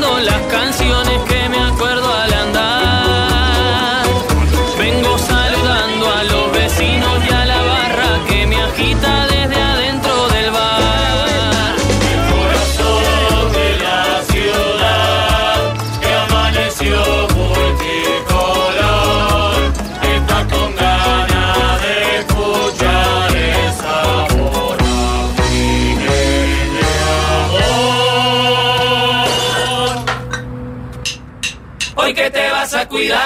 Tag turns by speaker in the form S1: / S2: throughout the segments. S1: son las canciones que me acuerdo al andar. Vengo saludando a los vecinos y a la barra que me agita desde adentro del bar.
S2: Corazón de la ciudad que amaneció multicolor, está con ganas de escuchar el sabor abrigue de amor.
S1: Hoy que te vas a cuidar,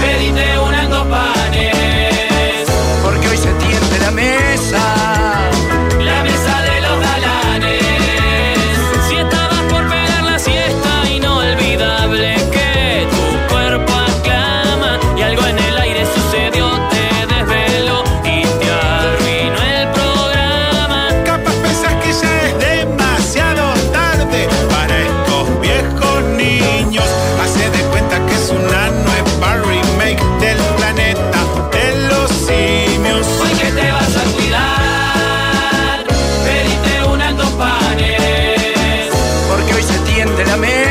S1: pedite un dos panes,
S3: Porque hoy se tiende la mesa.
S1: la mesa de los galanes. Si estabas por pegar la siesta, inolvidable que tu cuerpo aclama y algo en el aire sucedió, te desveló y te arruinó el programa.
S4: Capaz pensás que ya es demasiado tarde para estos viejos niños. Hace de cuenta que es una nueva remake del planeta de los simios.
S1: Hoy que te vas a cuidar, pedite un dos panes,
S3: Porque hoy se tiende la mesa.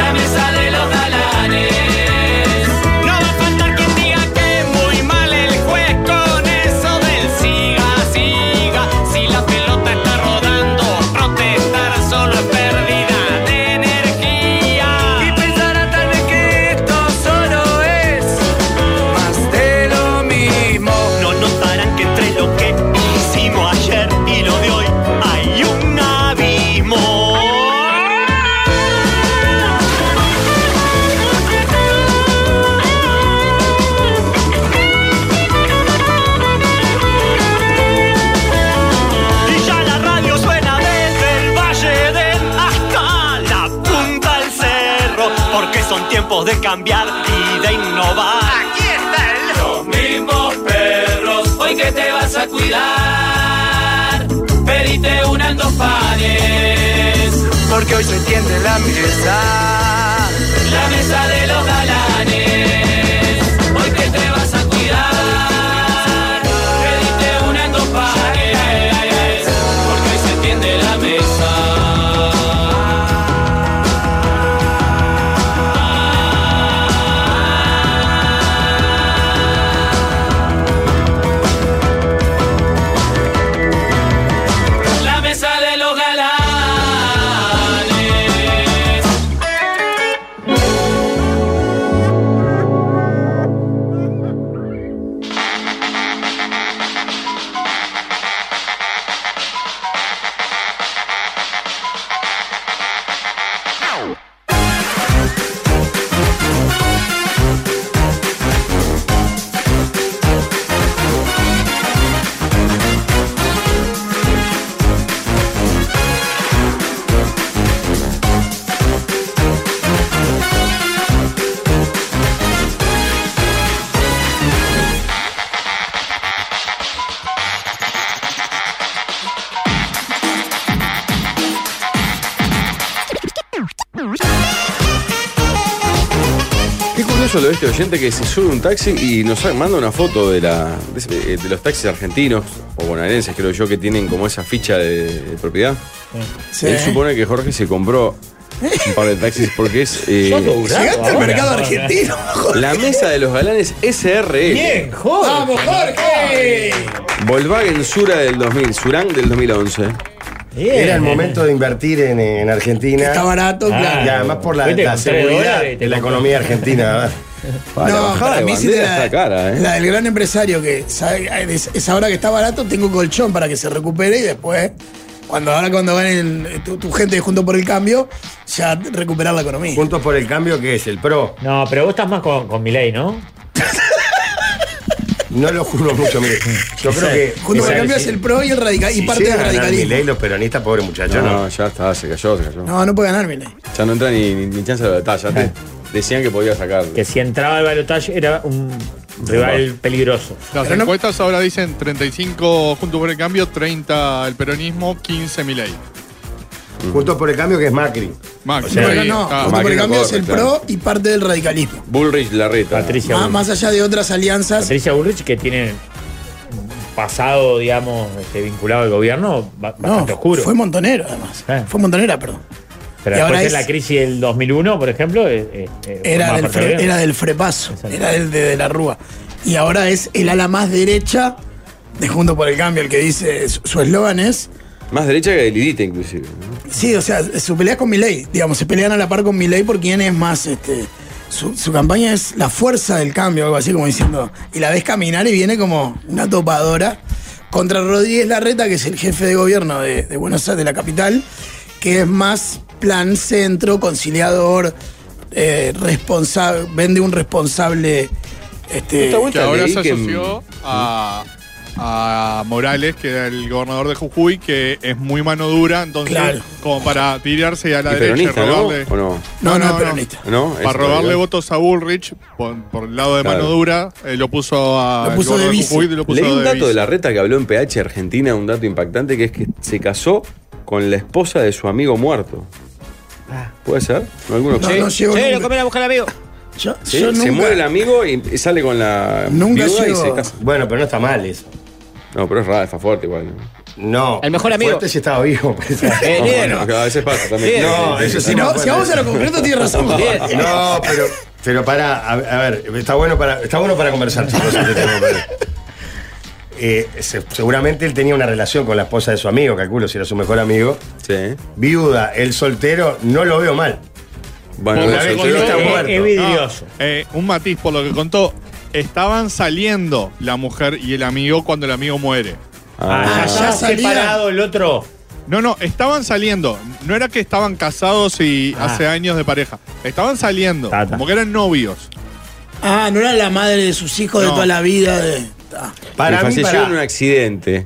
S1: la mesa de los galanes.
S4: No va a faltar quien diga que muy mal el juez con eso del siga, siga. Si la pelota está rodando, protestar solo es pérdida de
S3: Y
S4: energía.
S3: pensará tal vez que esto solo es más de lo mismo.
S2: No notarán que entre lo que hicimos ayer y lo de hoy hay un abismo. Y ya la radio suena desde el Valle del hasta la punta al cerro, porque son tiempos de cambiar y de innovar.
S1: Los mismos perros, hoy que te vas a cuidar, pedite un dos panes,
S3: Porque hoy se tiende la mesa.
S1: la mesa de los galanes. Hoy que te vas a cuidar, pedite un dos panes, porque hoy se tiende la mesa. La mesa de los galanes.
S5: Qué curioso lo de este oyente que se sube a un taxi y nos manda una foto de, la, de, eh, de los taxis argentinos o bonaerenses, creo yo, que tienen como esa ficha de, de propiedad. Él supone que Jorge se compró un par de taxis porque es eh,
S6: Llegaste al mercado argentino.
S5: la mesa de los galanes SRL.
S6: Bien, joder.
S7: ¡Vamos, Jorge!
S5: Volkswagen Sura del 2000, Surán del 2011.
S7: Bien.
S8: Era el momento de invertir en, en Argentina.
S6: Está barato,
S7: Ah,
S8: Y
S6: claro.
S8: además por la,
S7: Fuiste
S8: la
S7: con tres
S8: seguridad
S7: dólares y te
S8: de la
S7: compró.
S8: economía argentina.
S5: Ah, la bajada de bandera está cara, ¿eh?
S6: la del gran empresario que sabe, es, es ahora que está barato, tengo colchón para que se recupere y después, cuando ahora cuando ganen tu, tu gente junto por el cambio, ya recuperar la economía.
S8: Juntos por el cambio, que es el PRO.
S7: No, pero vos estás más con, con Milei, ¿no?
S8: No lo juro mucho, mire. Yo creo que.
S6: Junto por el
S8: esa-
S6: cambio es el pro y el radical y
S8: si
S6: parte
S8: llega
S6: del
S8: a ganar
S6: radicalismo.
S8: Milei, los peronistas, pobre muchacho,
S5: No,
S8: no.
S5: ya está, se cayó, se cayó.
S6: No, no puede ganar, Milei.
S5: Ya no entra ni, ni, ni chance de la batalla.
S8: Ah.
S5: Ya te decían que podía sacar.
S7: Que si entraba al balotaje era un rival peligroso.
S9: Las
S6: Pero no-
S9: encuestas ahora dicen 35 junto por el cambio, 30 el peronismo, 15 Milei.
S8: Juntos por el cambio, que es Macri.
S9: Max,
S7: O sea,
S9: ahí
S6: Pero no,
S9: está.
S6: Juntos por
S5: Macri
S6: el
S5: no
S6: cambio es
S5: corre,
S6: el
S5: claro.
S6: pro y parte del radicalismo.
S5: Bullrich Larreta.
S7: Patricia
S6: Más,
S7: Bullrich.
S6: más allá de otras alianzas
S7: Patricia Bullrich que tiene
S2: pasado, digamos, este, vinculado al gobierno ba-
S6: No,
S2: bastante oscuro.
S6: fue montonero además.
S2: Eh.
S6: Fue montonera, perdón.
S2: Pero
S6: y
S2: después
S6: ahora
S2: de
S6: es-
S2: la crisis del 2001, por ejemplo, eh, eh, eh, fue
S6: Era
S2: más
S6: del,
S2: parte
S6: fre-
S2: del
S6: era del frepaso,
S2: Exacto.
S6: era del de, de la Rúa. Y ahora es el ala más derecha de Junto por el Cambio, el que dice su su eslogan es.
S5: Más derecha que Lidita, inclusive. ¿no?
S6: Sí, o sea, su pelea es con Milei, digamos, se pelean a la par con Milei por quién es más, este, su, su campaña es la fuerza del cambio, algo así como diciendo, y la ves caminar y viene como una topadora contra Rodríguez Larreta, que es el jefe de gobierno de, de Buenos Aires, de la capital, que es más plan centro, conciliador, eh, responsable, vende un responsable, este,
S5: Está bueno.
S9: Que ahora
S5: leí
S9: se
S5: que-
S9: asoció a, a Morales, que era el gobernador de Jujuy, que es muy mano dura, entonces
S6: Claro.
S9: como para tirarse a la
S5: Y
S9: derecha y
S5: peronista, ¿no?
S9: robarle.
S5: ¿O no?
S6: no, no,
S9: no,
S6: es
S9: no.
S6: peronista.
S5: ¿No?
S9: Para
S5: Es-
S9: robarle votos a Bullrich, por, por el lado de
S5: Claro.
S9: mano dura, eh, lo puso a
S6: Lo
S9: el
S6: puso
S9: gobernador
S6: de
S9: de
S6: vice.
S9: Jujuy y lo puso
S5: Leí un
S9: de
S5: dato de
S9: vice.
S5: la reta que habló en PH Argentina, un dato impactante, que es que se casó con la esposa de su amigo muerto.
S8: Ah.
S5: ¿Puede ser? ¿No alguno?
S6: No, no llego
S1: Sí, lo
S6: nunca.
S1: comen a buscar al amigo.
S6: Yo-
S5: Sí,
S6: yo
S5: Se
S6: nunca-
S5: muere el amigo y y sale con la
S6: Nunca
S5: viuda y
S6: llego.
S5: se casa.
S8: Bueno, pero no está mal eso.
S5: No, pero es raro, está fuerte igual.
S8: No.
S1: El mejor amigo.
S8: Fuerte si estaba vivo. pues.
S1: Eh, líder.
S5: No, a veces pasa también.
S1: Bien.
S8: No, eso sí
S6: Si, no-
S8: no.
S6: si vamos a lo concreto, tiene razón.
S1: Bien.
S8: No, pero, pero para, a, a ver, está bueno para, está bueno para conversar, chicos, este tema, pero- Eh, se- seguramente él tenía una relación con la esposa de su amigo, calculo, si era su mejor amigo.
S5: Sí.
S8: Viuda, el soltero, no lo veo mal.
S5: Bueno,
S9: Por
S5: no,
S9: la vez
S5: soltero-
S9: que no está
S2: Eh, eh,
S8: muerto.
S2: Es vidrioso.
S9: No, eh, un matiz por lo que contó. Estaban saliendo la mujer y el amigo cuando el amigo muere.
S2: Ah,
S5: Ah,
S2: ya
S6: ya salía.
S2: separado el otro.
S9: No, no, estaban saliendo. No era que estaban casados y
S2: Ah.
S9: hace años de pareja. Estaban saliendo.
S2: Ta, ta.
S9: Como que eran novios.
S6: Ah, no era la madre de sus hijos de
S9: No.
S6: toda la vida. de- Ah.
S5: y
S8: Para mí,
S5: falleció
S8: para-
S5: en un accidente.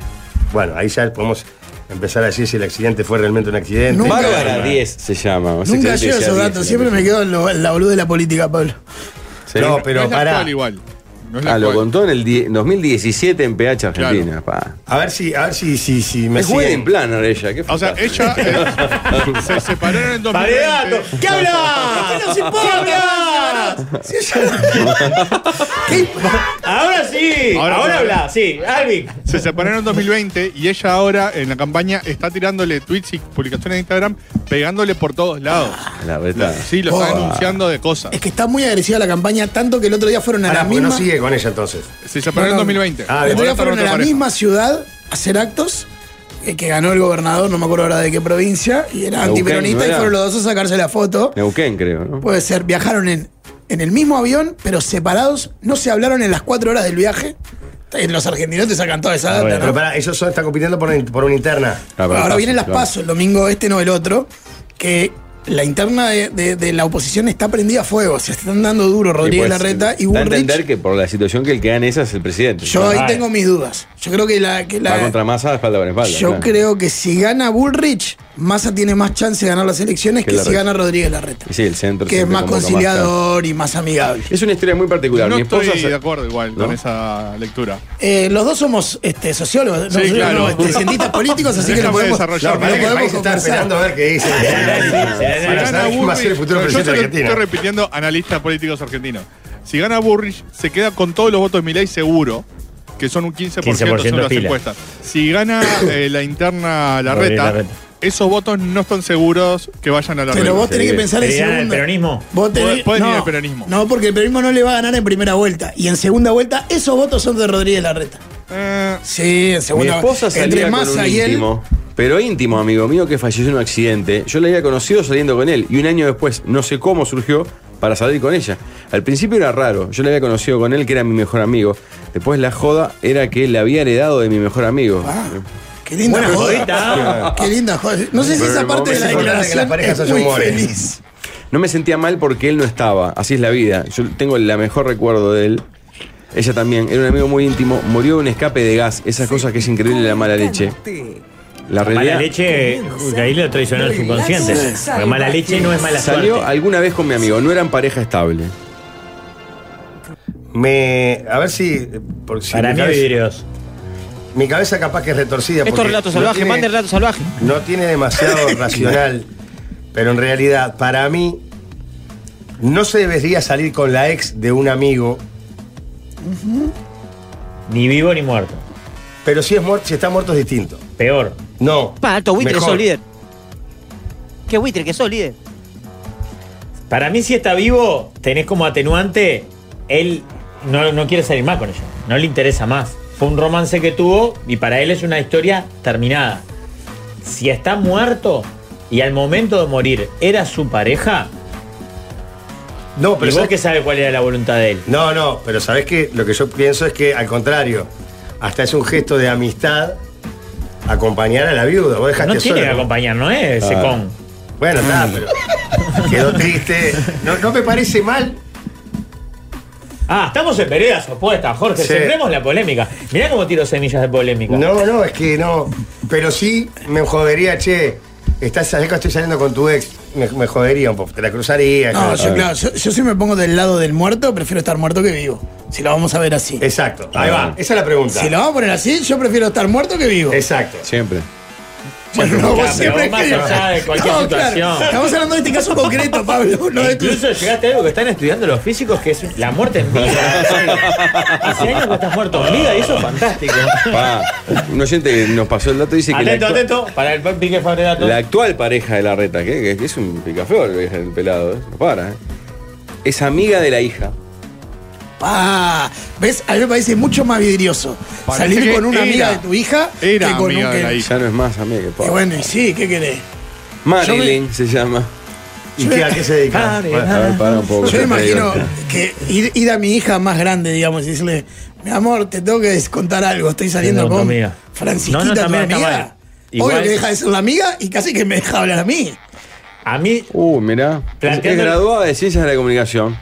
S8: Bueno, ahí ya podemos empezar a decir si el accidente fue realmente un accidente.
S6: Nunca-
S5: Bárbara 10 se llama. o sea,
S6: Nunca
S5: accidente
S6: llego a
S5: decía
S6: esos
S5: 10,
S6: datos, siempre me quedo en, lo- en la boluda de la política, Pablo.
S5: Sí.
S8: No,
S9: no
S8: pero
S9: es la
S8: para.
S9: actual igual. No es la
S5: Ah, lo
S9: actual.
S5: contó en el die- 2017 en PH Argentina. pa.
S8: A ver si, a ver si, si, si me
S5: Es wedding
S8: siguen.
S5: planner ella. qué
S9: O sea,
S5: fantástica.
S9: ella eh, se separaron en 2020.
S2: ¡Paredato! ¿Qué habla?
S6: ¿Qué nos importa? Sí, ya- ¿Qué imp-
S2: Ahora sí.
S9: Ahora-
S2: Ahora, habla. Sí, Alvin.
S9: Se separaron en 2020 y ella ahora en la campaña está tirándole tweets y publicaciones de Instagram, pegándole por todos lados.
S5: La Ah, verdad.
S9: Sí, lo está
S6: Oh.
S9: denunciando de cosas.
S6: Es que está muy agresiva la campaña, tanto que el otro día fueron a
S8: Pará,
S6: la
S8: porque
S6: misma.
S8: no sigue con ella entonces.
S9: Se separaron en
S6: No, no.
S9: 2020.
S8: Ah,
S6: el otro
S9: Ahora
S6: día
S9: está con
S6: fueron a la
S9: otra pareja.
S6: misma ciudad a hacer actos. eh, Que ganó el gobernador, no me acuerdo ahora de qué provincia, y era
S5: Neuquén, ¿no
S6: antiperonista, y
S5: era?
S6: fueron los dos a sacarse la foto.
S5: Neuquén, creo, ¿no?
S6: Puede ser, viajaron en, en el mismo avión, pero separados, no se hablaron en las cuatro horas del viaje. Eh, Los argentinos te sacan toda esa data,
S8: Pero
S6: ¿no?
S8: para, ellos son- están compitiendo por, una- por una interna.
S5: Ah, pero
S6: Ahora
S5: paso,
S6: vienen las
S5: claro.
S6: pasos, el domingo este no el otro, que la interna de, de- de la oposición está prendida a fuego, se están dando duro Rodríguez
S5: pues,
S6: Larreta y
S5: da a
S6: Bullrich.
S5: entender que por la situación que el que gana esa es el presidente.
S6: Yo ahí
S2: Ah,
S8: eh.
S6: tengo mis dudas. Yo creo que la... que
S5: Va
S6: la-
S5: contra Massa espalda por espalda.
S6: yo
S5: claro.
S6: creo que si gana Bullrich, Massa tiene más chance de ganar las elecciones
S5: Que
S6: que si
S5: Larreta.
S6: gana Rodríguez Larreta.
S5: Y sí, el centro
S6: Que es
S5: siempre
S6: más
S5: convoca
S6: conciliador y más amigable.
S5: Es una historia muy particular.
S9: No
S5: Mi esposa
S9: estoy
S5: se-
S9: de acuerdo igual
S5: ¿No?
S9: con esa lectura.
S6: Eh, los dos somos este, sociólogos, no, sociólogos,
S9: claro.
S6: no, este, cientistas políticos, así que
S9: Déjame
S6: lo podemos,
S9: desarrollar,
S6: lo
S8: No, parece que el
S6: podemos
S8: país está esperando
S6: conversar.
S8: a ver qué dice. Para
S9: Si gana
S8: saber quién va a ser el
S9: Bullrich,
S8: futuro
S9: yo se
S8: presidente de
S9: lo estoy
S8: Argentina.
S9: repitiendo analistas políticos argentinos. Si gana Bullrich, se queda con todos los votos de Milei seguro, que son un 15%,
S2: 15%
S9: según las
S2: pila.
S9: encuestas. Si gana eh, la interna
S2: Rodríguez
S9: Larreta,
S2: Larreta.
S9: esos votos no están seguros que vayan a la
S6: Pero vos tenés que
S5: Sí.
S6: pensar en
S2: ¿Te gana el
S6: segunda.
S2: peronismo?
S6: Vos tenés,
S9: Pueden- pueden ir
S6: no,
S9: al peronismo.
S6: No, porque el peronismo no le va a ganar en primera vuelta. Y en segunda vuelta, esos votos son de Rodríguez Larreta.
S9: Eh,
S6: Sí, en
S5: Mi
S6: segunda
S5: esposa
S6: Entre
S5: salía con
S6: Massa
S5: un
S6: y él.
S5: íntimo, pero íntimo amigo mío que falleció en un accidente. Yo la había conocido saliendo con él y un año después, no sé cómo surgió para salir con ella. Al principio era raro, yo la había conocido con él que era mi mejor amigo. Después la joda era que la había heredado de mi mejor amigo.
S6: Ah, qué linda
S2: Buena
S6: joda.
S2: jodita.
S6: Qué linda joda. No sé si
S5: Pero
S6: esa
S5: el
S6: parte
S5: momento
S6: de la
S8: importante es que
S6: declaración
S8: las parejas
S6: es
S8: hacen
S6: muy
S8: humores.
S6: feliz.
S5: No me sentía mal porque él no estaba, así es la vida. Yo tengo el mejor recuerdo de él. Ella también, era un amigo muy íntimo, murió de un escape de gas, esas cosas que es increíble la mala leche.
S2: Mala
S5: La realidad
S2: leche, eh, ahí lo traicionó el subconsciente. Porque mala leche no es mala
S5: salió
S2: suerte.
S5: alguna vez con mi amigo, no eran pareja estable.
S8: Me, a ver si. eh, por si
S2: Para
S8: mi,
S2: mí,
S8: cabeza,
S2: vidrios.
S8: mi cabeza capaz que es retorcida.
S1: Esto
S8: porque
S1: es relato
S8: no
S1: salvaje,
S8: tiene-
S1: mande relato salvaje.
S8: No tiene demasiado racional, pero en realidad, para mí, no se debería salir con la ex de un amigo
S2: Ni vivo ni muerto.
S8: Pero si, es muerto, si está muerto es distinto.
S2: Peor.
S8: No.
S10: Pa, alto buitre,
S8: Mejor.
S10: sos líder. Qué buitre que sos líder.
S2: Para mí, si está vivo, tenés como atenuante. Él no, no quiere salir más con ella. No le interesa más. Fue un romance que tuvo y para él es una historia terminada. Si está muerto y al momento de morir era su pareja,
S8: No, pero
S2: ¿y vos
S8: sabes
S2: que sabes cuál era la voluntad de él?
S8: No, no, pero sabes que lo que yo pienso es que al contrario, hasta es un gesto de amistad acompañar a la viuda. Vos dejaste
S2: No tiene
S8: sola,
S2: que
S8: ¿no?
S2: acompañar, ¿no es?
S5: Ah.
S2: Secón.
S8: Bueno, está, pero quedó triste. No, no me parece mal.
S2: Ah, estamos en veredas opuestas, Jorge.
S8: Sí.
S2: Sembremos la polémica. Mirá cómo tiro semillas de polémica.
S8: No, no, es que no. Pero sí me jodería, che. Estás, sabés que estoy saliendo con tu ex. Me, me jodería un poco. Te la cruzaría.
S6: No,
S8: claro.
S6: yo, claro, yo, yo si me pongo del lado del muerto, prefiero estar muerto que vivo. Si lo vamos a ver así.
S8: Exacto. Ahí va. Esa es la pregunta.
S6: Si lo vamos a poner así, yo prefiero estar muerto que vivo.
S8: Exacto.
S5: Siempre.
S6: bueno, Pues no, vos
S2: Claro,
S6: siempre
S2: pero más
S6: escribís.
S2: allá de cualquier
S6: No, claro.
S2: situación.
S6: Estamos hablando de este caso concreto, Pablo. No de tu-
S2: Incluso llegaste a algo que están estudiando los físicos, que es la muerte en vida. Hace años que estás muerto en vida y eso es fantástico.
S5: Pa, un oyente que nos pasó el dato dice que la,
S2: Atento,
S5: actua-
S2: atento, para el pique fabredato.
S5: la actual pareja de la reta, que, que- que es un picaflor el pelado, ¿eh? no para, ¿eh? es amiga de la hija.
S6: Ah, ¿Ves? A mí me parece mucho más vidrioso
S9: Parece
S6: salir
S9: que
S6: con una amiga
S9: era-
S6: de tu hija
S9: era
S6: que con
S9: amiga
S6: un
S9: de la hija.
S5: Ya no es más amiga que pa.
S6: Y bueno, y sí, ¿qué querés?
S5: Marilyn se llama. Ah,
S8: ¿Y qué, a qué se dedica?
S5: A ver, para un poco.
S6: Yo me
S5: te
S6: imagino
S5: digo.
S6: que ir, ir a mi hija más grande, digamos, y decirle, mi amor, te tengo que contar algo, estoy saliendo
S2: No, tu
S6: con
S2: amiga.
S6: Francisquita,
S2: No, no,
S6: tu
S2: también está
S6: amiga.
S2: mal.
S6: Obvio
S2: Igual-
S6: que deja de ser la amiga y casi que me deja hablar a mí.
S2: A mí,
S5: Uh, mirá. Es
S2: Planteando-
S5: graduada de Ciencias de la Comunicación.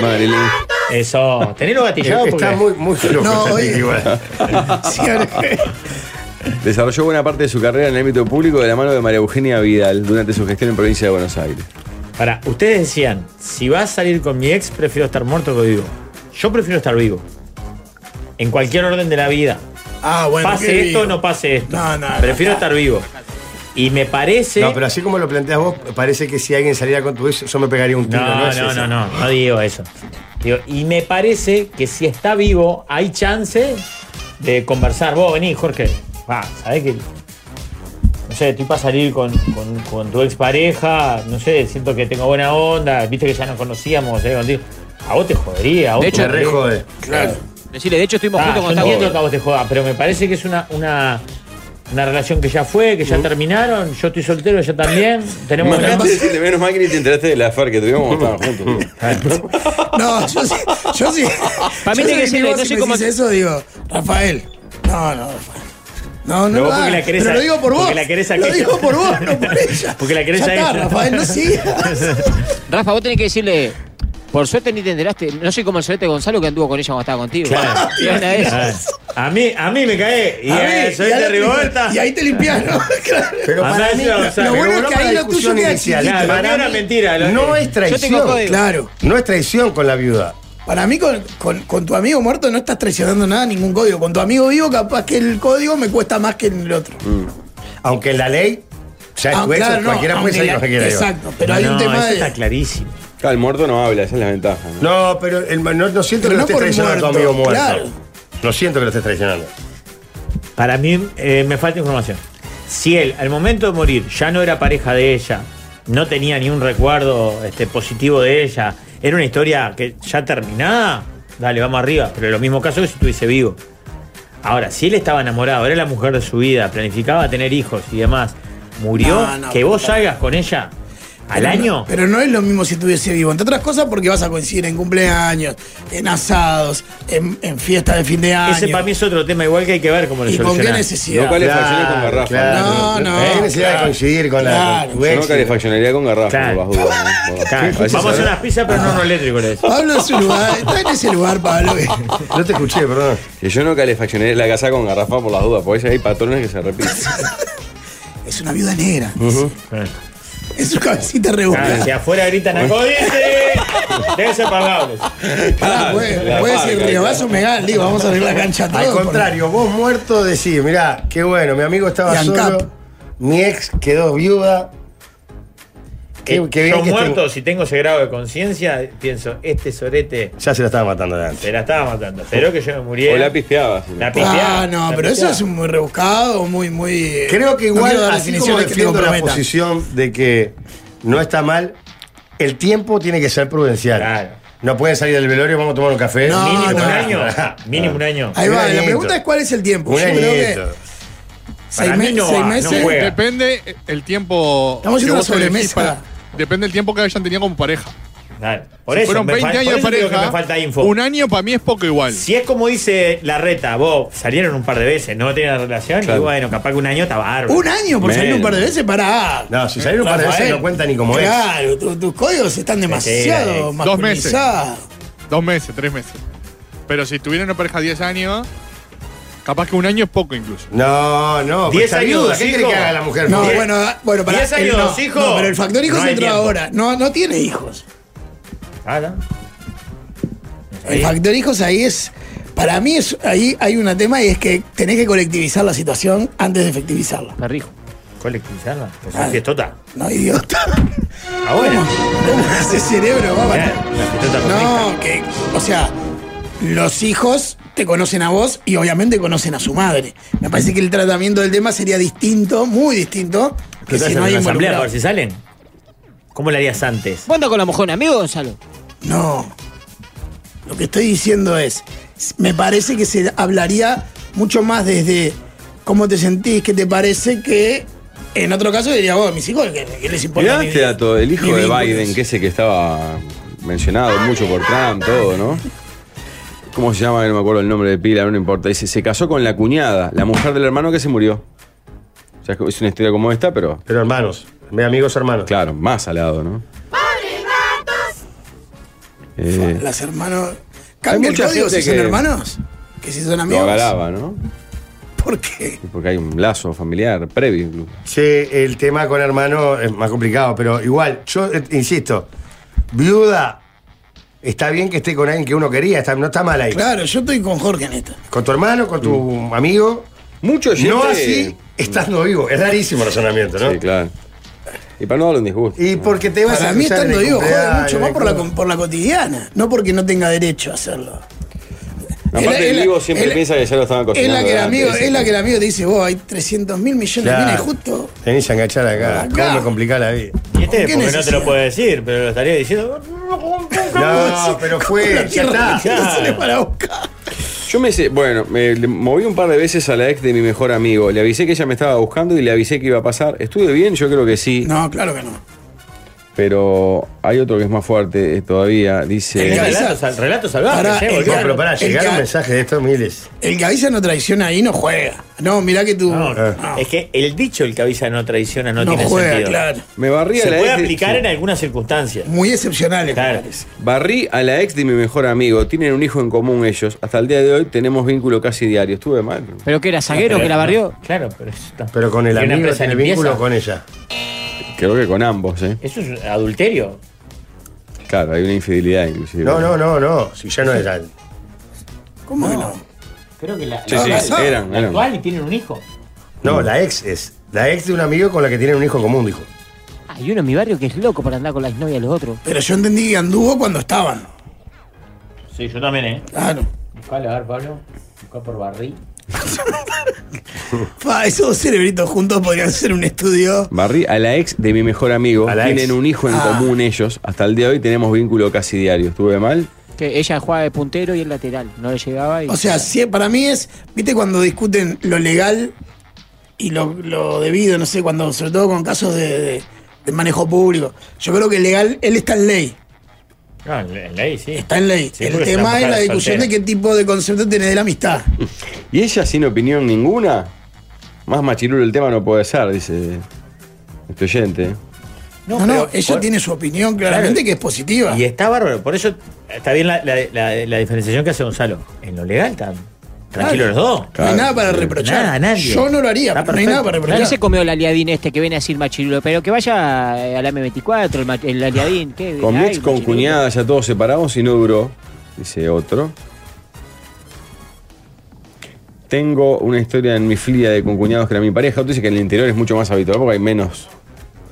S5: Marilyn.
S2: eso. Tenelo gatillado porque.
S8: Eh, Está muy, muy flojo.
S6: No,
S8: esta
S6: oye.
S8: chica igual.
S6: Sí, ahora que-
S5: Desarrolló buena parte de su carrera en el ámbito público de la mano de María Eugenia Vidal durante su gestión en provincia de Buenos Aires.
S2: Para, ustedes decían, si vas a salir con mi ex, prefiero estar muerto que vivo. Yo prefiero estar vivo. En cualquier orden de la vida.
S6: Ah, bueno. qué
S2: pase esto o
S6: vivo.
S2: no pase esto.
S6: No, no, no,
S2: prefiero
S6: no.
S2: estar vivo. Y me parece.
S8: No, pero así como lo planteas vos, parece que si alguien saliera con tu ex, yo me pegaría un tiro.
S2: No,
S8: No,
S2: no,
S8: Es
S2: no,
S8: eso.
S2: no, no, digo eso. Digo, y me parece que si está vivo, hay chance de conversar. Vos vení, Jorge. Va, sabés que. No sé, estoy para salir con, con- con tu expareja. No sé, siento que tengo buena onda. Viste que ya nos conocíamos. ¿eh? Contigo. A vos te jodería. A vos
S10: De
S2: te
S10: hecho,
S8: Me
S2: jodería. Eh.
S8: re jode.
S6: Claro.
S10: Decirle, de hecho estuvimos
S2: Ah,
S10: juntos
S2: yo
S10: cuando
S2: entiendo que a
S10: estábamos.
S2: vos te joda, pero me parece que es una, una, una relación que ya fue, que ya terminaron. Yo estoy soltero, ella también. Tenemos
S5: Imagínate decirle, menos mal que ni te enteraste de la FAR que tuvimos cuando estaban juntos.
S6: No, yo sí. Yo sí.
S10: Para mí
S6: yo
S10: tiene que
S6: soy
S10: ser-
S6: vivo,
S10: no
S6: si
S10: sé
S6: me
S10: cómo-
S6: decís eso, digo, Rafael. No, no, Rafael. No, no,
S2: Pero
S6: lo
S2: vos porque
S6: hagas.
S2: la querés
S6: Pero
S2: a-
S6: lo digo por
S2: porque
S6: vos.
S2: la querés a
S6: lo
S2: aquella.
S6: digo por vos, no por ella.
S2: Porque la querés
S6: Ya
S2: a
S6: está,
S2: ella.
S6: Rafael, no sigas.
S10: Rafa, vos tenés que decirle, por suerte ni te enteraste. No soy como el solete Gonzalo que anduvo con ella cuando estaba contigo.
S2: Claro.
S10: Y una vez-
S2: Ah, A mí, a mí me cae. Y
S6: A mí,
S2: eh, soy
S6: y a
S2: de
S6: la-
S2: Rigoberta.
S6: Y ahí te limpias, ¿no? Claro.
S8: Pero
S2: Andá
S8: para
S2: a
S8: mí,
S2: decirle a Gonzalo,
S8: pero
S6: pero
S8: volvamos
S6: que
S8: a la
S6: ahí lo
S8: discusión
S6: tuyo queda
S8: inicial.
S2: chiquito. Claro,
S8: Para
S2: para mí era mentira, lo-
S8: No es
S10: Yo tengo
S8: traición.
S10: código.
S6: Claro.
S8: No es traición con la viuda.
S6: Para mí, con, con- con tu amigo muerto no estás traicionando nada, ningún código. Con tu amigo vivo, capaz que el código me cuesta más que el otro.
S8: Aunque en la ley, ya es
S6: Ah,
S8: tu ex,
S6: claro, no,
S8: cualquiera puede
S6: aunque
S8: salir
S6: la-
S8: con cualquiera. digo.
S6: Exacto, pero hay
S2: No,
S6: un tema
S2: eso
S6: de.
S2: está clarísimo.
S5: Claro, el muerto no habla, esa es la ventaja. ¿no?
S8: No, pero el- no, no siento
S6: Pero
S8: que
S6: no
S8: lo estés
S6: por
S8: traicionando a tu
S6: muerto,
S8: amigo muerto.
S6: claro.
S8: No siento que lo estés traicionando.
S2: Para mí eh, me falta información. Si él, al momento de morir, ya no era pareja de ella, no tenía ni un recuerdo este, positivo de ella, era una historia que ya terminada, dale, vamos arriba. Pero lo mismo caso que si estuviese vivo. Ahora, si él estaba enamorado, era la mujer de su vida, planificaba tener hijos y demás, murió,
S6: No, no,
S2: que vos
S6: pero-
S2: salgas con ella al
S6: Pero no-
S2: año.
S6: pero no es lo mismo si estuviese vivo. Entre otras cosas, porque vas a coincidir en cumpleaños, en asados, en, en fiestas de fin de año.
S2: Ese para mí es otro tema, igual que hay que ver cómo lo
S6: ¿Y con qué
S2: solucionás. ¿Eh?
S5: No
S6: necesidad?
S5: calefacciones con garrafa.
S6: No, no,
S8: Hay necesidad
S6: claro.
S8: de coincidir con la
S6: Claro.
S8: tu
S5: Yo
S8: ex.
S5: no calefaccionaría con garrafa,
S2: Claro.
S5: por las dudas. ¿no? Por-
S2: Claro,
S5: A veces
S2: Vamos a
S5: ahora-
S2: unas pizzas, pero no no eléctrico le decís.
S6: Pablo es un lugar, está en ese lugar, Pablo. que-
S8: No te escuché, perdón.
S5: Que yo no calefaccionaría la casa con garrafa por las dudas, porque a veces hay patrones que se repiten.
S6: Es una viuda negra.
S2: Claro,
S6: Es su cabecita regular.
S2: Ah, si afuera gritan acodiente, deben ser pagables.
S6: Pará, Ah, puede,
S5: la
S6: puede
S5: marca,
S6: ser
S5: claro.
S6: Riobazo Megal, digo, vamos a abrir la cancha todo.
S8: Al
S6: porque-
S8: contrario, vos muerto decís, mirá, qué bueno, mi amigo estaba
S6: Y ANCAP.
S8: solo, mi ex quedó viuda Qué-
S2: Eh,
S8: qué bien
S2: yo
S8: que estén-
S2: muerto, si tengo ese grado de conciencia, pienso, este sorete
S8: Ya se la estaba matando de antes.
S2: se la estaba matando. Esperó que yo me
S5: O
S2: muriera.
S5: la pispeaba. si no.
S2: La pifiada,
S6: Ah, no,
S2: la
S6: pero eso
S2: pifiada.
S6: es muy rebuscado, muy, muy.
S8: Creo que
S6: no
S8: igual,
S6: quiero dar
S8: así como
S6: definiciones que te
S8: defiendo la
S6: comprometan.
S8: posición de que no está mal, el tiempo tiene que ser prudencial.
S2: Claro.
S8: No pueden salir del velorio, vamos a tomar un café.
S6: No,
S2: Mínimo un
S6: no.
S2: año. Mínimo un año.
S6: Ahí va,
S8: Un
S6: la
S8: añito.
S6: pregunta es cuál es el tiempo.
S8: Un
S6: Yo creo que
S8: añito.
S6: seis,
S2: Para mí
S6: me-
S2: no
S6: seis
S2: va, no
S6: meses.
S2: juega.
S9: Depende el tiempo.
S6: Estamos haciendo
S9: que
S6: una
S9: vos elegís
S6: sobremesa.
S9: Depende del tiempo que hayan tenido como pareja.
S2: Claro. Por
S9: Si
S2: eso,
S9: fueron
S2: me
S9: 20
S2: fal-
S9: años
S2: por
S9: de
S2: eso digo que
S9: pareja.
S2: me falta info.
S9: Un año para mí es poco igual.
S2: Si es como dice la reta, vos salieron un par de veces, no tenían relación,
S5: Claro.
S2: y bueno, capaz que un año está bárbaro.
S6: Un año por salir
S5: Menos.
S6: un par de veces para.
S8: No, si salieron un par de veces no cuenta ni como es.
S6: Claro, tu- tus códigos están demasiado
S2: eh.
S9: Dos meses.
S6: masculinizados.
S9: Dos meses, tres meses. Pero si tuvieron una pareja 10 años, capaz que un año es poco incluso.
S8: No, no,
S2: Diez
S8: está
S2: años,
S8: viuda. ¿Qué
S2: hijo.
S8: quiere que haga la mujer?
S2: Eh,
S6: No,
S8: Diez-
S6: Ah, bueno, da- bueno, para.
S2: Diez años,
S6: no,
S2: hijo.
S6: no, pero el factor hijos
S2: No hay
S6: entró
S2: tiempo.
S6: ahora. No, no tiene hijos.
S2: Ah, ¿no?
S6: El factor hijos ahí es. Para mí es, ahí hay un tema y es que tenés que colectivizar la situación antes de efectivizarla.
S10: Me rijo.
S2: Colectivizarla. Pues Es tota,
S6: Ah.
S2: una fiestota.
S6: No, idiota.
S2: Ahora.
S6: ¿Cómo hace cerebro? Va a matar.
S2: Claro, una fiestota comunista.
S6: No, que, o sea, los hijos te conocen a vos y obviamente conocen a su madre. Me parece que el tratamiento del tema sería distinto, muy distinto, que
S2: Entonces,
S6: si no
S2: en
S6: hay
S2: la asamblea para
S6: involucrado.
S2: ver si salen. ¿Cómo lo harías antes?
S10: ¿Vos andás con la mojona, amigo Gonzalo?
S6: No. Lo que estoy diciendo es, me parece que se hablaría mucho más desde cómo te sentís, qué te parece, que en otro caso diría, vos, mis hijos, ¿qué, qué les importa?
S5: Mirá
S6: mi-
S5: este dato, el hijo
S6: mi
S5: de
S6: vínculos?
S5: Biden, que ese que estaba mencionado mucho por Trump, todo, ¿no? ¿Cómo se llama? No me acuerdo el nombre de pila, no importa. Dice, se casó con la cuñada, la mujer del hermano que se murió. O sea, es una historia como esta, pero
S8: Pero hermanos, ve, amigos hermanos.
S5: claro, más al lado, ¿no? Eh,
S6: Las hermanos... ¿Cambia el
S5: mucha
S6: código
S5: gente
S6: si son
S5: que-
S6: hermanos? Que si son
S5: lo
S6: amigos.
S5: agaraba, ¿no?
S6: ¿Por qué?
S5: Porque hay un lazo familiar previo incluso.
S8: Che, el tema con hermano es más complicado, pero igual, yo eh, insisto, viuda, está bien que esté con alguien que uno quería, está- no está mal ahí.
S6: Claro, yo estoy con Jorge en esta.
S8: Con tu hermano, con tu amigo.
S5: Mm. Mucho
S8: No
S5: oyente-
S8: así estando vivo. Es rarísimo el razonamiento, ¿no?
S5: Sí, claro. Y para no darle un disgusto.
S8: Y porque te vas a
S6: Para mí
S8: cruzar en
S6: estando
S8: el
S6: vivo jode
S8: cumpleaños,
S6: mucho más por la,
S8: en el-
S6: por la cotidiana, no porque no tenga derecho a hacerlo.
S8: Ah,
S5: Aparte, el vivo siempre piensa que ya lo estaban
S6: Es
S5: cocinando
S6: la que el
S5: de antes,
S6: amigo,
S5: dice.
S6: es la que el amigo te dice, vos, hay 300 mil millones de
S8: Claro.
S6: minas y justo.
S8: Tenés que enganchar acá.
S6: Acá.
S8: ¿Cómo me complica la vida?
S2: Y este
S6: ¿Con
S2: porque no
S6: qué
S2: te
S6: necesidad?
S2: lo puede decir, pero lo estaría diciendo.
S8: No, pero fue,
S6: La
S8: ya
S6: tierra
S8: está.
S6: no sale para buscar.
S5: Yo me sé, bueno, me le moví un par de veces a la ex de mi mejor amigo. Le avisé que ella me estaba buscando y le avisé que iba a pasar. ¿Estuve bien? Yo creo que sí.
S6: No, claro que no.
S5: Pero hay otro que es más fuerte eh, todavía.
S6: El
S2: Es
S5: Dice.
S6: gal-
S2: relato, sal- relato salvaje,
S6: Pará,
S2: ¿eh,
S6: el
S2: boludo?
S8: No, pero pará,
S6: El
S8: llegaron
S6: ca-
S8: mensajes de estos miles.
S6: El que avisa no traiciona ahí no juega. No, mirá que tú.
S2: No, eh.
S6: no,
S2: Es que el dicho el que avisa no traiciona no,
S6: no
S2: tiene
S6: juega,
S2: sentido.
S6: claro.
S5: Me barrí a
S2: Se
S5: la
S2: puede
S5: ex de-
S2: aplicar
S5: sí.
S2: en algunas circunstancias.
S6: Muy excepcionales,
S2: Claro.
S6: me parece.
S5: Barrí a la ex de mi mejor amigo. Tienen un hijo en común ellos. Hasta el día de hoy tenemos vínculo casi diario. Estuve mal.
S10: ¿Pero que era zaguero
S2: Pero,
S10: que la barrió?
S2: no, Claro, pero eso está-
S8: Pero con el
S2: ¿Y una
S8: amigo,
S2: empresa
S8: en el
S2: de limpieza?
S8: vínculo con ella.
S5: Creo que con ambos, ¿eh?
S2: Eso es adulterio.
S5: Claro, hay una infidelidad inclusive.
S8: No, no, no, no. Si ya no era.
S6: ¿Cómo que no?
S2: Creo que la,
S5: Sí,
S2: la-
S5: sí,
S2: la-
S6: Casado.
S5: eran,
S2: la
S5: eran.
S2: actual y tienen un hijo.
S8: No, la ex es. La ex de un amigo con la que tienen un hijo común, dijo.
S10: Hay uno en mi barrio que es loco para andar con la exnovia de los otros.
S6: Pero yo entendí que anduvo cuando estaban.
S2: Sí, yo también, ¿eh?
S6: Claro.
S2: Buscala, a ver, Pablo. Buscá por barrí.
S6: Fa, esos dos cerebritos juntos podrían ser un estudio.
S5: Barrí a la ex de mi mejor amigo.
S8: A la
S5: Tienen
S8: ex.
S5: un hijo en
S6: Ah.
S5: común ellos. Hasta el día de hoy tenemos vínculo casi diario. ¿Estuve mal?
S10: Que ella jugaba de puntero y el lateral. No le llegaba y.
S6: O sea, sí, para mí es, viste, cuando discuten lo legal y lo, lo debido, no sé, cuando, sobre todo con casos de, de- de manejo público. Yo creo que legal, él está en ley.
S2: No, en en ley, sí.
S6: Está en ley.
S2: Sí,
S6: el
S2: porque es una
S6: tema es
S2: mujer
S6: la discusión
S2: soltera.
S6: de qué tipo de concepto tiene de la amistad.
S5: ¿Y ella sin opinión ninguna? Más machirulo el tema no puede ser, dice este oyente.
S6: No, no,
S2: pero-
S6: ella
S2: por-
S6: tiene su opinión claramente
S2: Claro.
S6: que es positiva.
S2: Y está bárbaro. Por eso está bien la, la- la- la diferenciación que hace Gonzalo. En lo legal están tranquilos
S6: Claro.
S2: los dos.
S6: No hay nada para
S5: Claro.
S6: reprochar.
S2: Nada, nadie.
S6: Yo no lo haría,
S2: Está
S6: pero no hay nada
S2: perfecto.
S6: para
S10: ¿Por qué
S6: reprochar.
S10: se comió el aliadín este que viene a decir Machirulo? Pero que vaya eh, al M24, el, ma- el aliadín. ¿qué?
S5: Con mi
S10: Ay,
S5: ex con
S10: Machirulo.
S5: cuñada ya todos separados y no duró, dice otro. Tengo una historia en mi filia de concuñados que era mi pareja. Otro dice que en el interior es mucho más habitual porque hay menos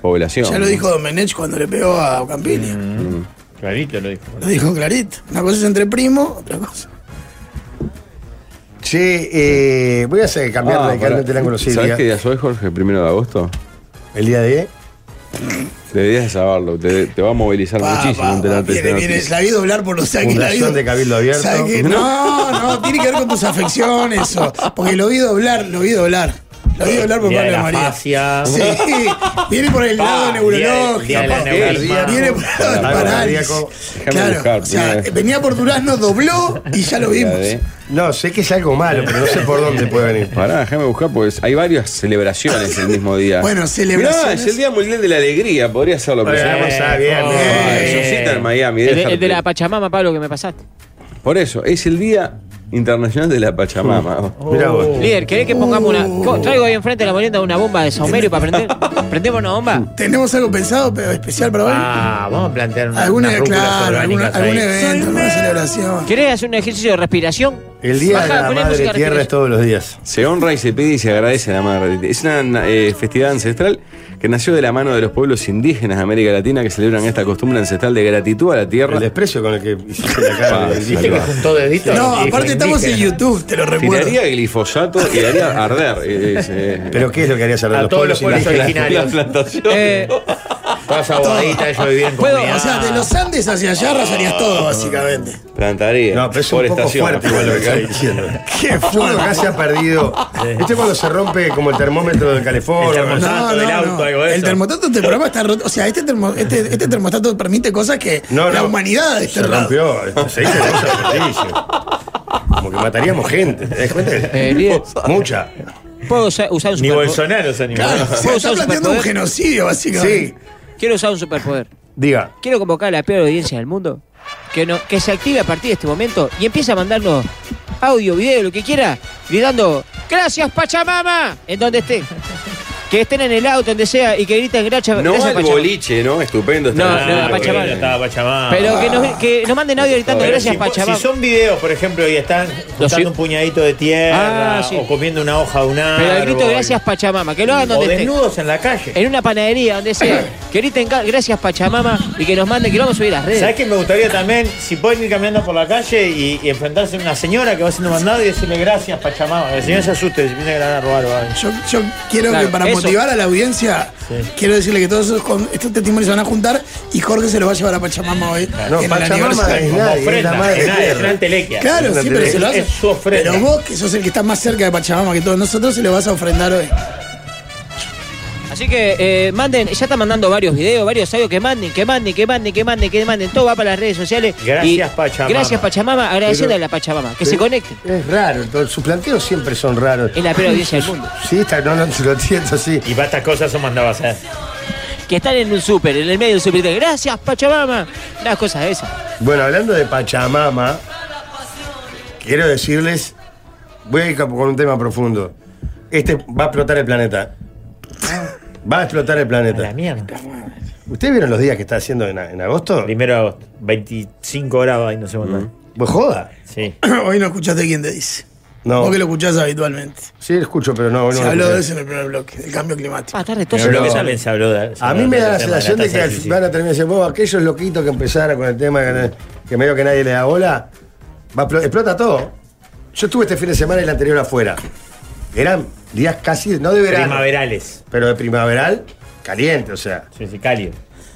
S5: población.
S6: Ya lo dijo Domenech cuando le pegó a Campini.
S5: Mm.
S2: Clarito lo dijo.
S6: Lo dijo clarito. Una cosa es entre primo, otra cosa.
S8: Che, eh, voy a hacer cambiar
S5: Ah,
S8: radicalmente
S5: pará.
S8: el ángulo. Sí, el
S5: ¿Sabés
S8: día-
S5: qué día soy, Jorge? ¿El primero de agosto?
S8: el día de.
S5: Deberías de saberlo. Te, te va a movilizar
S6: Pa,
S5: muchísimo
S6: pa, pa,
S5: enterarte de
S6: viene,
S5: esta
S6: viene.
S5: noticia.
S6: La vi doblar por los saques. La vi
S8: Fundación de Cabildo Abierto.
S6: ¿Sabe qué? No, no, tiene que ver con tus afecciones. o- porque lo vi doblar, lo vi doblar. Lo vi doblar por
S2: Día de
S6: Pablo
S2: la
S6: María.
S2: fascia.
S6: Sí, viene por el lado
S2: Pa,
S6: neurológico.
S2: día de- día de la
S6: pa-
S2: neurisma.
S6: Viene por el lado del
S8: Algo
S6: parálisis.
S8: cardíaco.
S5: Déjame
S6: Claro,
S5: buscar,
S6: o sea,
S5: primero.
S6: venía por Durazno, dobló y ya lo vimos.
S5: de-
S8: No, sé que es algo malo, pero no sé por dónde puede venir.
S5: Pará, déjame buscar, porque hay varias celebraciones el mismo día.
S6: Bueno, celebraciones.
S5: Mirá, es el Día Mundial de la Alegría, podría serlo. pero
S8: Bueno,
S5: se llama-
S8: está bien.
S2: oh,
S5: Ah,
S6: eh.
S5: eso sí está en Miami.
S10: El, de-
S5: déjate.
S10: el de la Pachamama, Pablo, que me pasaste.
S5: Por eso, es el Día Internacional de la Pachamama.
S8: Mirá vos.
S10: Oh. Líder, ¿querés que pongamos una.
S6: Oh.
S10: co- Traigo ahí enfrente de la molienda una bomba de saumerio para prender. ¿Prendemos una bomba?
S6: ¿Tenemos algo pensado, pero especial para hoy?
S2: Ah, vamos a plantear una,
S6: alguna,
S2: unas rúculas
S6: claro, alguna-
S2: orgánicas
S6: algún
S2: ahí.
S6: evento, alguna celebración.
S10: ¿Querés hacer un ejercicio de respiración?
S8: El día
S10: Baja,
S8: de
S10: poné
S8: la madre
S10: música
S8: tierra es todos los días.
S5: Se honra y se pide y se agradece a la madre. Es una eh, festividad ancestral que nació de la mano de los pueblos indígenas de América Latina que celebran esta costumbre ancestral de gratitud a la
S8: El
S5: tierra.
S8: desprecio con el que hiciste la cara.
S5: Pa,
S8: del
S2: Viste que
S8: día.
S2: juntó deditos. y
S6: No,
S2: dijo
S6: aparte estamos en
S2: indígena.
S6: YouTube, te lo recuerdo.
S5: Tiraría glifosato y haría arder. eh, es, eh,
S8: Pero ¿qué es lo que harías a
S2: A
S8: los
S2: todos
S8: pueblos
S2: los pueblos
S8: indígenas?
S5: la
S2: originarios.
S5: plantación.
S10: Eh,
S2: Todas abogaditas, ellos vivían en
S10: Puedo,
S2: comunidad.
S6: O sea, de los Andes hacia allá rasarías todo, básicamente.
S5: Plantaría.
S8: No, pero es un
S5: por
S8: poco
S5: estación.
S8: fuerte igual lo que estás diciendo.
S6: Qué
S8: Todo lo
S6: fuerte.
S8: que hace ha perdido. Este cuando se rompe como el termómetro del
S2: El
S8: calefón.
S2: termómetro.
S6: No,
S2: termostato del
S6: no,
S2: auto,
S6: no.
S2: algo de
S6: El
S2: eso.
S6: termostato de este programa está roto. O sea, este, termo- este, este termostato permite cosas que
S8: No,
S6: la
S8: no.
S6: humanidad este ha
S8: Se
S6: desterrado.
S8: rompió. Se dice cosas terribles. Como que mataríamos gente. ¿Te das cuenta?
S10: eh, líder,
S8: Mucha.
S10: ¿puedo usar, usar un
S2: Ni
S10: superpoder?
S2: Bolsonaro se animó.
S6: Claro, o sea,
S10: Puedo usar
S6: está
S10: un
S6: planteando un
S10: superpoder.
S6: genocidio,
S8: Sí,
S6: básicamente.
S10: Quiero usar un superpoder.
S8: diga.
S10: Quiero convocar a la peor audiencia del mundo que, no, que se active a partir de este momento y empiece a mandarnos audio, video, lo que quiera, gritando ¡Gracias, Pachamama! En donde esté. Que estén en el auto, donde sea, y que griten gracias,
S5: No
S10: gracias
S5: al
S10: Pachamama.
S5: boliche, ¿no? Estupendo. está
S10: No,
S5: bien.
S10: no,
S2: Ah,
S10: Pachamama.
S2: bueno, estaba Pachamama.
S10: Pero que
S8: Ah,
S10: nos, que nos manden audio gritando
S5: Pero
S10: gracias,
S2: si,
S10: Pachamama.
S2: si son videos, por ejemplo, y están
S10: ci-
S2: juntando un puñadito de tierra
S10: Ah, sí.
S2: o comiendo una hoja de un árbol.
S10: Pero el grito gracias, Pachamama. Que lo hagan
S2: O
S10: donde esté.
S2: desnudos en la calle.
S10: En una panadería, donde sea. Que griten "Ga- gracias, Pachamama. Y que nos manden, que lo vamos a subir a las redes.
S2: ¿Sabes qué me gustaría también? Si pueden ir caminando por la calle y, y enfrentarse a una señora que va siendo mandada y decirle gracias, Pachamama. Que el señor se asuste, si viene que la van a robar o algo.
S6: Yo, yo quiero
S10: Claro,
S6: que para
S10: eso.
S6: motivar a la audiencia,
S2: Sí.
S6: quiero decirle que todos esos con- estos testimonios se van a juntar y Jorge se lo va a llevar a Pachamama hoy.
S8: No,
S6: en el
S8: Pachamama
S6: aniversario.
S8: es
S2: Como
S8: nadie, es
S2: ofrenda,
S8: la madre
S2: es nadie, es
S8: tierra.
S2: una entelequia.
S6: Claro,
S8: Es
S6: sí, pero se lo vas a-
S2: es su ofrenda.
S6: Pero vos, que sos el que está más cerca de Pachamama que todos nosotros, se lo vas a ofrendar hoy.
S10: Así que eh, manden, ya están mandando varios videos, varios audios que manden, que manden, que manden, que manden, que manden. Todo va para las redes sociales.
S2: Gracias, Pachamama.
S10: Gracias, Pachamama. Agradecerle
S8: Pero-
S10: a la Pachamama. Que
S8: Pero
S10: se conecten.
S8: Es raro, todo- sus planteos siempre son raros.
S10: Es la peor audiencia del mundo.
S8: Sí, está, no, no se lo entiendo así.
S2: Y para estas cosas son mandadas a hacer.
S10: Que están en un súper, en el medio del súper. y dicen, Gracias, Pachamama. Las cosas de esas.
S8: Bueno, hablando de Pachamama, quiero decirles, voy a ir con un tema profundo. Este va a explotar el planeta. Va a explotar el
S2: A la
S8: planeta.
S2: mierda.
S8: ¿Ustedes vieron los días que está haciendo en, en agosto?
S2: Primero de agosto, 25 grados y no sé cuánto.
S8: Pues joda.
S2: Sí.
S6: hoy no escuchaste quién te dice.
S8: No.
S6: Vos que lo escuchás habitualmente.
S8: Sí, lo escucho, pero no. no
S6: se
S8: lo
S6: habló
S8: escuché.
S6: de eso en el primer bloque, del cambio climático.
S10: Ah, tarde,
S2: Pero
S10: entonces.
S2: lo que
S8: no.
S2: también se habló de. se
S8: A mí
S2: habló
S8: me
S2: de
S8: da la
S2: otro tema,
S8: sensación de
S2: tasa
S8: que al-
S2: suicidio.
S8: van a terminar diciendo, vos, aquellos loquitos que empezaron con el tema que, que medio que nadie le da bola, va a explo- explota todo. Yo estuve este fin de semana y el anterior afuera. Eran días casi, no de verano,
S2: Primaverales.
S8: pero de primaveral, caliente, o sea.
S2: Sí, sí, cálido.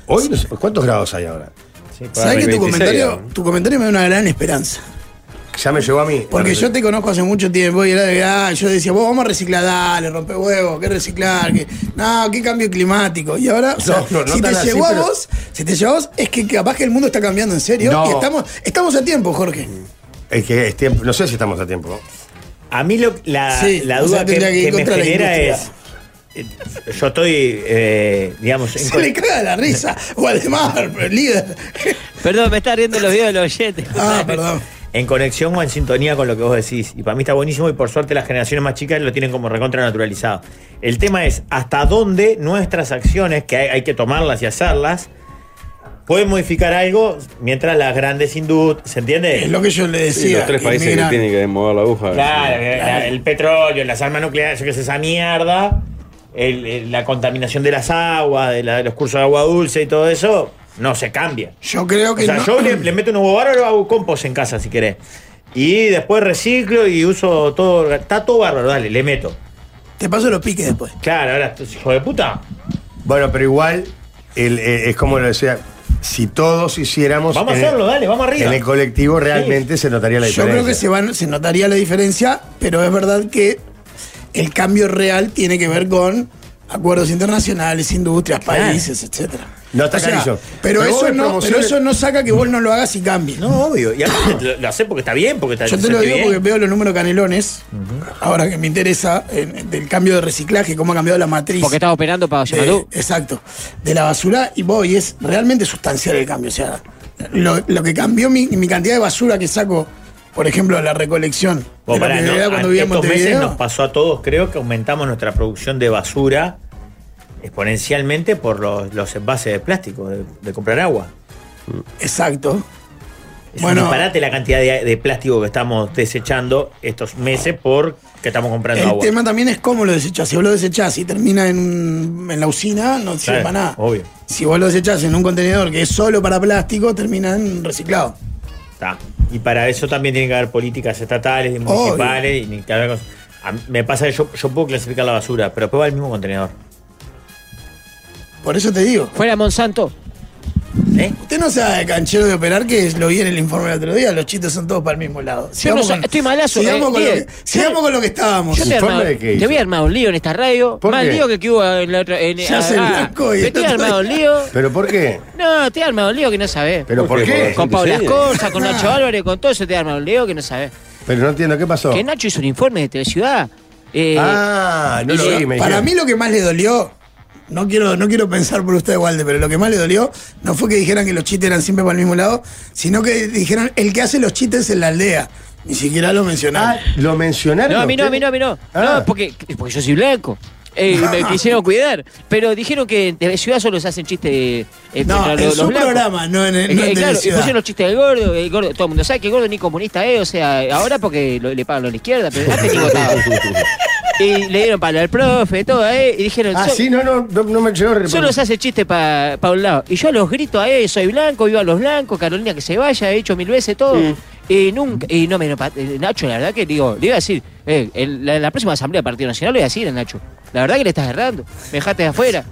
S8: Hoy, no sé, ¿cuántos grados hay ahora?
S2: Sí,
S6: ¿Sabés que
S5: 26,
S6: tu comentario,
S5: ¿no?
S6: tu comentario me da una gran esperanza?
S8: Ya me llegó a mí.
S6: Porque yo te conozco hace mucho tiempo y era de, ah, yo decía, vos vamos a reciclar, dale, rompe huevos, ¿qué reciclar? ¿Qué? No, ¿qué cambio climático? Y ahora, o sea,
S8: No, no, no
S6: si te
S8: tan así,
S6: llegó a
S8: pero-
S6: vos, si te llegó a vos, es que capaz que el mundo está cambiando en serio.
S8: No.
S6: Y estamos, estamos a tiempo, Jorge.
S8: Es que es tiempo, no sé si estamos a tiempo.
S2: A mí lo- la,
S6: Sí,
S2: la
S6: o
S2: duda
S6: sea,
S2: que,
S6: tendría que ir
S2: que me
S6: contra la
S2: genera es.
S6: industria.
S2: eh, Yo estoy, eh, digamos, en
S6: Se
S2: con-
S6: le caga la risa. Waldemar, pero el líder.
S10: Perdón, me está riendo los videos de los oyentes.
S6: Ah, perdón.
S2: en conexión o en sintonía con lo que vos decís. Y para mí está buenísimo y por suerte las generaciones más chicas lo tienen como recontra naturalizado. El tema es hasta dónde nuestras acciones, que hay, hay que tomarlas y hacerlas, pueden modificar algo mientras las grandes industrias, ¿se entiende?
S6: Es lo que yo le
S5: Sí,
S6: decía.
S5: los tres países
S6: inmigran.
S5: que tienen que mover la aguja.
S2: Claro, la- el petróleo, las armas nucleares, yo qué sé, esa mierda. el- el- la contaminación de las aguas, de, la- de los cursos de agua dulce y todo eso, no se cambia.
S6: Yo creo
S2: O
S6: que
S2: sea,
S6: no-
S2: yo le, le meto unos huevos bárbaros, hago compost en casa si querés. Y después reciclo y uso todo. orga- Está todo bárbaro, dale, le meto.
S6: te paso los piques después.
S2: Claro, ahora, estos hijos de puta.
S8: Bueno, pero igual el- eh, es como lo decía, si todos hiciéramos
S2: Vamos a
S8: en el-
S2: hacerlo, dale, vamos arriba.
S8: en el colectivo realmente se notaría la
S6: Yo
S8: diferencia.
S6: creo que se, van, se notaría la diferencia, pero es verdad que el cambio real tiene que ver con acuerdos internacionales, industrias, países, etcétera.
S8: No, está
S6: O sea,
S8: clarísimo.
S6: Pero,
S8: Pero vos
S6: eso
S8: ves
S6: no, pero
S8: promociones-
S6: eso no saca que vos no lo hagas y cambies.
S2: No, obvio. Y aparte lo, lo hace porque está bien, porque está
S6: Yo te lo
S2: sentí
S6: digo porque
S2: bien.
S6: veo los números canelones, ahora que me interesa, en- del cambio de reciclaje, cómo ha cambiado la matriz.
S10: Porque estaba operando para
S6: de-
S10: Yamadú.
S6: exacto. De la basura y voy, es realmente sustancial el cambio. O sea, lo, lo que cambió mi, mi cantidad de basura que saco, por ejemplo, la recolección.
S2: Vos
S6: de lo
S2: pará,
S6: que
S2: ¿no?
S6: era cuando vivía en
S2: estos meses
S6: Montevideo,
S2: nos pasó a todos, creo que aumentamos nuestra producción de basura exponencialmente por los, los envases de plástico, de, de comprar agua.
S6: Exacto.
S2: Es
S6: Bueno.
S2: un disparate la cantidad de, de plástico que estamos desechando estos meses porque estamos comprando
S6: El
S2: agua.
S6: tema también es cómo lo desechás. Si vos lo desechás y termina en, en la usina, no sirve
S2: Claro,
S6: para nada.
S2: obvio.
S6: Si vos lo desechás en un contenedor que es solo para plástico, termina en reciclado.
S2: Está. Y para eso también tienen que haber políticas estatales y municipales. y ni que haber cosas. A mí- me pasa que yo, yo puedo clasificar la basura, pero después va al mismo contenedor.
S6: Por eso te digo.
S10: Fuera Monsanto.
S2: ¿Eh?
S6: Usted no sea canchero de operar, que lo vi en el informe del otro día, los chistes son todos para el mismo lado.
S10: no sé, estoy malazo,
S6: Sigamos,
S10: eh,
S6: con, lo
S10: bien.
S6: que, sigamos con lo que estábamos.
S10: Yo te, he
S8: ¿Informe
S10: armado,
S8: de qué
S10: te
S8: hizo?
S10: voy a armar un lío en esta radio.
S8: ¿Por
S10: más
S8: qué?
S10: lío que el que hubo en la otra. En, ah,
S6: Ya se blanco y
S10: te
S6: está
S10: he armado
S6: todo-
S10: un lío.
S8: ¿Pero por qué?
S10: No, te he armado un lío que no sabés.
S8: ¿Pero por
S5: ¿Por qué?
S8: qué?
S5: Por-
S10: con Pablo
S5: Sí.
S10: Ascorza, con
S6: Nah.
S10: Nacho Álvarez, con todo eso te he armado un lío que no sabés.
S8: Pero no entiendo, ¿qué pasó?
S10: Que Nacho hizo un informe de Teleciudad. Eh,
S8: ah, no lo
S10: hizo-
S8: vi, me
S6: Para
S8: dijeron.
S6: mí lo que más le dolió, no quiero, no quiero pensar por usted, Walde, pero lo que más le dolió no fue que dijeran que los chistes eran siempre para el mismo lado, sino que dijeron el que hace los chistes en la aldea. Ni siquiera lo
S8: Ah,
S6: mencionaron.
S8: lo mencionaron.
S10: No, a mí no, a mí
S8: ustedes?
S10: no, a mí no.
S8: Ah.
S10: No, porque, porque yo soy blanco. Eh, me quisieron cuidar. Pero dijeron que en TV Ciudad solo se hacen chistes eh,
S6: no,
S10: contra
S6: en
S10: los, los
S6: su
S10: blancos.
S6: programa, no en,
S10: Eh,
S6: el no en
S10: eh, claro, y
S6: Teleciudad.
S10: pusieron los chistes del gordo, el gordo, todo el mundo sabe que el gordo ni comunista es, o sea, ahora porque lo- le pagan a la izquierda, pero antes ni votaba. Y le dieron palo al profe, todo, ¿eh? Y dijeron,
S8: Ah,
S10: "So-
S8: sí, no, no, no, no me llegó.
S10: solo se hace chiste para un lado. Y yo los grito a él, soy blanco, viva los blancos, Carolina que se vaya, he hecho mil veces todo. Y nunca, y no me lo pa- eh, Nacho, la verdad que digo, le iba a decir, eh, en la, en la próxima asamblea del Partido Nacional le voy a decir a Nacho, la verdad que le estás errando, me dejaste de afuera.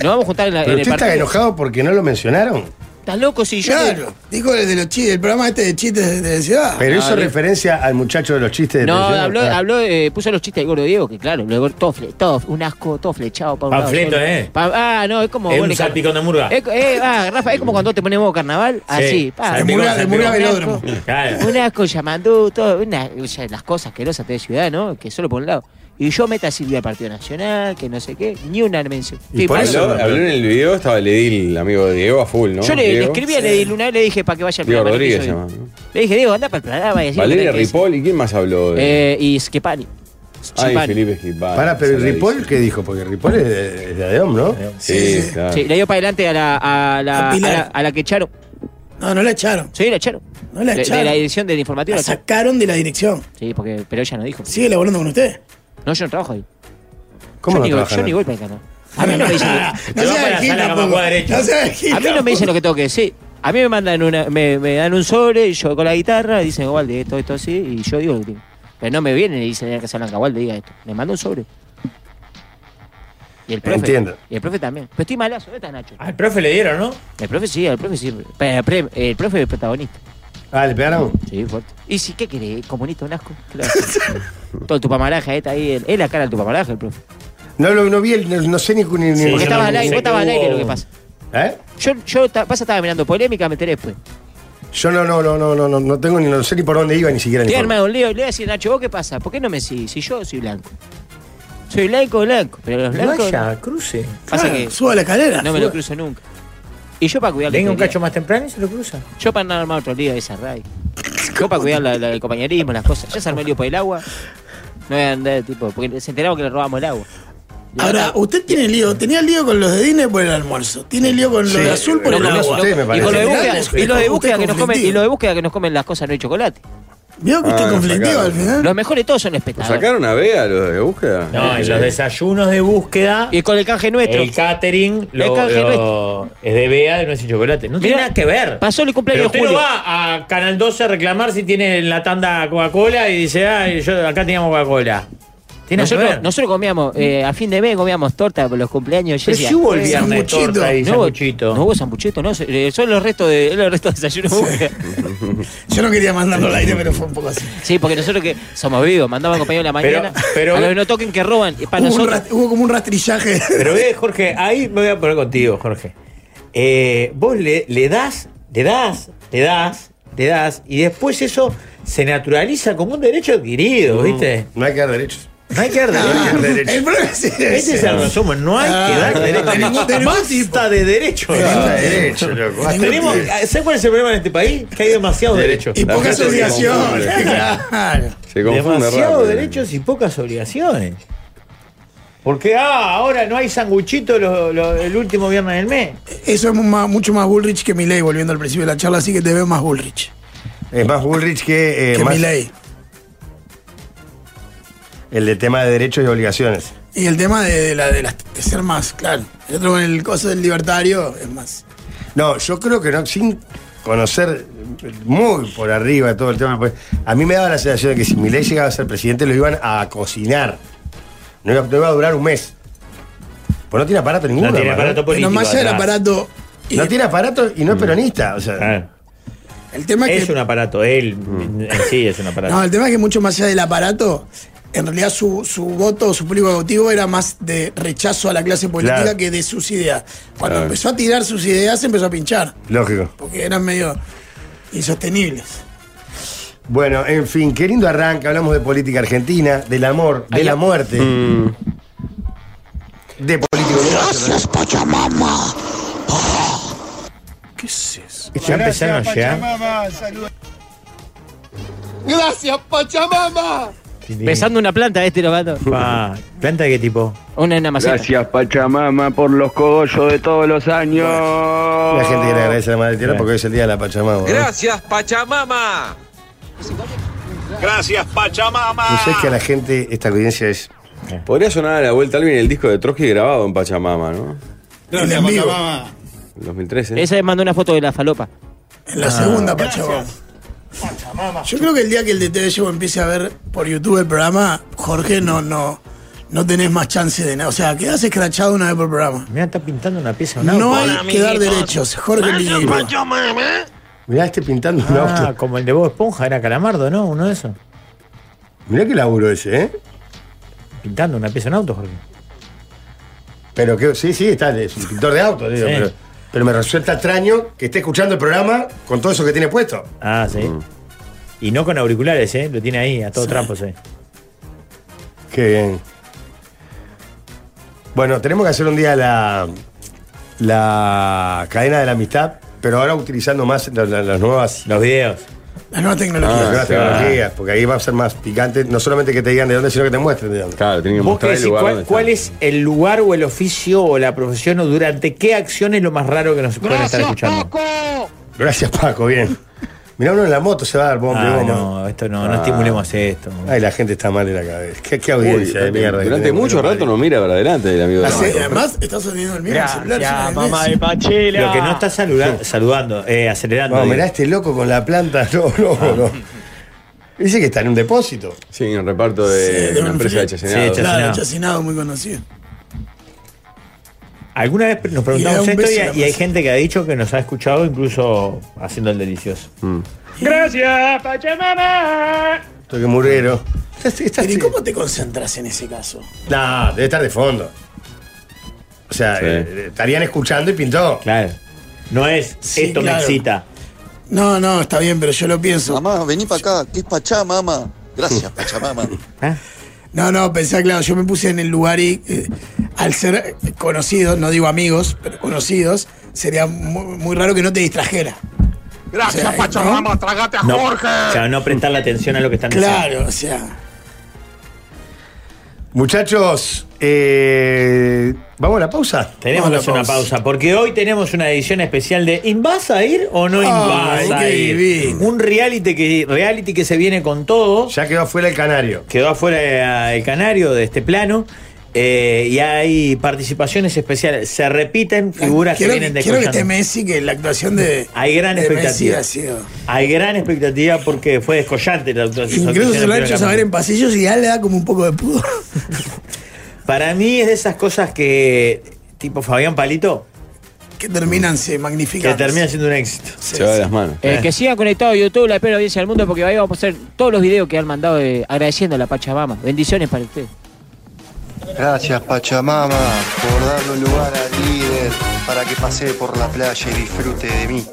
S10: Nos vamos a juntar en, la,
S8: ¿Pero
S10: en el
S8: usted está
S10: partido.
S8: enojado porque no lo mencionaron?
S10: Estás loco si yo.
S6: Claro, dijo el de los chistes, el programa este de chistes de Teleciudad.
S8: Pero hizo
S10: Ah, no.
S8: referencia al muchacho de los chistes de
S10: No,
S8: televisión.
S10: habló,
S8: Ah.
S10: habló eh, puso los chistes del gordo Diego, que claro, luego todo, fle- todo un asco, todo flechado para un lado
S2: Panfleto,
S10: solo.
S2: ¿eh?
S10: Pa- ah, no, es como.
S2: Es
S10: vos
S2: un
S10: le car-
S2: salpicón de murga.
S10: Es, eh, ah, Rafa, es como cuando te ponemos carnaval, así, pa.
S6: De
S2: salpicón,
S6: Murga- de
S2: salpicón.
S6: Murga
S10: Un asco.
S6: Velódromo.
S2: Claro.
S10: Un asco, llamando todo, una- o sea, las cosas asquerosas de ciudad, ¿no? Que solo por un lado. Y yo meta a Silvia al Partido Nacional, que no sé qué, ni una mención.
S8: Y
S10: Sí,
S8: por
S10: pa-
S8: eso-
S5: Habló, habló en el video, estaba el edil, amigo de Diego, a full, ¿no?
S10: Yo le, le
S5: Diego.
S10: escribí a este Lady Luna, le dije para que vaya al
S5: Diego
S10: programa,
S5: Rodríguez
S10: que
S5: se
S10: soy-
S5: llama. ¿no?
S10: Le dije, Diego, anda para el programa. y así
S5: Valeria
S10: lo que tenés que
S5: Ripoll, ¿y quién más habló?
S10: decir.
S5: De...
S10: Eh, y Schepani.
S5: Ay,
S10: Schepani.
S5: Felipe Esquipán.
S8: Pará, pero el
S5: Saladísimo.
S8: Ripoll, ¿qué dijo? Porque Ripoll es de, es de Adeom, ¿no?
S5: Sí, claro.
S10: Sí, le dio para adelante a la, a la,
S6: A
S10: a
S6: Pilar.
S10: la, a la que echaron.
S6: No, no la echaron.
S10: Sí, la echaron.
S6: No la
S10: De- De,
S6: echaron.
S10: la edición del informativo.
S6: La
S10: la echaron.
S6: sacaron de la dirección.
S10: Sí, porque, pero ella no dijo.
S6: Sigue laburando con usted.
S10: No, yo no trabajo ahí.
S8: ¿Cómo
S10: yo,
S8: no
S10: ni, voy-
S8: trabajan?
S10: yo ni voy para el canal. A mí no me dicen,
S6: No
S2: Te va
S6: sea
S2: para la
S6: de Gil
S2: sala,
S6: tampoco.
S2: Gamacua derecho.
S6: No sea de Gil
S10: a mí no me dicen lo que tengo que decir. A mí me mandan una, me, me dan un sobre, y yo con la guitarra, dicen, Walde, esto, esto, así, y yo digo lo que digo. Pero no me vienen y dicen, "Mira, Casablanca, Walde, diga esto. Me manda un sobre. Y el profe.
S8: Entiendo.
S10: Y el profe también. Pero estoy malazo, ¿dónde está Nacho?
S2: Al profe le dieron, ¿no?
S10: El profe sí, el profe sí. Pero, pero, El profe es el protagonista.
S8: Ah, ¿le pegaron?
S10: Sí, fuerte. ¿Y si qué querés? ¿Comunista un asco? Claro. Todo el tupamaraja, está ahí. el- Es la cara del tupamaraja el profe.
S8: No, lo, no vi, el, no, no sé ni... ni
S2: Sí,
S10: Porque
S8: ni-
S2: yo
S10: estabas
S2: no
S10: al
S2: sé
S10: aire, vos
S2: qué
S10: estabas al aire
S2: hubo.
S10: lo que pasa.
S8: ¿Eh?
S10: Yo, yo ta- pasa, estaba mirando polémica, me enteré después.
S8: Yo no, no, no, no, no, no, no tengo ni, no sé ni por dónde iba ni siquiera. Ni
S10: Te
S8: por-
S10: arma un lío y le voy a decir, Nacho, ¿vos qué pasa? ¿Por qué no me seguís? Si yo soy blanco. Soy blanco, blanco. Pero los blancos.
S2: Vaya, cruce.
S10: Pasa que
S6: Suba la escalera.
S10: no me
S6: suba.
S10: lo cruzo nunca. Y yo para cuidar la
S2: Venga un
S10: integridad.
S2: cacho más temprano y se lo cruza.
S10: Yo para no armar otro lío de esa radio. Yo para cuidar la, la- el compañerismo, las cosas. Ya se armó el lío por el agua. No voy a andar, tipo, porque se enteraron que le robamos el agua.
S6: Ahora, usted tiene lío. Tenía lío con los de Disney por el almuerzo. Tiene lío con los
S8: Sí,
S6: de azul por
S8: no,
S6: el
S8: no,
S6: agua.
S8: usted me
S10: Y
S8: parece.
S10: con lo de
S6: General,
S10: búsqueda,
S6: es
S10: y lo de búsqueda que nos comen,
S6: conflictivo.
S10: y lo de búsqueda que nos comen las cosas no hay chocolate.
S6: Vio que
S5: Ah,
S6: usted
S5: lo
S6: conflictivo
S5: sacaron.
S6: al final.
S10: Los mejores todos son
S5: ¿Lo
S10: espectadores.
S5: sacaron a Bea los de búsqueda?
S2: No, en los desayunos de búsqueda,
S10: Y con el canje nuestro.
S2: el catering lo-
S10: El canje
S2: lo-
S10: nuestro.
S2: es de Bea de Nuez y Chocolate. No tiene
S10: Mirá,
S2: nada que ver.
S10: Pasó el
S2: Pero
S10: cumpleaños de
S2: usted no
S10: Julio.
S2: va a Canal 12 a reclamar si tiene en la tanda Coca-Cola y dice, ah, yo acá teníamos Coca-Cola. Tiene que
S10: Nosotros,
S2: ver.
S10: nosotros comíamos, eh, a fin de mes comíamos torta por los cumpleaños. de
S2: Pero
S10: Jessie.
S2: si hubo el
S6: eh,
S2: viernes
S6: sanguchito.
S2: torta y
S10: no, hubo,
S2: sanguchito.
S10: no hubo sambuchito, no. se- eh, Son los restos de, los restos de desayuno.
S6: Yo no quería mandarlo al aire, pero fue un poco así.
S10: Sí, porque nosotros que somos vivos, mandaban compañeros en la
S2: Pero-
S10: mañana.
S2: pero-
S10: a los que no toquen que roban. y Para
S6: Hubo, un
S10: nosotros.
S6: ras- hubo como un rastrillaje.
S2: Pero ve, Jorge, ahí me voy a poner contigo, Jorge. Eh, vos le, le das, le das, le das, le das, y después eso se naturaliza como un derecho adquirido, ¿viste?
S8: No hay que dar derechos.
S2: No hay que dar
S8: Ah,
S2: derecho.
S6: el problema es ese.
S2: Ese Este es el resumen, no hay que dar
S6: tenemos-
S2: derecho.
S6: tenemos
S2: Basta de derechos.
S8: Basta de derechos, loco. Basta de
S2: Tenemos, ¿Sabes cuál es el problema en este país? Que hay demasiados derechos.
S6: Y
S5: La
S6: poca
S5: gente se
S6: asociación.
S5: confunde.
S6: Claro.
S5: Se confunde
S2: Demasiados
S5: rápido.
S2: derechos y pocas obligaciones. Porque, ah, ahora no hay sanguchito lo- lo- el último viernes del mes.
S6: Eso es mu- más- mucho más Bullrich que Milei, volviendo al principio de la charla, así que te veo más Bullrich
S8: Es más Bullrich que, eh,
S6: que
S8: más
S6: Milei.
S8: el de tema de derechos y obligaciones.
S6: Y el tema de, de la, de, las- de ser más, claro. El otro con el coso del libertario es más.
S8: No, yo creo que no, sin conocer muy por arriba todo el tema, pues, a mí me daba la sensación de que si Milei llegaba a ser presidente lo iban a cocinar. No iba, no iba a durar un mes. Pues no tiene aparato ninguno.
S2: No tiene
S8: hermano.
S2: aparato político.
S6: Pero más allá del
S2: atrás. Mm.
S6: aparato. y
S8: No tiene aparato y no es peronista. O sea,
S2: Claro.
S6: el tema es
S2: Es
S6: que,
S2: un aparato, él
S5: Mm.
S2: en sí es un aparato.
S6: no, el tema es que mucho más allá del aparato, en realidad su, su voto, su público cautivo era más de rechazo a la clase política
S8: Claro.
S6: que de sus ideas. Cuando
S5: Claro.
S6: empezó a tirar sus ideas, se empezó a pinchar,
S8: lógico.
S6: porque eran medio insostenibles.
S8: Bueno, en fin, qué lindo arranque. Hablamos de política argentina, del amor, de
S10: Ahí-
S8: la muerte.
S2: Mm.
S8: De político. Gracias, Pachamama. ¿Qué es eso? Ya empezaron a llegar.
S10: Besando una planta, este lo mando.
S2: Pa, ¿Planta de qué tipo?
S10: Una, una maceta.
S5: Pachamama, por los cogollos de todos los años.
S8: La gente quiere agradecer a la Madre Tierra porque hoy es el día de la Pachamama. ¿no?
S1: Pachamama.
S11: Gracias, Pachamama.
S8: Pues es que a la gente, esta audiencia es.
S5: Podría sonar a la vuelta alguien el disco de Trotsky grabado en Pachamama, ¿no?
S6: en el vivo,
S5: En 2013.
S10: Esa me mandó una foto de la falopa.
S6: en la
S2: Ah,
S6: segunda, Pachamama. Yo creo que el día que el DT de Llevo empiece a ver por YouTube el programa, Jorge, no, no, no tenés más chance de nada. O sea, quedás escrachado una vez por programa.
S2: Mira, está pintando una pieza. de un
S6: No
S2: auto.
S6: hay que dar derechos, Jorge Ligero.
S8: Mirá, este pintando un
S2: Ah,
S8: auto.
S2: como el de Bob Esponja, era Calamardo, ¿no? Uno de esos.
S8: Mirá qué laburo ese, ¿eh?
S2: Pintando una pieza en auto, Jorge.
S8: Pero que, sí, sí, está, es un pintor de auto, digo,
S2: Sí.
S8: pero, pero me resulta extraño que esté escuchando el programa con todo eso que tiene puesto.
S2: Ah, sí.
S5: Mm.
S2: Y no con auriculares, ¿eh? Lo tiene ahí, a todo trapo, sí.
S8: Qué bien. Bueno, tenemos que hacer un día la, la cadena de la amistad, pero ahora utilizando más la- la- las nuevas, Ah,
S2: Los videos.
S6: Las nuevas
S8: las
S6: tecnologías.
S8: nuevas tecnologías, porque ahí va a ser más picante, no solamente que te digan de dónde, sino que te muestren de dónde.
S5: Claro, tienen que
S2: ¿Vos qué
S5: mostrar el
S2: decís
S5: lugar.
S2: cuál,
S5: donde
S2: cuál
S5: están.
S2: es el lugar o el oficio o la profesión o durante qué acción es lo más raro que nos pueden estar escuchando?
S8: Gracias, Paco, bien. Mirá, uno en la moto se va a dar bombe,
S2: Ah,
S8: bomba.
S2: no, esto no, no
S5: Ah.
S2: estimulemos esto.
S8: Ay, la gente está mal de la cabeza. Qué, qué
S5: Uy,
S8: audiencia de
S5: durante-
S8: mierda. que
S5: durante
S8: tenemos,
S5: mucho
S8: que nos
S5: rato
S8: parió.
S5: no mira para adelante el amigo de la
S8: Hace-
S5: mano.
S6: Además, está soniendo el mismo celular. ya no es.
S2: Lo que no está saluda- saludando, eh, acelerando.
S8: No,
S2: digo.
S8: mirá este loco con la planta. No, no, no.
S2: Ah.
S8: Dice que está en un depósito.
S5: Sí, en el reparto Eh, de
S6: Sí, de
S5: una
S6: un
S5: empresa de H&M.
S6: filete.
S5: Chacinado.
S2: Sí, Chacinado.
S6: Claro, chacinado muy conocido.
S2: Alguna vez nos
S6: Y da
S2: preguntamos
S6: un
S2: esto
S6: beso
S2: y,
S6: a la
S2: y hay
S6: mesa.
S2: gente que ha dicho que nos ha escuchado incluso haciendo el delicioso.
S5: Mm.
S8: Toque murero. Estás- estás-
S6: Pero ¿y cómo te concentras en ese caso?
S8: No, debe estar de fondo. O sea,
S5: Sí.
S8: eh, estarían escuchando y pintó.
S2: Claro. No es
S6: Sí,
S2: esto me
S6: claro.
S2: excita.
S6: No, no, está bien, pero yo lo pienso.
S12: Mamá, vení para acá, que es Pachamama. Gracias, Pachamama.
S6: No, no, pensé, claro, yo me puse en el lugar y eh, al ser conocidos, no digo amigos, pero conocidos, sería muy, muy raro que no te distrajera. Gracias, Pachamama,
S2: No, O sea, no prestar la atención a lo que están diciendo.
S6: Claro, o sea,
S8: Muchachos, eh, ¿Vamos a la pausa?
S2: Tenemos que
S8: Vamos a
S2: hacer
S8: la
S2: una pausa, porque hoy tenemos una edición especial de ¿Invas a ir o no invas a
S8: qué
S2: ir?
S8: divino.
S2: Un reality que, reality que se viene con todo.
S8: Ya quedó afuera el canario.
S2: Quedó afuera eh, el canario de este plano. eh, y hay participaciones especiales. Se repiten figuras
S6: quiero,
S2: que vienen de
S6: quiero que esté
S2: Coyano.
S6: Messi, que la actuación de.
S2: Hay gran
S6: de Messi
S2: expectativa.
S6: ha sido-
S2: Hay gran expectativa porque fue descollante la actuación.
S6: Incluso se lo ha hecho saber
S2: Campeón.
S6: en pasillos y ya le da como un poco de pudor.
S2: Para mí es de esas cosas que, tipo Fabián Palito,
S6: Que terminan, se
S2: que
S6: magnifican.
S2: termina siendo un éxito.
S5: Se va de las manos.
S10: Eh, que sigan conectados a YouTube, la espero audiencia del mundo, porque ahí vamos a hacer todos los videos que han mandado eh, agradeciendo a la Pachamama. Bendiciones para ustedes.
S13: Gracias Pachamama por darle un lugar al líder para que pase por la playa y disfrute de mí.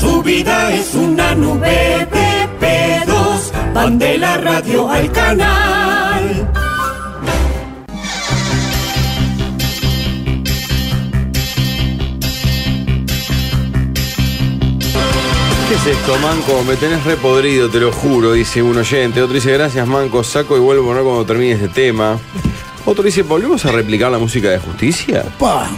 S4: Su vida es una nube de pedos. Van de la radio al canal.
S5: ¿Qué es esto, Manco? Me tenés repodrido, te lo juro, dice un oyente. Otro dice, gracias, Manco, saco y vuelvo a poner cuando termine este tema. Otro dice, ¿volvemos a replicar la música de justicia?
S6: Pa.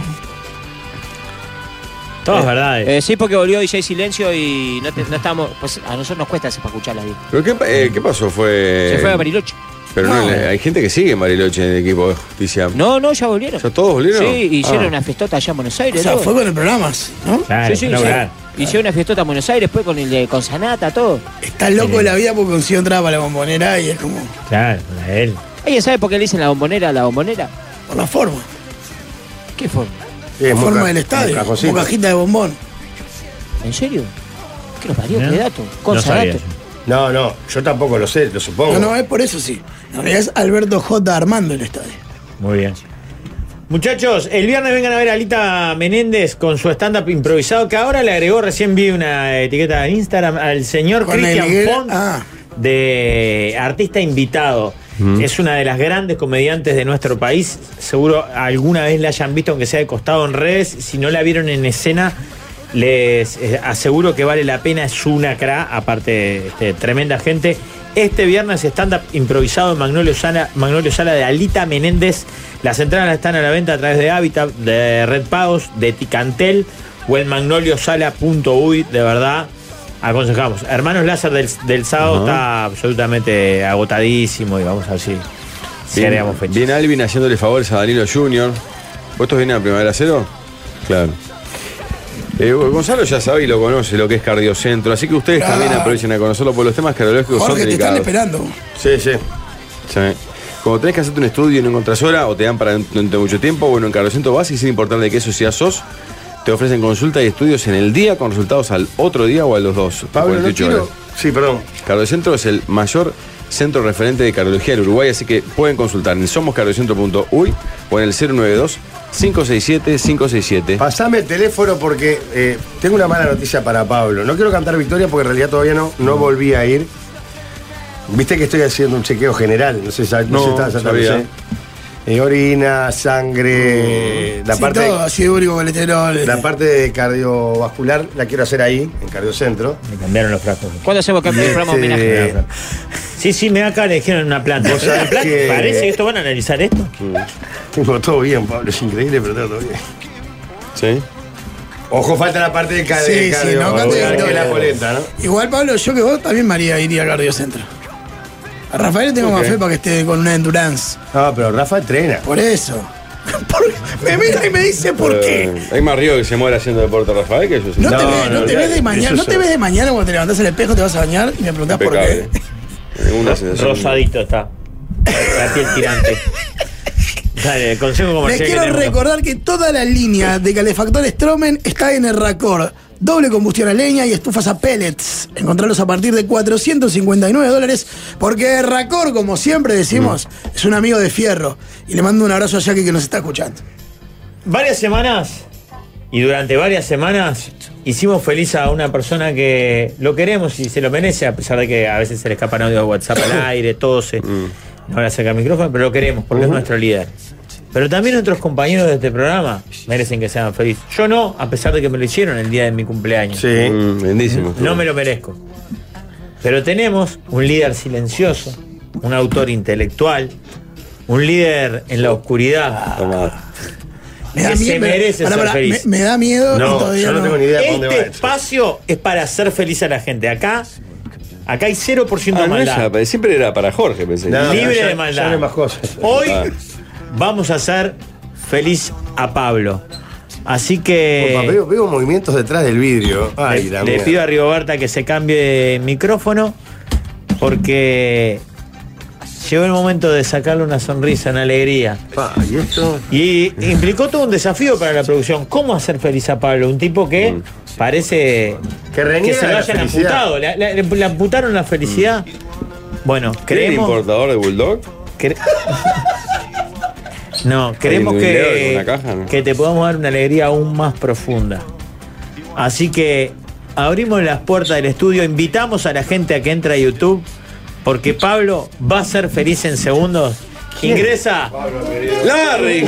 S2: Todas verdades.
S10: Eh, sí, porque volvió DJ Silencio y no, te- no estamos. Pues a nosotros nos cuesta para escucharlas bien.
S5: ¿Pero qué, pa- eh, qué pasó? Fue...
S10: Se fue a Bariloche.
S5: Pero no,
S10: No.
S5: hay gente que sigue en Bariloche en el equipo de justicia.
S10: No, no, ya volvieron.
S5: ¿Ya todos volvieron?
S10: Sí, hicieron
S5: Ah.
S10: una fiestota allá en Buenos Aires.
S6: O sea,
S10: todo.
S6: fue con el programa, ¿no?
S2: Claro,
S10: sí, sí,
S2: no,
S10: sí.
S2: claro.
S10: Hicieron una fiestota en Buenos Aires, después con el de- con Sanata, todo.
S6: Está loco de la vida porque consiguió entrada para la bombonera y es como.
S2: Claro, a él.
S10: ¿Alguien sabe por qué le dicen la bombonera a la bombonera?
S6: Por la forma.
S10: ¿Qué forma?
S8: Sí, es
S6: la
S8: muy
S6: forma
S8: ca-
S6: del estadio.
S8: muy
S6: Con
S8: cajosito.
S6: cajita de bombón.
S10: ¿En serio? ¿Qué nos parió?
S2: ¿Eh?
S10: ¿Qué dato?
S2: No
S10: Cosa
S2: sabía
S10: dato.
S2: eso.
S8: No, no, yo tampoco lo sé, lo supongo.
S6: No, no, es por eso sí. En realidad es Alberto J. Armando el estadio.
S2: Muy bien. Muchachos, el viernes vengan a ver a Alita Menéndez con su stand-up improvisado, que ahora le agregó, recién vi una etiqueta en Instagram, al señor
S6: Con el
S2: Cristian
S6: Miguel-
S2: Font
S6: ah.
S2: de artista invitado. Es una de las grandes comediantes de nuestro país. Seguro alguna vez la hayan visto, aunque sea de costado en redes. Si no la vieron en escena, les eh, aseguro que vale la pena. Es una cra, aparte este, tremenda gente. Este viernes stand-up improvisado en Magnolio Sala, Magnolio Sala de Alita Menéndez. Las entradas están a la venta a través de Habitat, de Red Pagos, de Ticantel o el magnoliosala.uy. De verdad, aconsejamos. Hermanos Láser del, del sábado está absolutamente agotadísimo y vamos a ver si, si
S5: Bien,
S2: agregamos fecha.
S5: bien Alvin haciéndole favores a Danilo Junior. ¿Vosotros vienen a Primavera Cero? Claro. Eh, Gonzalo ya sabe y lo conoce lo que es cardiocentro, así que ustedes también aprovechen a conocerlo por los temas cardiológicos
S6: Ah. Jorge,
S5: son
S6: te están
S5: delicados.
S6: esperando.
S8: Sí, sí.
S5: Sí. Como tenés que hacerte un estudio y no encontrás hora o te dan para durante mucho tiempo, bueno, en Carlocentro vas y sin importar de qué sociedad sos, te ofrecen consulta y estudios en el día con resultados al otro día o a los dos. a
S8: Pablo, no
S5: 48
S8: quiero-
S5: horas.
S8: Sí, perdón.
S5: Cardiocentro es el mayor centro referente de cardiología del Uruguay, así que pueden consultar en somoscardiocentro.uy o en el 092-567-567.
S8: Pasame el teléfono porque eh, tengo una mala noticia para Pablo. No quiero cantar victoria porque en realidad todavía no, no volví a ir. Viste que estoy haciendo un chequeo general, no sé, si sab- no
S5: No,
S8: sé si estás-
S5: sabía.
S8: no sé. Eh, orina, sangre, la
S6: Mm. Sí,
S8: parte
S6: todo, ácido úrico, colesterol.
S8: la parte de cardiovascular la quiero hacer ahí, en Cardiocentro.
S2: Me cambiaron los frascos.
S10: ¿Cuándo hacemos que- el programa
S8: Este,
S10: homenaje?
S2: Sí, sí, me da acá, le dijeron en una planta.
S8: Vos sabés
S2: ¿Una planta?
S8: que-
S2: ¿Parece que esto van a analizar esto?
S8: Tengo Mm. todo bien, Pablo, es increíble, pero tengo todo bien.
S5: ¿Sí?
S8: Ojo, falta la parte del car-
S6: Sí,
S8: del
S6: sí,
S8: cardio.
S6: no cante
S8: vascular, que es
S6: victoria.
S8: la polenta, ¿no?
S6: Igual, Pablo, yo que vos también María iría a cardiocentro. A Rafael tengo más fe para que esté con una endurance.
S8: No, pero Rafa entrena.
S6: Por eso. Por- me mira y me dice por qué.
S5: Eh, hay más río que se muere haciendo deporte, Rafael, que yo soy-
S6: No, te,
S8: No,
S6: ves, no
S8: no,
S6: te
S8: no,
S6: ves de
S8: eso
S6: mañana, no te
S8: es-
S6: ves de mañana cuando te levantás el espejo, te vas a bañar y me preguntás por qué.
S5: impecable. Una sensación-
S2: Rosadito está. La piel tirante. Dale, consejo
S6: Les
S2: comercial. que
S6: quiero
S2: tenemos.
S6: recordar que toda la línea de calefactor Stromen está en el Raccord. Doble combustión a leña y estufas a pellets. Encontrarlos a partir de 459 dólares porque Raccord, como siempre decimos,
S2: Mm.
S6: es un amigo de fierro. Y le mando un abrazo a Jackie que nos está escuchando.
S2: varias semanas y durante varias semanas hicimos feliz a una persona que lo queremos y se lo merece, a pesar de que a veces se le escapan audios de WhatsApp al aire, todo se. No le acerca el micrófono, pero lo queremos porque es nuestro líder. Pero también otros compañeros de este programa merecen que sean felices. Yo no, a pesar de que me lo hicieron el día de mi cumpleaños.
S8: Sí.
S5: Mm, lindísimo.
S2: No me lo merezco. Pero tenemos un líder silencioso, un autor intelectual, un líder en la oscuridad
S6: Me da
S2: que se
S6: miedo, pero-
S2: merece
S6: pará,
S2: ser
S6: pará,
S2: feliz.
S6: me- me da miedo
S2: No,
S6: y todavía
S2: yo no,
S6: no.
S2: tengo ni idea
S6: para
S2: este
S6: dónde va esto.
S2: espacio es para hacer feliz a la gente. Acá, acá hay 0%
S5: Ah,
S2: de
S5: no
S2: maldad.
S5: era- siempre era para Jorge, pensé.
S2: No, Libre no, ya- de maldad. ya no hay más Hoy
S8: Ah.
S2: vamos a hacer feliz a Pablo. Así que.
S8: Opa, veo, veo movimientos detrás del vidrio. Ay,
S2: le,
S8: la
S2: le
S8: mierda.
S2: pido a Rigoberta que se cambie de micrófono porque llegó el momento de sacarle una sonrisa, una alegría.
S8: ¿Y esto?
S2: implicó todo un desafío para la producción. ¿Cómo hacer feliz a Pablo? Un tipo que
S8: Mm.
S2: parece que
S8: reniega
S2: se
S8: de
S2: lo
S8: la
S2: hayan
S8: felicidad.
S2: amputado. Le, le- le amputaron la felicidad. Bueno,
S5: ¿Tiene
S2: creemos-
S5: importador de Bulldog?
S2: No, creemos
S5: un dedo en
S2: que,
S5: una caja, ¿no?
S2: que te podamos dar una alegría aún más profunda. Así que abrimos las puertas del estudio, invitamos a la gente a que entre a YouTube, porque Pablo va a ser feliz en segundos. Ingresa.
S5: ¡Larry!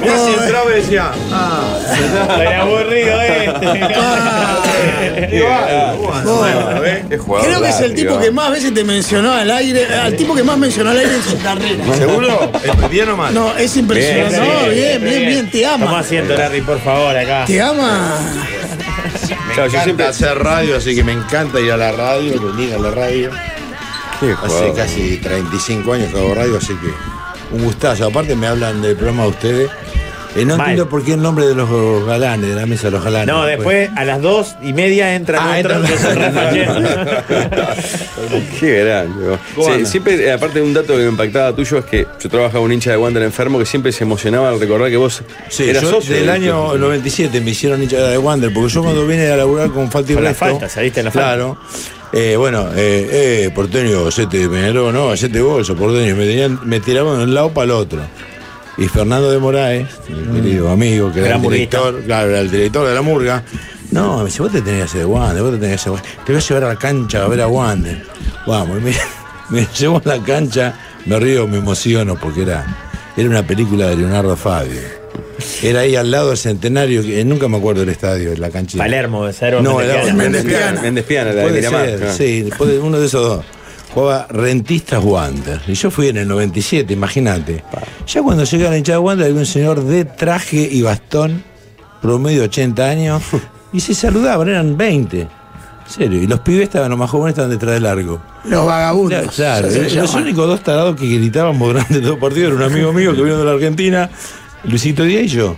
S3: Mira si entraba y decía. Ah,
S2: Era aburrido,
S6: Creo que es el tipo que más veces te mencionó al aire, al tipo que más mencionó al aire en su carrera.
S2: ¿Seguro?
S6: ¿Bien o mal? No, es impresionante.
S2: Bien,
S6: no,
S2: sí,
S6: bien,
S2: sí,
S6: bien,
S2: bien.
S6: bien, te ama.
S2: Toma asiento, Larry, por favor, acá.
S6: Te ama.
S14: Me encanta hacer radio, así que me encanta ir a la radio, lo unido a la radio. Hace
S5: jugador.
S14: casi 35 años que hago radio, así que un gustazo. Aparte me hablan del programa de ustedes. Eh, no
S2: Mal.
S14: entiendo por qué el nombre de los galanes, de la mesa de los galanes.
S2: No, después a las dos y media entra nuestro- nuestro Rafael.
S5: Qué grande.
S2: ¿Cómo
S5: Sí,
S2: anda?
S5: siempre, eh, aparte de un dato que me impactaba tuyo, es que yo trabajaba con un hincha de Wander enfermo que siempre se emocionaba al recordar que vos
S14: Sí,
S5: eras
S14: yo
S5: socio.
S14: del
S5: del
S14: año
S5: club.
S14: 97 me hicieron hincha de Wander, porque yo cuando vine a laburar con Falta y
S2: Con la
S14: Resto,
S2: falta, saliste en la falta.
S14: Claro. eh, bueno, eh, eh, porteño, hacete Peñarol, no, hacete bolso, porteño. Me, tenían, me tiraban de un lado para el otro. Y Fernando de Moraes, mi querido amigo, que era
S2: Gran
S14: el
S2: murguista.
S14: director, claro, era el director de la murga. No, me dice, vos te tenés que hacer de Wander, vos te tenés que hacer de Wander. Te voy a llevar a la cancha a ver a Wander. Vamos, y me, me llevo a la cancha, me río, me emociono, porque era, era una película de Leonardo Fabio. Era ahí al lado del centenario, que nunca me acuerdo del estadio, la canchita.
S2: Palermo, Cero
S14: No, era
S2: Mendespiana. Mendespiana.
S14: Méndez Piana.
S5: Mendespiana, la de
S14: Puede
S5: Miramar, Ah.
S14: ser,
S5: claro.
S14: Sí, puede- uno de esos dos. Jugaba Rentistas Wander. Y yo fui en el 97, imagínate. Ya cuando llegué a la hinchada de Wander había un señor de traje y bastón, promedio 80 años, y se saludaban, eran 20. En serio. Y los pibes estaban, los más jóvenes estaban detrás del largo.
S6: Los vagabundos.
S14: Claro,
S6: se
S14: los
S6: llaman.
S14: únicos dos tarados que gritábamos durante todo el partido era un amigo mío que vino de la Argentina, Luisito Díaz y yo.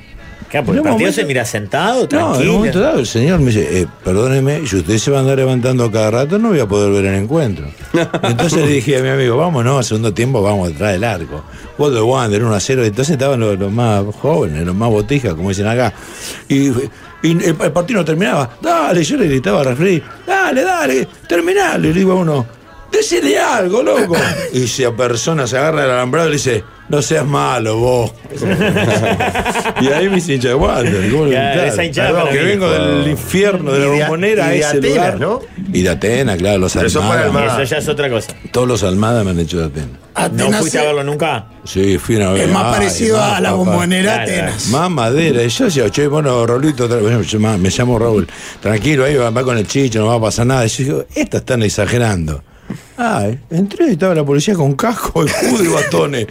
S2: Claro, porque el
S14: En un
S2: partido
S14: momento-
S2: se mira sentado,
S14: no, en un
S2: tranquilo.
S14: momento dado el señor me dice, eh, perdóneme, si usted se va a andar levantando a cada rato, no voy a poder ver el encuentro. Entonces le dije a mi amigo, vámonos, segundo tiempo, vamos detrás del arco. Gol de Wander, 1 a 0. Entonces estaban los, los más jóvenes, los más botijas, como dicen acá. Y, y el, el partido no terminaba. Dale, yo le gritaba a referí, dale, dale, terminale. Le digo a uno, decile algo, loco. Y si a persona se agarra el alambrado y le dice, no seas malo vos. y ahí me hice hincha de Wander. ¿cómo lo
S2: Claro,
S14: gritás?
S2: esa hinchada
S14: Perdón,
S2: para
S14: que
S2: mí.
S14: vengo del infierno, de la
S8: Y de-
S14: bombonera a
S8: y de
S14: ese
S8: Atenas,
S14: lugar.
S8: ¿no?
S14: Y de Atenas, claro, los
S8: Pero eso
S14: Almada.
S8: fue Almada.
S2: Eso ya es otra cosa.
S14: Todos los Almada me han hecho de Atenas.
S2: ¿No fuiste a verlo nunca?
S14: Sí, fui una vez.
S2: Es más
S14: Ay,
S2: parecido a la
S14: papá.
S2: Bombonera Claro. Atenas.
S14: Más madera. Y yo decía, che, bueno, Raulito, otra vez, yo ma- me llamo Raúl. Tranquilo, ahí va, va con el chicho, no va a pasar nada. Y yo digo, estas están exagerando. Ay, entré y estaba la policía con casco, escudo y bastones.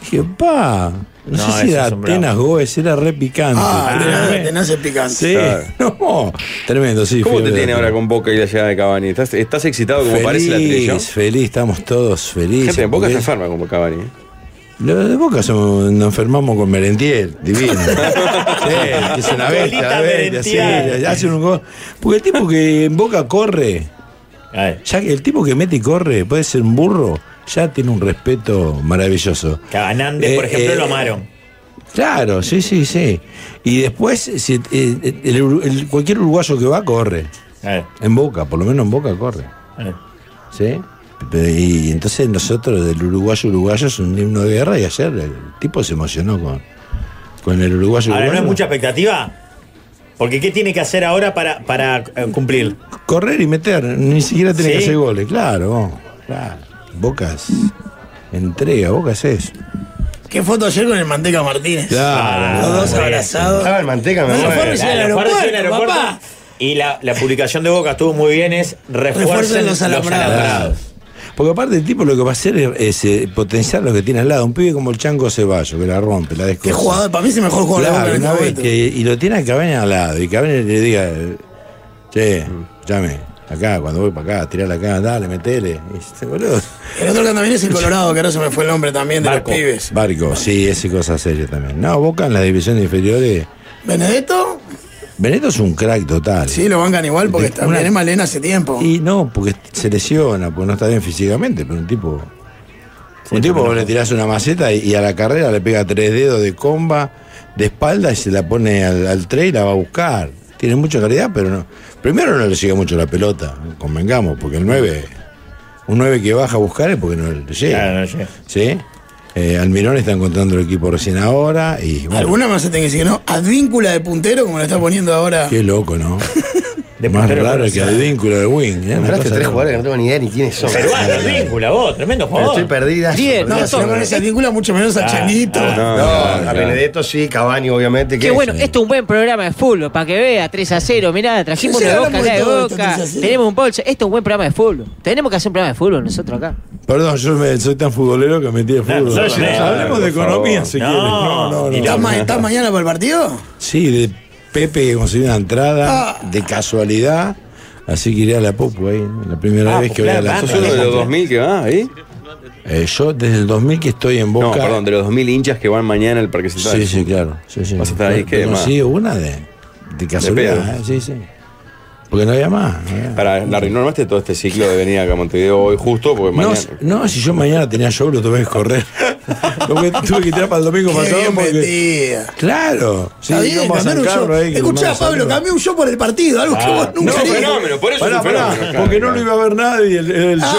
S14: Dije, pa, no,
S6: No,
S14: sé si
S6: eso
S14: era
S6: es un bravo.
S14: Atenas Gómez, era re picante.
S6: Ah, Atenas- Atenas es picante.
S14: Sí, no, tremendo, sí.
S5: ¿Cómo
S14: fui a
S5: te
S14: ver
S5: tiene
S14: a
S5: ahora
S14: Atenas.
S5: con Boca y la llegada de Cavani? ¿Estás, estás excitado como parece la televisión?
S14: Feliz, feliz, estamos todos felices.
S5: Gente, en Boca
S14: porque
S5: se enferma como Cavani. ¿eh?
S14: Los de Boca somos- nos enfermamos con Merentiel, divino. Sí, que es una bestia,
S3: Colita
S14: la bestia,
S3: Merentiel.
S14: sí, hace un gol. Porque el tipo que en Boca corre, ya que el tipo que mete y corre, puede ser un burro, ya tiene un respeto maravilloso.
S2: Cabanandes, por
S14: Eh,
S2: ejemplo,
S14: eh,
S2: lo amaron.
S14: Claro, sí, sí, sí. Y después, si- eh, el ur- el- cualquier uruguayo que va, corre.
S2: Eh.
S14: En Boca, por lo menos en Boca corre. ¿Sí? Pero, Y entonces nosotros, del uruguayo uruguayo, es un himno de guerra y ayer el tipo se emocionó con, con el uruguayo
S2: Ahora, Ah, ¿no
S14: uruguayo.
S2: es mucha expectativa? Porque ¿qué tiene que hacer ahora para, para eh, cumplir?
S14: Correr y meter, ni siquiera tiene
S2: ¿Sí?
S14: que hacer goles, claro, claro. Bocas, entrega, Bocas es.
S6: Qué foto ayer con el Manteca Martínez.
S14: Claro.
S6: Los dos abrazados.
S8: Estaba el manteca, me
S6: No, lo
S8: muero.
S6: fue a recibir al
S8: Claro, fue a
S6: aeropuerto,
S8: recibir al aeropuerto.
S6: papá.
S2: Y la, la publicación de Boca estuvo muy bien, es refuercen los alambrados.
S14: Porque aparte el tipo lo que va a hacer es, eh, potenciar lo que tiene al lado. Un pibe como el Chanco Ceballos, que la rompe, la descosa.
S6: Qué jugador, para mí es el mejor jugador de
S14: Claro,
S6: Boca en
S14: una
S6: este
S14: vez
S6: momento.
S14: que- y lo tiene a Cabaña al lado. Y Cabaña le diga, eh, che, llame, acá, cuando voy para acá, tirala acá, dale, metele. Y este, boludo.
S6: El otro que anda bien es el Colorado, que ahora se me fue el nombre también de los pibes.
S14: Barco, sí, esa cosa seria también. No, Boca en las divisiones inferiores.
S6: ¿Benedetto?
S14: Benedetto es un crack total.
S6: Sí, lo bancan igual porque está
S14: Una-
S6: bien, es Malena hace tiempo.
S14: Y no, porque se lesiona, porque no está bien físicamente, pero un tipo. un tipo vos le tirás una maceta y, y a la carrera le pega tres dedos de comba de espalda y se la pone al, al tren y la va a buscar. Tiene mucha calidad, pero no. Primero no le llega mucho la pelota, convengamos, porque el 9. Un 9 que baja a buscar es porque no le llega.
S2: Claro, no llega.
S14: ¿Sí? Eh, Almirón está encontrando el equipo recién ahora y. bueno,
S6: Alguna más se tiene que decir, ¿no? Advíncula de puntero, como lo está poniendo ahora.
S14: Qué loco, ¿no? Más
S6: puntero
S14: raro que
S6: comercial.
S14: el vínculo de Wing. ¿eh? Una
S8: Nombraste
S14: cosa
S8: tres
S14: loca.
S8: jugadores que no tengo ni idea ni quiénes son.
S2: Peruano, víncula, vos, tremendo
S8: Pero
S2: jugador.
S8: estoy perdida.
S6: No, si no con ese Advíncula, mucho menos a
S8: Ah,
S6: Chanito.
S8: No, a Benedetto sí, Cavani obviamente.
S10: Qué bueno,
S6: eh.
S10: esto es un buen programa de fútbol, para que vea, 3 a 0, mirá, trajimos
S8: Sí,
S10: una
S8: sí,
S10: boca,
S8: hablamos
S10: la
S8: de
S10: de
S8: todo esto,
S10: boca,
S8: 3 a 0.
S10: tenemos un bolso, esto es un buen programa de fútbol, tenemos que hacer un programa de fútbol nosotros acá.
S14: Perdón, yo me- soy tan futbolero que metí de fútbol.
S6: sos
S14: Hablemos
S6: un-
S14: de
S6: por
S14: economía
S6: favor.
S14: si
S6: No,
S14: quieres. No, no, no.
S6: ¿Estás, ma- estás mañana para el partido?
S14: Sí, de Pepe que consiguió una
S6: Ah.
S14: entrada de casualidad. Así que iré a la Popu ahí. La primera
S5: Ah,
S14: vez que voy a la
S5: ¿Sos uno de los 2000 que va ahí?
S14: Eh, yo desde el 2000 que estoy en Boca.
S5: No, perdón, de los 2000 hinchas que van mañana al Parque Central.
S14: Sí, sí, claro. Sí, sí.
S5: Vas a estar ahí, ¿qué más?
S14: Conocí una de, de casualidad.
S5: pedo.
S14: eh, Sí, sí. Porque no había más. no había-
S5: Para, Larry, ¿no armaste todo este ciclo de venir acá a Montevideo hoy justo? Porque
S14: No,
S5: mañana...
S14: si- no, si yo mañana tenía show, lo tuve que correr. lo que tuve que tirar para el domingo
S6: Qué
S14: pasado.
S6: bien
S14: porque-
S6: metida.
S14: Claro. Sí,
S6: Está bien,
S14: vamos a
S6: cambiar
S14: San
S6: un
S14: Carlos
S6: show.
S14: ahí, que nos
S6: Escuchá,
S14: manda San
S6: Pablo,
S14: Carlos.
S6: cambié un show por el partido, algo que
S14: Ah.
S6: vos nunca harías.
S14: Pará, pará, Porque no lo iba a ver nadie el, el show,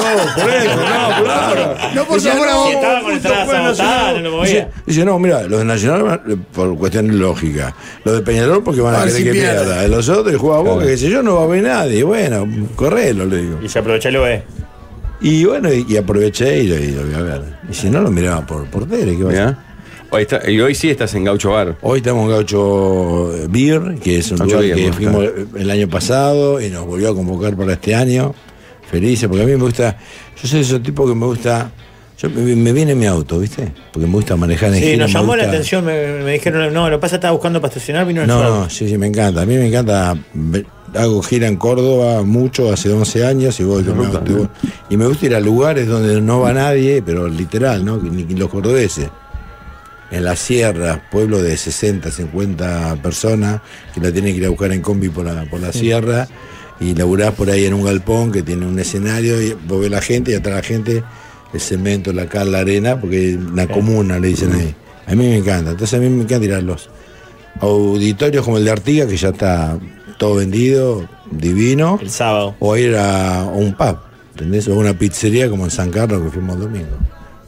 S14: por eso, no, por ahora.
S6: Ah. No, por
S14: Dice,
S6: favor,
S14: no,
S6: vamos,
S14: justo
S2: entrada
S14: fue
S2: sabotada,
S14: Nacional.
S2: no lo movía.
S14: Dice- Dice, no, mira, los de Nacional, eh, por cuestión lógica. Los de Peñarol, porque van a,
S2: A ver
S14: querer
S2: si
S14: que
S2: pierde.
S14: pierda. Los otros, el juega boca,
S2: Claro.
S14: que sé yo, no va a ver nadie. Bueno, correlo, le digo.
S2: Y se aprovechó el OE.
S14: Y bueno, y, y aproveché y lo, y lo vi a ver. Y si no, lo miraba por, por tele, ¿qué va a hacer?
S5: Hoy está- y hoy sí estás en Gaucho Bar.
S14: Hoy estamos en Gaucho eh, Beer, que es un
S5: Gaucho
S14: lugar que
S5: Beer, bueno,
S14: fuimos
S5: claro.
S14: eh, el año pasado y nos volvió a convocar para este año. Felices, porque a mí me gusta. Yo soy ese tipo que me gusta. Yo me, me viene mi auto, ¿viste? Porque me gusta manejar en
S2: Sí,
S14: gira,
S2: nos
S14: me
S2: llamó la
S14: gusta-
S2: atención, me, me dijeron, no, lo que pasa estaba buscando para estacionar, vino en
S14: No,
S2: su auto.
S14: no, sí, sí, me encanta. A mí me encanta. me- Hago gira en Córdoba mucho, hace 11 años, y voy con mi auto, y voy- Y me gusta ir a lugares donde no va nadie, pero literal, ¿no? Que Ni ni los cordobeses. En las sierras, pueblos de 60, 50 personas, que la tienen que ir a buscar en combi por la, por la
S15: Sí.
S14: sierra, y laburás por ahí en un galpón que tiene un escenario, y vos ves la gente, y atrás la gente, el cemento, la cal, la arena, porque es una comuna, le dicen ahí. A mí me encanta, entonces a mí me encanta ir a los auditorios como el de Artigas, que ya está todo vendido, divino. El
S2: sábado.
S14: O ir a, a un pub, ¿entendés? O a una pizzería como en San Carlos que fuimos el domingo.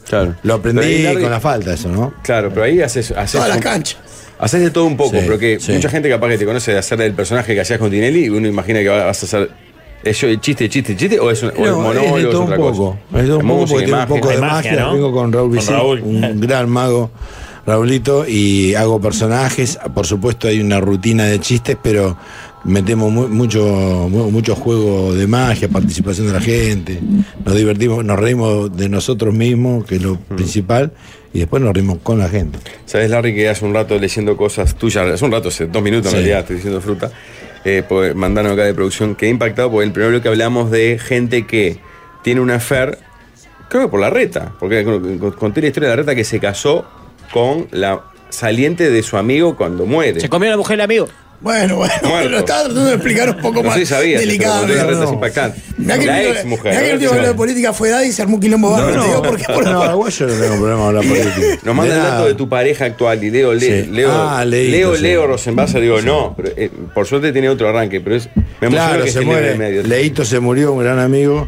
S5: Claro.
S14: Lo
S5: Pero ahí,
S14: aprendí
S5: Larry-
S14: con la falta eso, ¿no?
S5: Claro, pero ahí haces. haces
S14: Todas las
S5: un-
S14: canchas.
S5: Haces de todo un poco,
S14: Sí,
S5: pero que
S14: sí.
S5: mucha gente capaz que te conoce de hacer el personaje que hacías con Tinelli y uno imagina que vas a hacer. ¿Es yo- chiste, chiste, chiste? ¿O es, un, o es
S14: No,
S5: monólogo?
S14: es de todo
S5: otra
S14: un poco.
S5: cosa?
S14: Es de todo un
S5: Música,
S14: poco porque tiene un
S5: imagen.
S14: poco de
S5: Hay
S14: magia. Vengo con Raúl Vicente,
S5: Raúl.
S14: un gran mago, Raulito, y hago personajes. Por supuesto, hay una rutina de chistes, pero metemos mu- mucho, mu- mucho juego de magia, participación de la gente. Nos divertimos, nos reímos de nosotros mismos, que es lo
S5: Mm.
S14: principal, y después nos reímos con la gente.
S5: ¿Sabes, Larry, que hace un rato leyendo cosas tuyas? Hace un rato, hace dos minutos en
S14: Sí.
S5: realidad, estoy diciendo fruta. Eh, pues, mandaron acá de producción que he impactado porque el primero que hablamos de gente que tiene una affair, creo que por la reta, porque con- con- conté la historia de la reta que se casó con la saliente de su amigo cuando muere.
S10: Se comió la mujer del amigo.
S6: Bueno, bueno,
S5: Muerto.
S6: lo estaba tratando de explicar un poco
S5: No
S6: más
S5: sé si sabías, esto, pero
S6: delicado.
S5: la reta es
S6: No.
S5: impactante.
S6: Mirá que
S5: la
S6: el último-
S5: ex mujer.
S6: mirá que el último que habló de política fue Daddy y se armó un quilombo bárbaro. te digo por qué, por
S14: no,
S6: la-
S14: igual yo no tengo problema con la política.
S5: Eh, Nos manda
S14: De
S5: el dato
S14: nada.
S5: de tu pareja actual y Leo, Le-
S14: Sí.
S5: Leo,
S14: Ah, leí,
S5: Leo,
S14: sí.
S5: Leo Rosenbasser, digo,
S14: Sí.
S5: no, pero, eh, por suerte tiene otro arranque, pero es, me emociona
S14: Claro,
S5: que
S14: se
S5: esté en el
S14: muere.
S5: medio.
S14: Leito se murió, un gran amigo,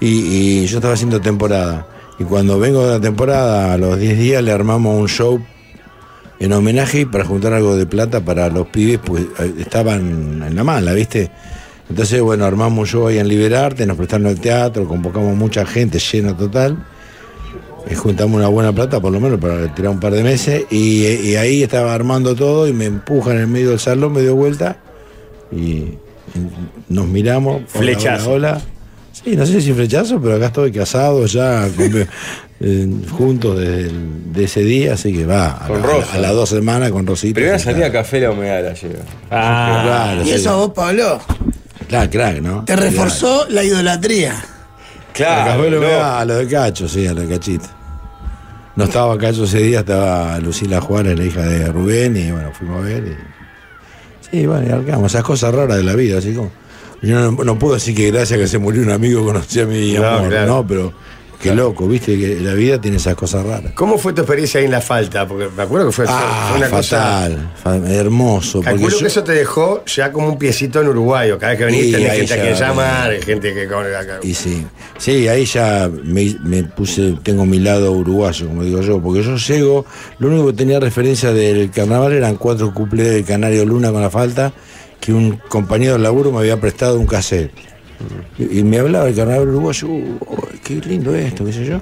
S14: y, y yo estaba haciendo temporada. Y cuando vengo de la temporada, a los 10 días le armamos un show en homenaje y para juntar algo de plata para los pibes, pues eh, estaban en la mala, ¿viste? Entonces, bueno, armamos un show ahí en Liberarte, nos prestaron el teatro, convocamos mucha gente, lleno total. Eh, juntamos una buena plata, por lo menos, para tirar un par de meses. Y, eh, y ahí estaba armando todo y me empujan en el medio del salón, me dio vuelta. Y nos miramos. hola,
S2: Flechazo.
S14: Hola, hola. Sí, no sé si flechazo, pero acá estoy casado ya, con- eh, juntos desde el- de ese día, así que va. A,
S5: Con
S14: la- a la-
S5: Rosa.
S14: a las dos semanas con Rosita.
S5: Primera
S14: ya está.
S5: salida a café la humedad la lleva. Ah.
S14: Claro,
S6: y
S14: sí.
S6: eso a vos, Pablo,
S14: Claro, crack, ¿no?
S6: te reforzó la idolatría.
S14: Claro.
S5: Claro, no.
S14: a lo de Cacho, sí, a lo de Cachito. No estaba Cacho ese día, estaba Lucila Juárez, la hija de Rubén, y bueno, fuimos a ver. y- Sí, bueno, y arrancamos. Esas cosas raras de la vida, así como. Yo no, no puedo decir que gracias a que se murió un amigo conocí a mi
S8: No,
S14: amor,
S8: claro.
S14: no, pero qué loco, viste, que la vida tiene esas cosas raras.
S8: ¿Cómo fue tu experiencia ahí en la falta? Porque me acuerdo que fue,
S14: Ah,
S8: fue una cosa.
S14: fatal, fa- hermoso. Pues porque
S8: Calculo
S14: yo-
S8: que eso te dejó ya como un piecito en Uruguayo. Cada vez que venís
S14: Y
S8: tenés
S14: ahí
S8: gente a
S14: ya-
S8: quien llamar, gente que. con- acá-
S14: Y sí, sí, ahí ya me, me puse, tengo mi lado uruguayo, como digo yo, porque yo llego, lo único que tenía referencia del carnaval eran cuatro cuplés del Canario Luna con la falta, que un compañero de laburo me había prestado un cassette.
S2: Mm.
S14: Y, y me hablaba del carnaval uruguayo, "Uh, oh, qué lindo esto, qué sé yo.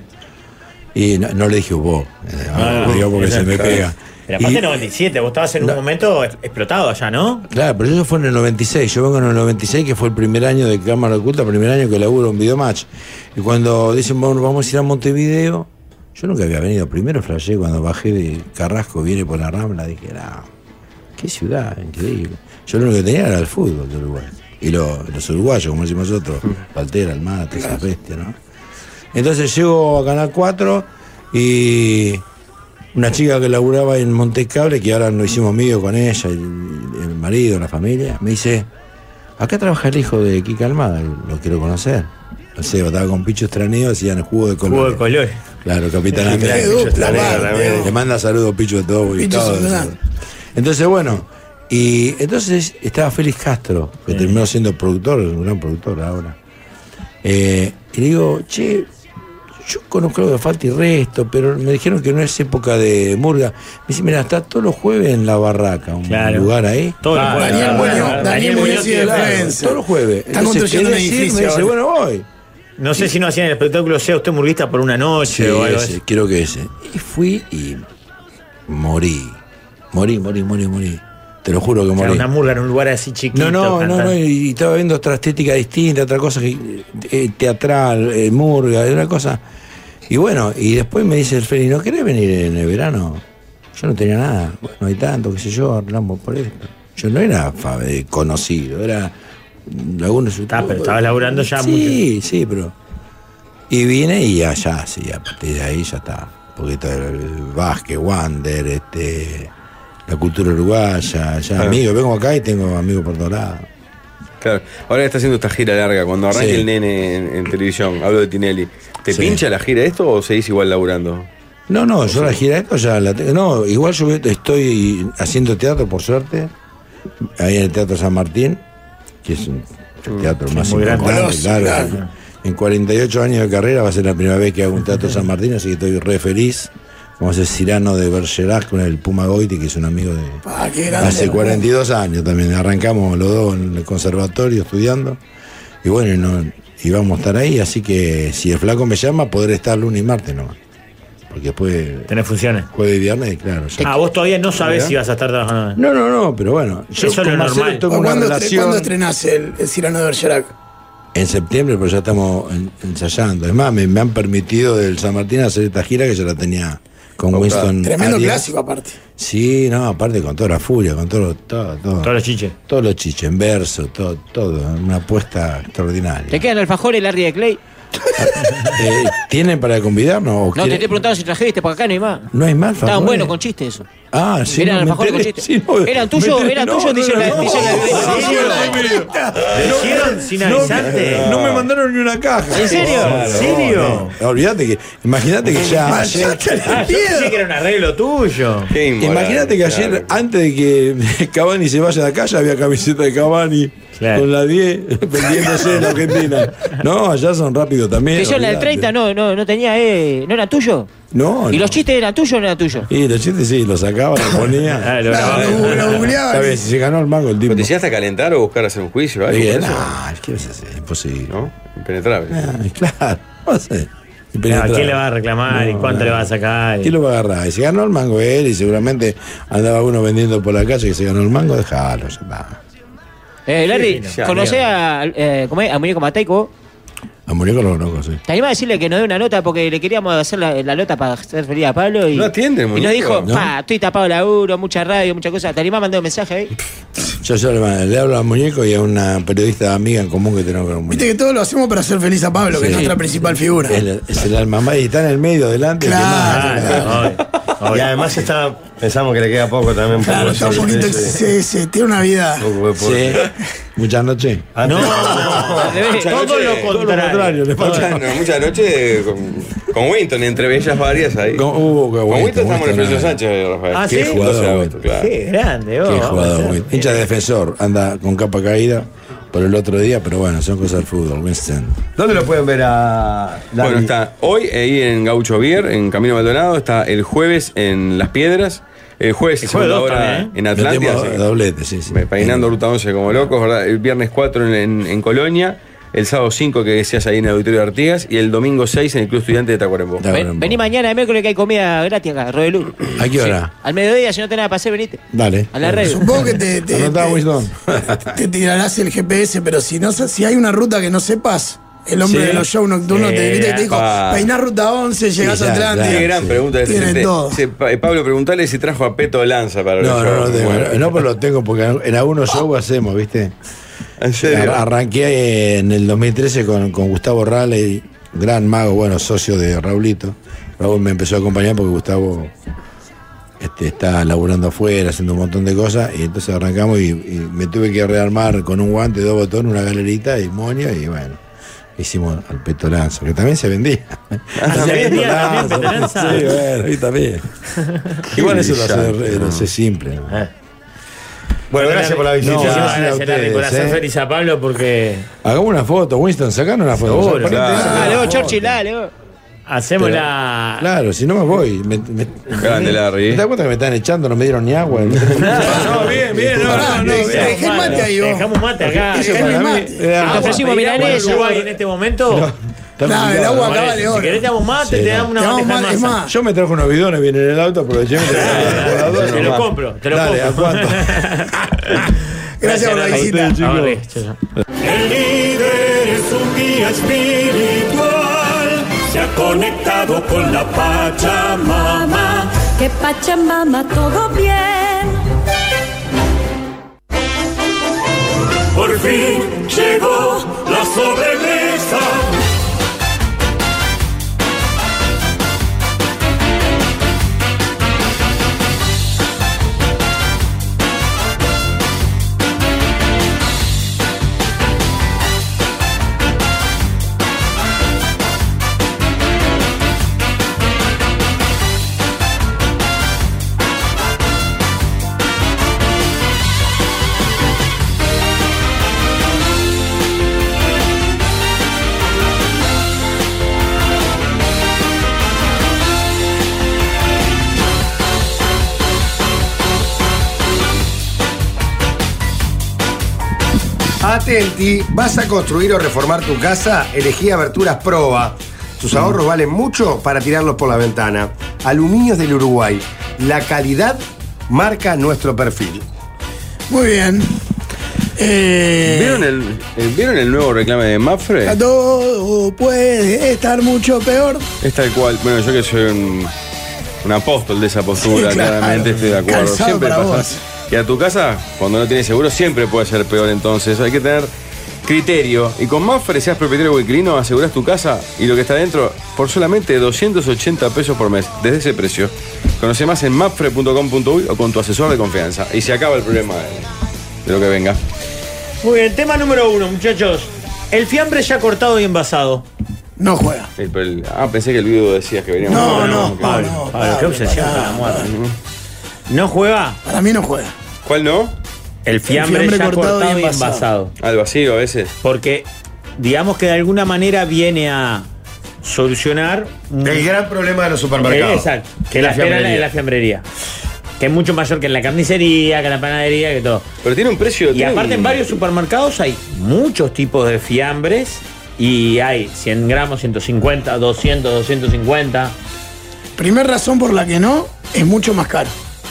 S14: Y no, no le dije vos, eh,
S2: Ah,
S14: digo porque se me
S2: claro.
S14: pega.
S2: Pero aparte
S14: Y-
S2: 97, vos estabas en un momento ex- explotado allá, ¿no?
S14: Claro, pero eso fue en el 96. Yo vengo en el 96, que fue el primer año de Cámara Oculta, primer año que laburo en Videomatch. Y cuando dicen, bueno, vamos a ir a Montevideo, yo nunca había venido. Primero flashé cuando bajé de Carrasco, viene por la Rambla, dije, ah, qué ciudad, increíble. Yo lo único que tenía era el fútbol de Uruguay. Y lo- los uruguayos, como decimos nosotros, Paltera, el mate, esas bestias, ¿no? Entonces llego a Canal 4 y una chica que laburaba en Montecable, que ahora nos hicimos mío con ella, el, el marido, la familia, me dice, acá trabaja el hijo de Kika Almada, lo quiero conocer. No sé, estaba con Picho Estraneo, hacían juego de colores.
S2: Juego de colores.
S14: Claro, Capitán
S2: Qué
S14: Andrés.
S2: dupla,
S14: Picho Estraneo,
S2: bárbaro.
S14: también. Le manda saludos Picho a todo.
S2: Picho es un gran.
S14: Entonces, bueno, y entonces estaba Félix Castro, que terminó siendo productor, un gran productor ahora. Eh, y le digo, che, yo conozco algo de falta y resto, pero me dijeron que no es época de murga. Me dice, mira, está todos los jueves en la barraca, un
S2: Claro.
S14: lugar ahí.
S2: Todos los jueves. Ah, Daniel Muñoz,
S14: claro,
S2: Daniel Muñoz tiene
S14: claro,
S2: influencer.
S14: Todos los jueves.
S2: Están construyendo
S14: ¿querés
S2: un
S14: ir?
S2: edificio
S14: Me dice,
S2: ahora.
S14: bueno, voy.
S2: No sé si no hacían el espectáculo, sea usted murguista por una noche
S14: Sí,
S2: o algo
S14: ese,
S2: así.
S14: quiero que ese. Y fui y morí. Morí, morí, morí, morí. Te lo juro que
S2: O sea,
S14: morí.
S2: una murga en un lugar así chiquito.
S14: No, no, no,
S2: cantando.
S14: no, y estaba viendo otra estética distinta, otra cosa que, eh, teatral, eh, murga, otra cosa. Y bueno, y después me dice el Feli, ¿no querés venir en el verano? Yo no tenía nada, bueno, hay tanto, qué sé yo, hablamos por esto. Yo no era fa- eh, conocido, era mm, algunos... Ah,
S2: pero estabas laburando ya
S14: sí, Sí, sí, pero... Y vine y allá, sí, a partir de ahí ya está. Porque está el, el básquet, Wander, este, la cultura uruguaya,
S2: Ah.
S14: ya
S5: Claro.
S14: amigos, vengo acá y tengo amigos por todos lados.
S5: Claro. Ahora que está haciendo esta gira larga, cuando arranque
S14: Sí.
S5: el nene en, en televisión, hablo de Tinelli, ¿te
S14: Sí.
S5: pincha la gira esto o seguís igual laburando?
S14: No, no, yo la gira esto ya la tengo. No, igual yo estoy haciendo teatro, por suerte, ahí en el Teatro San Martín, que es un teatro más
S2: Mm, muy grande.
S14: importante, claro.
S2: Claro.
S14: En 48 años de carrera va a ser la primera vez que hago un teatro San Martín, así que estoy re feliz. Vamos a hacer Cirano de Bergerac con el Puma Goiti, que es un amigo de. hace 42 años también. Arrancamos los dos en el conservatorio estudiando. Y bueno, y no, y vamos a estar ahí, así que si el flaco me llama, podré estar lunes y martes nomás. Porque después.
S2: Tenés funciones.
S14: Jueves y viernes, claro. ya.
S2: Ah, vos todavía no sabés
S14: ¿Verdad?
S2: si vas a estar trabajando.
S14: No, no, no, pero bueno. Yo
S2: Eso es
S14: con
S2: lo
S14: Marcelo
S2: normal.
S14: tengo una
S6: ¿Cuándo, estre-
S14: relación-
S6: cuándo estrenás el, el Cirano de Bergerac?
S14: En septiembre, pero ya estamos en- ensayando. Es más, me, me han permitido del San Martín hacer esta gira que yo la tenía con Winston.
S6: Tremendo
S14: Arias.
S6: clásico, aparte.
S14: Sí, no, aparte con toda la furia, con todo, todo, todo. Todos los chiches. Todos los chiches, en verso, todo, todo. Una apuesta extraordinaria.
S10: ¿Te quedan alfajores, Larry de Clay?
S14: Eh, ¿Tienen para convidarnos? o
S10: No, te
S14: quieren-
S10: estoy preguntando si trajiste, porque acá no hay más.
S14: no hay más
S10: Estaban
S14: favores?
S10: buenos con chiste eso.
S14: Ah, sí.
S10: eran
S14: no, me
S10: alfajores con
S14: enteré,
S10: chiste.
S14: sí, no,
S10: eran
S14: me
S10: tuyos,
S14: enteré,
S10: eran
S14: no,
S10: tuyos,
S14: no,
S10: dice la
S14: no.
S10: dice la- dice la-
S2: ¿Lo hicieron sin
S14: No,
S2: avisarte?
S14: No, me mandaron ni una caja.
S2: ¿En serio?
S14: Claro,
S2: ¿En serio?
S14: no, no. Olvídate que. Imagínate que ya.
S2: Ah, yo
S14: ayer-
S2: pensé que era un arreglo tuyo.
S14: Imagínate que ayer, antes de que Cavani se vaya de acá, ya había camiseta de Cavani con la 10 vendiéndose en Argentina. No, allá son rápidos también.
S10: Te hicieron la del
S14: olvídate. Oh,
S10: 30, no, no, no tenía, eh, ¿no era tuyo?
S14: No,
S10: ¿Y
S14: no.
S10: los chistes eran tuyos o no eran tuyos?
S14: Y los chistes sí, los sacaba, los ponía.
S2: Ah, lo grababa. Lo bu- lo googleaba.
S14: Está bien, si se ganó el mango el tipo.
S5: ¿Te llegaste a calentar o buscar hacer un juicio? o algo
S14: Dije,
S5: por eso?
S14: nah, ¿qué vas a hacer? Imposible.
S5: ¿No? Impenetrable.
S14: Ah, claro, no sé.
S2: Claro, Ah, ¿Quién le va a reclamar y cuánto le va a sacar?
S14: ¿Quién lo va a agarrar? Y se ganó el mango él y seguramente andaba uno vendiendo por la calle que se ganó el mango, dejalo, ya está.
S10: Eh, Larry,
S14: Sí, no.
S10: ¿conocés a, eh, ¿cómo es? a Muñeco Mateico?
S14: A Muñeco lo conozco, sí.
S10: ¿Te animás a decirle que nos dé una nota? Porque le queríamos hacer la, la nota para hacer feliz a Pablo. Y,
S14: No atiende,
S10: Y
S14: Muñeco.
S10: nos dijo,
S14: No.
S10: pa, estoy tapado de laburo, mucha radio, mucha cosa. ¿Te animás a mandar un mensaje ahí?
S14: Yo solo le, le hablo a Muñeco y a una periodista amiga en común que tenemos con Muñeco.
S6: Viste que todo lo hacemos para hacer feliz a Pablo, que es
S14: Sí.
S6: nuestra principal figura.
S14: Es, la- es el alma más y está en el medio, delante.
S8: Ah,
S14: Claro.
S8: Y además está, pensamos que le queda poco también.
S6: Claro, está un poquito. Sí, sí, tiene una vida.
S14: Sí. Muchas noches.
S8: No,
S2: todo lo contrario.
S14: le pasa.
S5: Muchas no, muchas noches con, con Winton, entre bellas varias ahí. Con,
S14: Winton,
S5: Winton estamos en el
S14: Winton,
S5: Florencio
S14: nada.
S5: Sánchez, Rafael.
S14: Ah, ¿sí?
S5: Qué jugador,
S14: 12 de agosto,
S5: Winton, claro.
S2: Qué grande, vos.
S14: Qué jugador, güey. Hincha de defensor, anda con capa caída por el otro día, pero bueno, son cosas del fútbol, Winston.
S8: ¿Dónde lo pueden ver a Larry?
S5: Bueno, está hoy eh, ahí en Gaucho Bier, en Camino Maldonado, está el jueves en Las Piedras, el jueves y
S14: El jueves
S5: segunda
S14: dos
S5: hora
S14: también, ¿eh?
S5: en Atlántida,
S14: Metemos
S5: sí.
S14: doblete, sí, sí.
S5: Me- peinando Ruta 11 como locos, ¿verdad? El viernes 4 en, en- en Colonia, el sábado 5 que decías ahí en el Auditorio de Artigas y el domingo 6 en el Club Estudiante de Tacuarembó.
S10: Ven- vení mañana, el miércoles que hay comida gratis acá, Rodelú.
S5: ¿A qué hora?
S10: Al mediodía, si no tenés nada para hacer, venite.
S14: Dale.
S10: A la red. Eh,
S6: Supongo que te, te- te- te tirarás el GPS, pero si no sa- si hay una ruta que no sepas, el hombre
S5: Sí.
S6: de los shows nocturnos te grita y te dijo,
S5: Pa.
S6: peiná ruta 11, llegás a Atlántida.
S5: Qué gran pregunta. ese.
S6: Tienen
S5: Te-
S6: todo.
S5: se- Pa- eh, Pablo, preguntale si trajo a Peto Lanza
S14: No,
S5: para el
S14: no,
S5: show.
S14: no tengo.
S5: Bueno.
S14: No, pero lo tengo porque en algunos shows hacemos, ¿viste?
S5: ¿En serio?
S14: Arranqué eh, en el 2013 con, con Gustavo Raleigh, gran mago, bueno, socio de Raulito. Raúl me empezó a acompañar porque Gustavo este, está laburando afuera, haciendo un montón de cosas. Y entonces arrancamos y, y me tuve que rearmar con un guante, dos botones, una galerita y moño. Y bueno, hicimos al petolanzo, que también se vendía.
S5: Ah,
S2: también,
S14: Hacía
S2: también,
S14: Petolanzo.
S2: Petolanzo.
S14: Sí, bueno, y también. Igual eso lo hace,
S2: brillante,
S14: lo hace simple. ¿no?
S8: Bueno, gracias por la visita.
S14: No,
S2: Muchísimas
S14: gracias a
S2: gracias, Larry, por
S14: ustedes,
S2: hacer
S14: eh.
S2: feliz a Pablo porque.
S14: Hagamos una foto, Winston, sacanos una foto.
S2: Seguro.
S14: Ponete-
S10: Dale, vos, Churchill, dale, vos.
S2: Hacemos
S14: Pero-
S2: la.
S14: Claro, si no me voy. Me, me-
S5: Grande, Larry.
S14: ¿Te das cuenta que me están echando? No me dieron ni agua.
S2: No, bien, bien, no, no, no.
S6: Dejé el mate ahí, vos.
S2: Dejamos mate acá.
S6: Eso para mí era
S2: Te
S6: agua.
S2: ofrecimos milanesa. Uruguay en este momento.
S6: Claro, el agua acá vale
S2: Si
S6: oro.
S2: querés te damos mate,
S14: Sí,
S2: te
S14: no.
S2: damos una
S6: Te damos
S2: bandeja
S6: mate,
S2: de
S6: es
S2: masa.
S6: más.
S14: Yo me trajo unos bidones, viene en el auto, aproveché. me traje por las dudas,
S2: Te lo
S14: nomás.
S2: compro, te lo
S14: Dale,
S2: compro.
S14: ¿a cuánto?
S6: Gracias por la
S2: Larry.
S6: visita.
S2: Agarré, chao, chao.
S4: El líder es un guía espiritual, se ha conectado con la Pachamama.
S15: Que Pachamama todo bien.
S4: Por fin llegó la sobremesa.
S8: Atenti, ¿vas a construir o reformar tu casa? Elegí Aberturas Proba. Tus
S6: Mm.
S8: ahorros valen mucho para tirarlos por la ventana. Aluminios del Uruguay. La calidad marca nuestro perfil.
S6: Muy bien. Eh,
S5: ¿Vieron, el, eh, ¿Vieron el nuevo reclame de Mafre?
S6: a todo puede estar mucho peor.
S5: Es tal cual. Bueno, yo que soy un, un apóstol de esa postura,
S6: Sí, claro.
S5: claramente estoy de acuerdo.
S6: Calzado
S5: siempre
S6: para
S5: pasa.
S6: vos.
S5: Y a tu casa, cuando no tienes seguro, siempre puede ser peor entonces. Hay que tener criterio. Y con Mafre, seas propietario o inquilino, aseguras tu casa y lo que está dentro por solamente 280 pesos por mes, desde ese precio. Conoce más en mafre.com.uy o con tu asesor de confianza. Y se acaba el problema de, de lo que venga.
S2: Muy bien, tema número uno, muchachos. El fiambre ya cortado y envasado.
S6: No juega.
S5: El- el- ah, pensé que el video decías que veníamos.
S2: No, no, Pablo, Pablo, qué obsesión con la muerte. ¿No juega?
S6: Para mí no juega.
S5: ¿Cuál no?
S2: El fiambre,
S6: El fiambre
S2: ya cortado,
S6: cortado
S2: y
S6: y
S2: envasado.
S6: envasado.
S5: Al vacío a veces.
S2: Porque, digamos que de alguna manera viene a solucionar.
S8: El gran problema de los supermercados.
S2: Exacto. Que
S8: Es
S2: la
S8: la
S2: espera
S8: fiambrería.
S2: en la fiambrería. Que es mucho mayor que en la carnicería, que en la panadería, que todo.
S5: Pero tiene un precio.
S2: Y
S5: tiene
S2: aparte en
S5: un-
S2: varios supermercados hay muchos tipos de fiambres y hay 100 gramos, 150, 200, 250.
S6: Primer razón por la que no, es mucho más caro.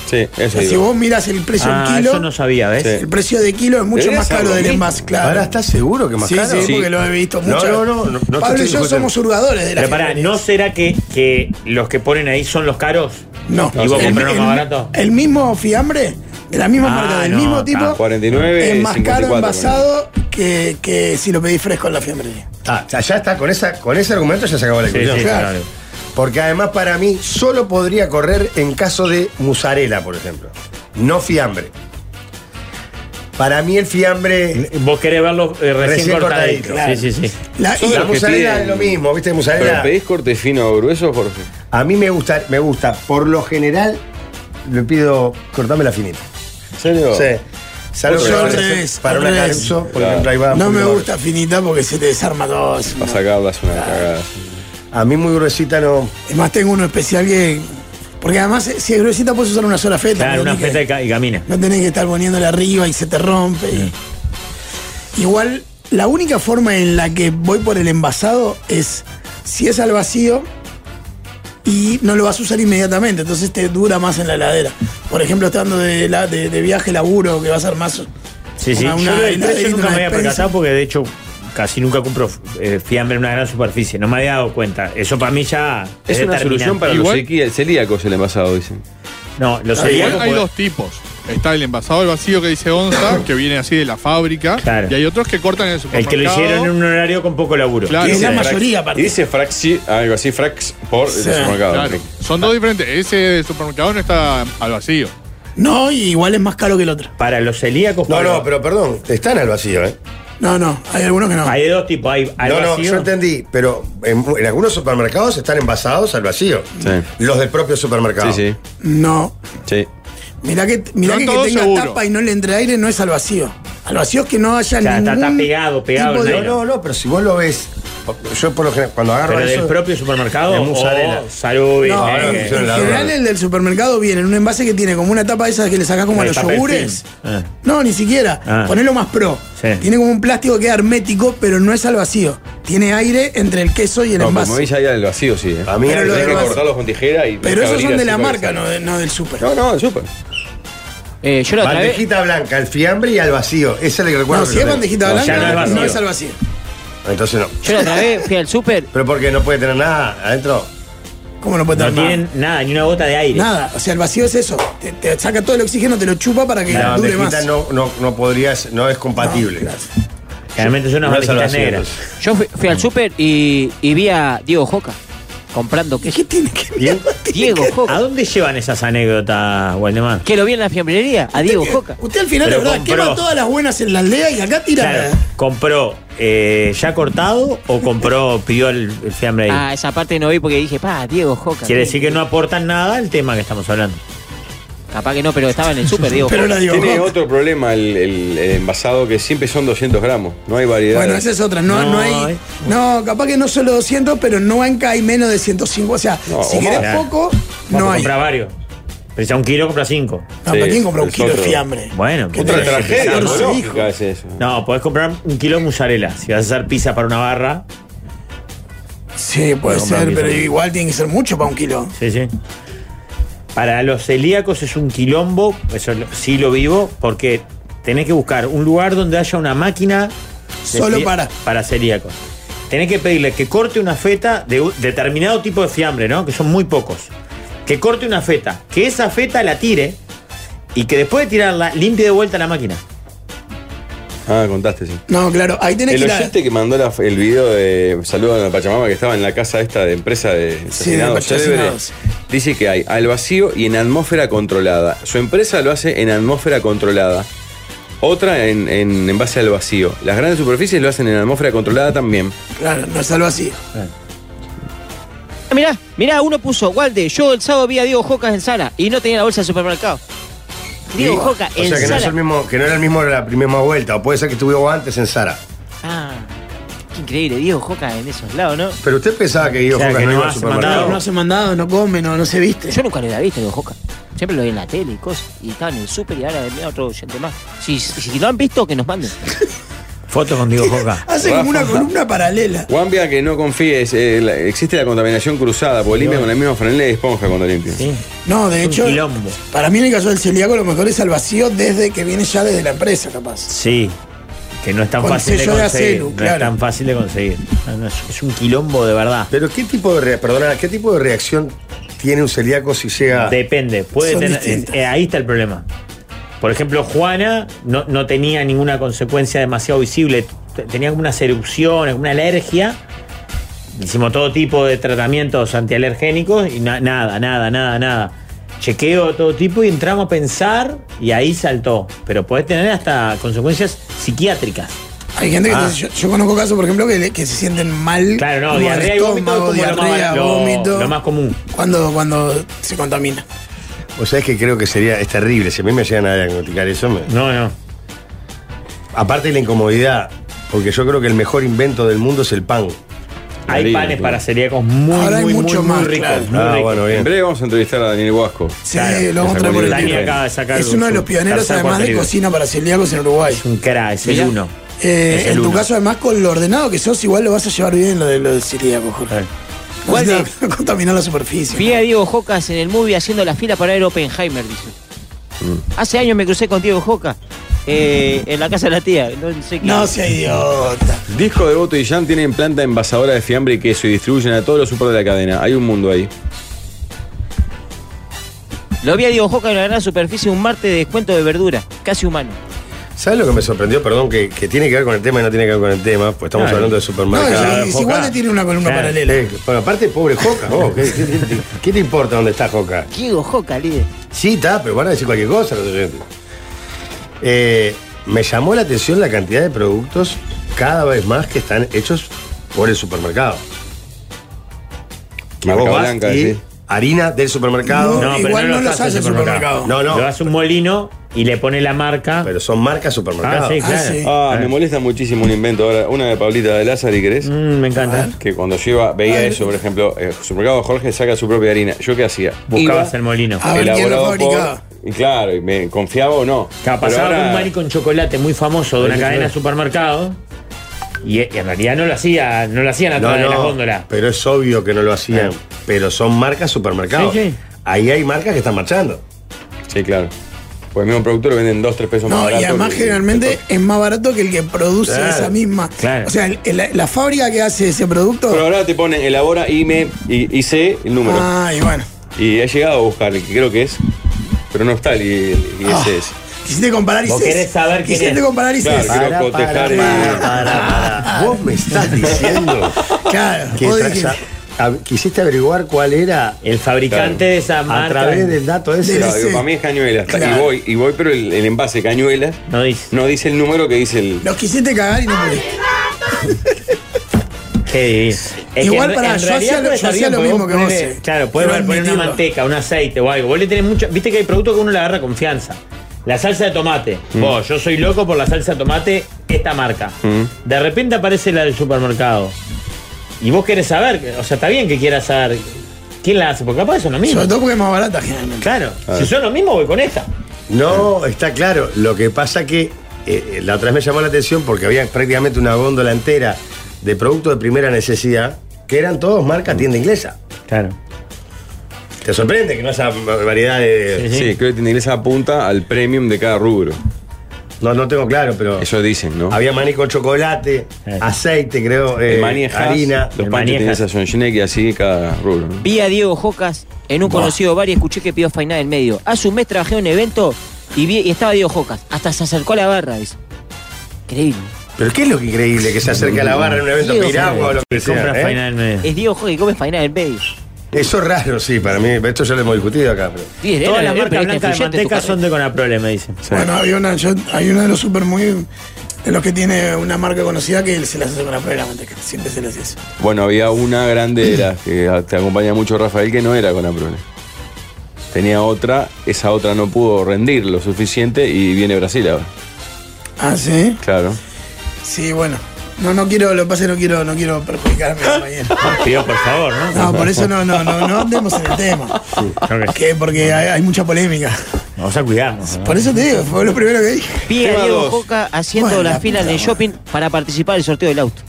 S5: Sí, eso
S6: si
S5: digo.
S6: vos miras el precio
S5: Ah,
S6: del kilo.
S5: eso no sabía, ¿ves? Sí.
S6: El precio de kilo es mucho
S5: Debería
S6: más caro
S5: serlo.
S6: del envase, claro.
S8: Ahora, ¿estás seguro que más
S6: Sí,
S8: caro?
S6: sí, porque lo he visto
S8: No,
S6: mucho.
S8: no, no, no, no te
S6: Pablo y
S8: estoy
S6: yo
S8: discutiendo.
S6: somos hurgadores de la
S2: Pero pará, ¿no será que, que los que ponen ahí son los caros?
S6: No.
S2: ¿Y vos
S6: El-
S2: compras uno
S6: el-
S2: más barato?
S6: El mismo fiambre, de la misma
S2: Ah,
S6: marca, del
S2: no,
S6: mismo
S2: está.
S6: tipo,
S5: 49,
S6: es más caro
S5: 54,
S6: envasado que, que si lo pedís fresco en la fiambrería.
S8: Ah, o sea, ya está, con, esa, con ese argumento ya se acabó la
S6: Sí,
S8: discusión.
S6: sí,
S8: Claro.
S6: claro.
S8: Porque además para mí solo podría correr en caso de musarela, por ejemplo. No fiambre. Para mí el fiambre...
S2: Vos querés verlo eh, recién,
S8: Recién
S2: cortadito.
S8: cortadito.
S2: Sí, sí, sí.
S8: La-
S5: Son
S8: la
S5: los que
S8: mozzarella
S5: piden-
S8: es lo mismo, ¿viste? Mozzarella-
S5: ¿Pero pedís corte fino o grueso, Jorge?
S8: A mí me gusta, me gusta. Por lo general le pido cortame la finita.
S5: ¿En serio?
S8: Sí. Salvo
S6: Yo
S8: que
S6: al
S8: para-
S6: revés,
S8: para
S6: al
S8: una
S6: revés.
S8: caruso, por
S5: Claro.
S8: ejemplo, ahí va. un
S6: No me
S8: poquito
S6: gusta finita porque se te desarma todo. es
S5: Para
S6: una-
S5: sacarlas una cagada.
S8: A mí muy gruesita no.
S6: Es más, tengo uno especial que. Porque además, si es gruesita, puedes usar una sola feta.
S2: Claro,
S6: no
S2: Ah, una
S6: tenés
S2: feta y ca- y camina.
S6: que- no tenés que estar poniéndole arriba y se te rompe. y- Igual, la única forma en la que voy por el envasado es si es al vacío y no lo vas a usar inmediatamente. Entonces te dura más en la heladera. Por ejemplo, estando de, la- de, de viaje, laburo, que vas a armar. su-
S2: Sí, sí.
S6: una-
S2: yo
S6: una
S2: lo del precio
S6: heladerita,
S2: nunca
S6: una
S2: me había
S6: despensa.
S2: percatado porque de hecho casi nunca compro eh, fiambre en una gran superficie. No me había dado cuenta. Eso para mí ya
S5: Es una solución para los cequí- celíacos el envasado, dicen.
S2: No, los
S9: Igual
S2: celíacos.
S9: hay
S2: pueden-
S9: dos tipos. Está el envasado al vacío que dice Onza, que viene así de la fábrica.
S2: Claro.
S9: Y hay otros que cortan en el supermercado.
S2: El que lo hicieron en un horario con poco laburo.
S9: Claro.
S5: Dice frax-
S6: aparte.
S5: y Dice fraxi, algo así, frax por el supermercado.
S9: Claro. Son dos diferentes. Ese de supermercado no está al vacío.
S6: No, y igual es más caro que el otro.
S2: Para los celíacos.
S8: No,
S2: Pablo,
S8: no, pero perdón, están al vacío, ¿eh?
S6: No, no, hay algunos que no.
S2: Hay de dos tipos. Hay al
S8: no, no,
S2: vacío.
S8: yo entendí, pero en, en algunos supermercados están envasados al vacío. Los del propio supermercado.
S5: Sí, sí.
S6: No.
S5: Sí.
S6: Mirá que, mirá
S8: No
S6: que, que
S8: todo
S6: tenga
S8: seguro.
S6: tapa y no le entre aire no es al vacío. Al vacío es que no haya ningún... tipo de-
S8: No, no, no, pero si vos lo ves, yo por lo general, cuando agarro
S2: Pero del
S8: eso,
S2: propio supermercado.
S8: Es mozzarella.
S2: o Salud.
S8: No, ahora me pusieron la
S6: En general el del supermercado viene en un envase que tiene como una tapa esa que le sacás como a los yogures. No, ni siquiera.
S2: Ah.
S6: Ponelo más pro.
S2: Sí.
S6: Tiene como un plástico que es hermético, pero no es al vacío. Tiene aire entre el queso y el
S5: No,
S6: envase.
S5: como veis ahí al vacío, sí. ¿eh?
S8: A mí
S5: Pero
S8: lo
S5: tenés que
S8: demás-
S5: cortarlos con tijera y.
S6: Pero esos son de la marca, no,
S5: no
S6: de- eh, no del super.
S5: No, no, del super.
S10: Eh, yo
S8: bandejita blanca, el fiambre y al vacío. Ese es el que recuerdo.
S6: No,
S8: que
S6: si es
S8: lo tengo.
S6: bandejita blanca, no, es, al vacío.
S8: Entonces no.
S10: Yo la otra vez fui al súper.
S8: Pero porque no puede tener nada adentro.
S6: ¿Cómo no puede
S2: No
S6: tener nada?
S2: tienen nada, ni una gota de aire.
S6: Nada, o sea, el vacío es eso. Te, te saca todo el oxígeno, te lo chupa para que
S8: La
S6: dure
S8: bandejita
S6: más.
S8: no, no, no podrías, no es compatible.
S2: Generalmente son unas
S8: No es al
S2: bandejitas
S8: vacío,
S2: negras.
S8: entonces.
S10: Yo fui, fui al súper y, y vi a Diego Joca comprando queso.
S2: Bien.
S10: Diego Joca.
S2: ¿A dónde llevan esas anécdotas, Waldemar?
S10: Que lo vi en la fiambrería, a Diego Joca.
S6: Usted al final, la
S2: Pero
S6: verdad,
S2: compró.
S6: quema todas las buenas en la aldea y acá tira.
S2: Claro, ¿compró eh, ya cortado o compró, pidió el, el fiambre ahí?
S10: Ah, esa parte no vi porque dije, pa, Diego Joca.
S2: Quiere decir que no aportan nada al tema que estamos hablando.
S10: Capaz que no, pero estaba en el súper, Diego Joca.
S5: Tiene otro problema el, el- el envasado que siempre son 200 gramos. No hay variedad.
S6: Bueno, esa es otra. No, no,
S10: eh.
S6: hay. No, capaz que no solo 200, pero no acá hay menos de 105. O sea,
S5: No,
S6: si
S5: o
S6: querés
S5: más.
S6: poco,
S2: Vamos
S6: no
S2: a
S6: hay.
S2: comprar varios. Pero si a un kilo compra cinco.
S6: No, ¿para quién compra un kilo de fiambre?
S2: Bueno,
S6: ¿Qué
S2: porque-
S5: Otra tragedia
S2: Catorce hijos.
S5: ecológica es eso.
S2: No, podés comprar un kilo de mozzarella. Si vas a hacer pizza para una barra.
S6: Sí, puede ser, pero igual tiene que ser mucho para un kilo.
S2: Sí, sí. Para los celíacos es un quilombo, eso lo- sí lo vivo, porque tenés que buscar un lugar donde haya una máquina. de
S6: Solo
S2: fie-
S6: para.
S2: Para celíacos. Tenés que pedirle que corte una feta de un determinado tipo de fiambre, ¿no? Que son muy pocos. Que corte una feta, que esa feta la tire y que después de tirarla limpie de vuelta la máquina.
S5: Ah, contaste, sí.
S6: No, claro, ahí tenés
S5: El
S6: que ir a.
S5: oyente que mandó la- el video de Saludos a la Pachamama que estaba en la casa esta de empresa de asesinados
S6: de
S5: célebres, dice que hay al vacío y en atmósfera controlada. Su empresa lo hace en atmósfera controlada. Otra en, en, en base al vacío. Las grandes superficies lo hacen en atmósfera controlada también.
S6: Claro, no es al vacío.
S10: Ah, Mirá, mirá, uno puso, Walde, yo el sábado vi a Diego Jocas en Sara y no tenía la bolsa del supermercado. Diego Joca
S8: O
S10: en
S8: sea, que no, es
S10: Sara.
S8: el mismo, que no era el mismo la primera vuelta. O puede ser que estuvo antes en Sara.
S10: Ah, qué increíble, Diego Joca en esos lados, ¿no?
S8: Pero usted pensaba que Guido
S10: O sea,
S8: Jocas
S10: que
S8: no
S10: no
S8: iba al
S10: has
S8: supermercado.
S6: No se mandado, no come, no, no se viste.
S10: Yo nunca lo había visto, Diego Joca. Siempre lo vi en la tele y cosas. Y estaba en el súper y ahora venía otro oyente más. Si, si lo han visto, que nos manden.
S2: Foto con Diego Coca.
S6: Hace como una columna paralela.
S5: Guambia, que no confíes, eh, la- existe la contaminación cruzada, porque limpia con la misma franela y esponja cuando limpia.
S6: No, de hecho, para mí en el caso del celíaco lo mejor es al vacío desde que viene ya desde la empresa, capaz.
S2: Sí, que no es tan
S6: Con
S2: fácil de
S6: sello de
S2: conseguir.
S6: acero,
S2: no
S6: claro.
S2: es tan fácil de conseguir. No, no, es es un quilombo de verdad.
S8: Pero qué tipo de re- perdona, qué tipo de reacción tiene un celíaco si llega
S2: Depende, puede
S8: Son
S2: tener.
S8: distintas.
S2: eh, ahí está el problema. Por ejemplo, Juana no, no tenía ninguna consecuencia demasiado visible. T- Tenía como una erupción, alguna alergia. Hicimos todo tipo de tratamientos antialergénicos y na- nada, nada, nada, nada. Chequeo de todo tipo y entramos a pensar y ahí saltó. Pero podés tener hasta consecuencias psiquiátricas.
S6: Hay gente que
S2: Ah.
S6: te- yo, yo conozco casos, por ejemplo, que, le- que se sienten mal.
S2: Claro, no,
S6: como
S2: diarrea y
S6: al
S2: vómito es
S6: estómago,
S2: como lo más-
S6: diarrea,
S2: lo-
S6: vómito,
S2: lo más común.
S6: Cuando, cuando se contamina.
S8: Vos sabés que creo que sería, es terrible, si a mí me llegan a diagnosticar eso.
S2: No, no.
S8: Aparte de la incomodidad, porque yo creo que el mejor invento del mundo es el pan.
S2: Hay María, panes claro. para celíacos muy,
S8: Ahora hay
S2: muy,
S8: mucho
S2: muy, muy
S8: más,
S2: ricos.
S8: claro.
S2: muy
S8: Ah,
S2: ricos.
S8: bueno, bien.
S5: En breve vamos a entrevistar a Daniel Huasco.
S6: Sí, lo vamos a traer por el
S2: Dani
S6: libro.
S2: acaba de sacar
S6: Es uno de
S2: su-
S6: los pioneros,
S2: tercer
S6: además, de
S2: contenido.
S6: cocina para celíacos en Uruguay. Es
S2: un cra, es el
S6: Mirá.
S2: uno.
S6: Eh,
S2: Es el
S6: en tu
S2: uno.
S6: caso, además, con lo ordenado que sos, igual lo vas a llevar bien lo de lo del celíaco, Jorge. No se te va a contaminar la superficie.
S10: Vi a Diego Jocas en el movie haciendo la fila para ver Oppenheimer, dice. Hace años me crucé con Diego Jocas eh, en la casa de la tía. No, sé qué-
S6: No sea idiota.
S5: Disco de Boto y Jan tienen planta envasadora de fiambre y queso y distribuyen a todos los super de la cadena. Hay un mundo ahí.
S10: Lo vi a Diego Jocas en la gran superficie un martes de descuento de verdura, casi humano.
S8: ¿Sabes lo que me sorprendió? Perdón, que, que tiene que ver con el tema y no tiene que ver con el tema, pues estamos
S6: Claro.
S8: hablando de
S6: No,
S8: supermercados.
S6: es- es igual le tiene una columna paralela.
S8: Eh, bueno, aparte, pobre Joca, vos, ¿qué, qué- qué- qué te importa dónde está Joca?
S10: Diego Jocas, líder.
S8: Sí, está, pero van a decir cualquier cosa los oyentes. Eh, me llamó la atención la cantidad de productos cada vez más que están hechos por el supermercado. Que
S5: Marca
S8: vos vas
S5: blanca,
S8: y
S5: decís.
S8: harina del supermercado.
S2: No, pero no los hace el supermercado.
S8: No, no.
S2: Lo hace un molino y le pone la marca.
S8: Pero son marcas supermercados.
S2: Ah, sí, claro.
S5: Ah, me molesta muchísimo un invento ahora. Una de Pablita de Lázaro, ¿y querés?
S2: Mm,
S5: Ah,
S2: me encanta.
S5: Que cuando lleva, veía eso, por ejemplo, el supermercado Jorge saca su propia harina. ¿Yo qué hacía?
S2: Buscabas el molino.
S6: Ah,
S5: Iba elaborado por, Y claro, y me confiaba o no.
S2: Claro,
S5: Pero
S2: pasaba
S5: ahora-
S2: con un maní con chocolate muy famoso de una
S5: Sí, sí,
S2: cadena de
S5: sí.
S2: supermercado. Y, y en realidad no lo hacía, no lo hacían
S8: No,
S2: atrás de la
S8: no,
S2: góndola. Eh.
S8: Pero es obvio que no lo hacían. Pero son marcas supermercados.
S2: Sí, sí.
S8: Ahí hay marcas que están marchando.
S5: Sí, claro. Pues mismo producto lo venden 2, 3 pesos más
S6: No,
S5: barato.
S6: y además
S5: que-
S6: generalmente es más barato que el que produce
S5: Claro,
S6: esa misma.
S5: claro.
S6: O sea, el- el- la fábrica que hace ese producto.
S5: Pero ahora te ponen elabora y me y, y sé el número.
S6: Ah, y bueno.
S5: Y he llegado a buscar el que creo que es, pero no está el y, y ese
S6: Ah,
S5: es.
S6: Quisiste comparar y
S5: Vos
S6: ses.
S5: querés saber quién
S6: Quisiste
S5: es.
S6: comparar y
S5: Claro,
S6: ses.
S5: quiero Para, cotejar para, y-
S8: Vos me estás diciendo
S6: Claro,
S8: que
S6: vos
S8: tra-
S6: dijiste-
S8: a- quisiste averiguar cuál era eh,
S2: el fabricante de esa
S8: A
S2: marca.
S8: través del dato ese.
S5: Claro, digo, para mí es cañuelas. está-
S8: Claro.
S5: Y voy, y voy, pero el, el envase cañuelas
S2: no dice.
S5: no dice el número que dice el.
S6: Los quisiste cagar y no pudiste.
S2: Qué
S6: Igual para- yo hacía lo- yo hacía lo mismo que vos, sí.
S2: Claro, puede
S6: Quiero
S2: haber poner una
S6: admitirlo.
S2: manteca, un aceite o algo. Vos le tenés mucho. Viste que hay productos que uno le agarra confianza. La salsa de tomate. Vos, yo soy loco por la salsa de tomate, esta marca.
S8: Mm.
S2: De repente aparece la del supermercado. Y vos querés saber, o sea, está bien que quieras saber quién la hace, porque capaz son lo mismo.
S6: Sobre todo porque es más barata generalmente.
S2: Claro,
S8: Claro.
S2: si son lo mismo, voy con esta.
S8: No, está claro. Lo que pasa que eh, la otra vez me llamó la atención porque había prácticamente una góndola entera de productos de primera necesidad que eran todos marca tienda inglesa.
S2: Claro.
S8: ¿Te sorprende que no haya variedad de.?
S5: Sí, creo que tiene inglesa apunta al premium de cada rubro.
S8: No, no tengo claro, pero.
S5: Eso dicen, ¿no?
S8: Había maní con chocolate, aceite, creo,
S5: el
S8: eh,
S5: maní es Haas,
S8: harina.
S5: Los panchos tienen esa y así cada rubro. ¿no?
S10: Vi a Diego Jocas en un
S5: Buah.
S10: conocido bar y escuché que pidió faina del medio. Hace un mes trabajé en un evento y, vi, y estaba Diego Jocas. Hasta se acercó a la barra, dice. Increíble.
S8: Pero ¿qué es lo que increíble? Que se acerca a la barra en un evento
S10: Diego
S8: piragua o lo que
S10: Jocas.
S8: sea. ¿eh?
S10: Es Diego Jocas que come faina del medio.
S8: Eso es raro, sí, para mí. Esto ya lo hemos discutido acá. Pero...
S10: Sí, era
S2: Todas las
S10: la- eh, pero
S2: marcas
S10: este
S2: blancas de
S10: influyente en tu
S2: manteca son de Conaprole, me dicen.
S6: Bueno, hay una, yo- hay una de los super muy. De los que tiene una marca conocida que se las hace con la prueba de la manteca. Siempre se las hace.
S5: Bueno, había una grande de las que te acompaña mucho Rafael que no era con Aprone. Tenía otra, esa otra no pudo rendir lo suficiente y viene Brasil ahora.
S6: Ah, sí.
S5: Claro.
S6: Sí, bueno. No, no quiero, lo que pasa es que no quiero, no quiero perjudicar a mi compañero.
S2: Pido, Ah, por favor, ¿no?
S6: No, por eso no, no, no, no andemos en el tema.
S2: Creo que sí.
S6: Que porque hay, hay mucha polémica.
S2: Vamos a cuidarnos.
S6: Por eso te digo, fue lo primero que dije.
S10: Vi a
S6: Tema
S10: Diego
S6: dos.
S10: Coca haciendo
S6: Bueno,
S10: la
S6: la
S10: fila en
S6: puta
S10: el
S6: madre.
S10: shopping para participar del sorteo del auto.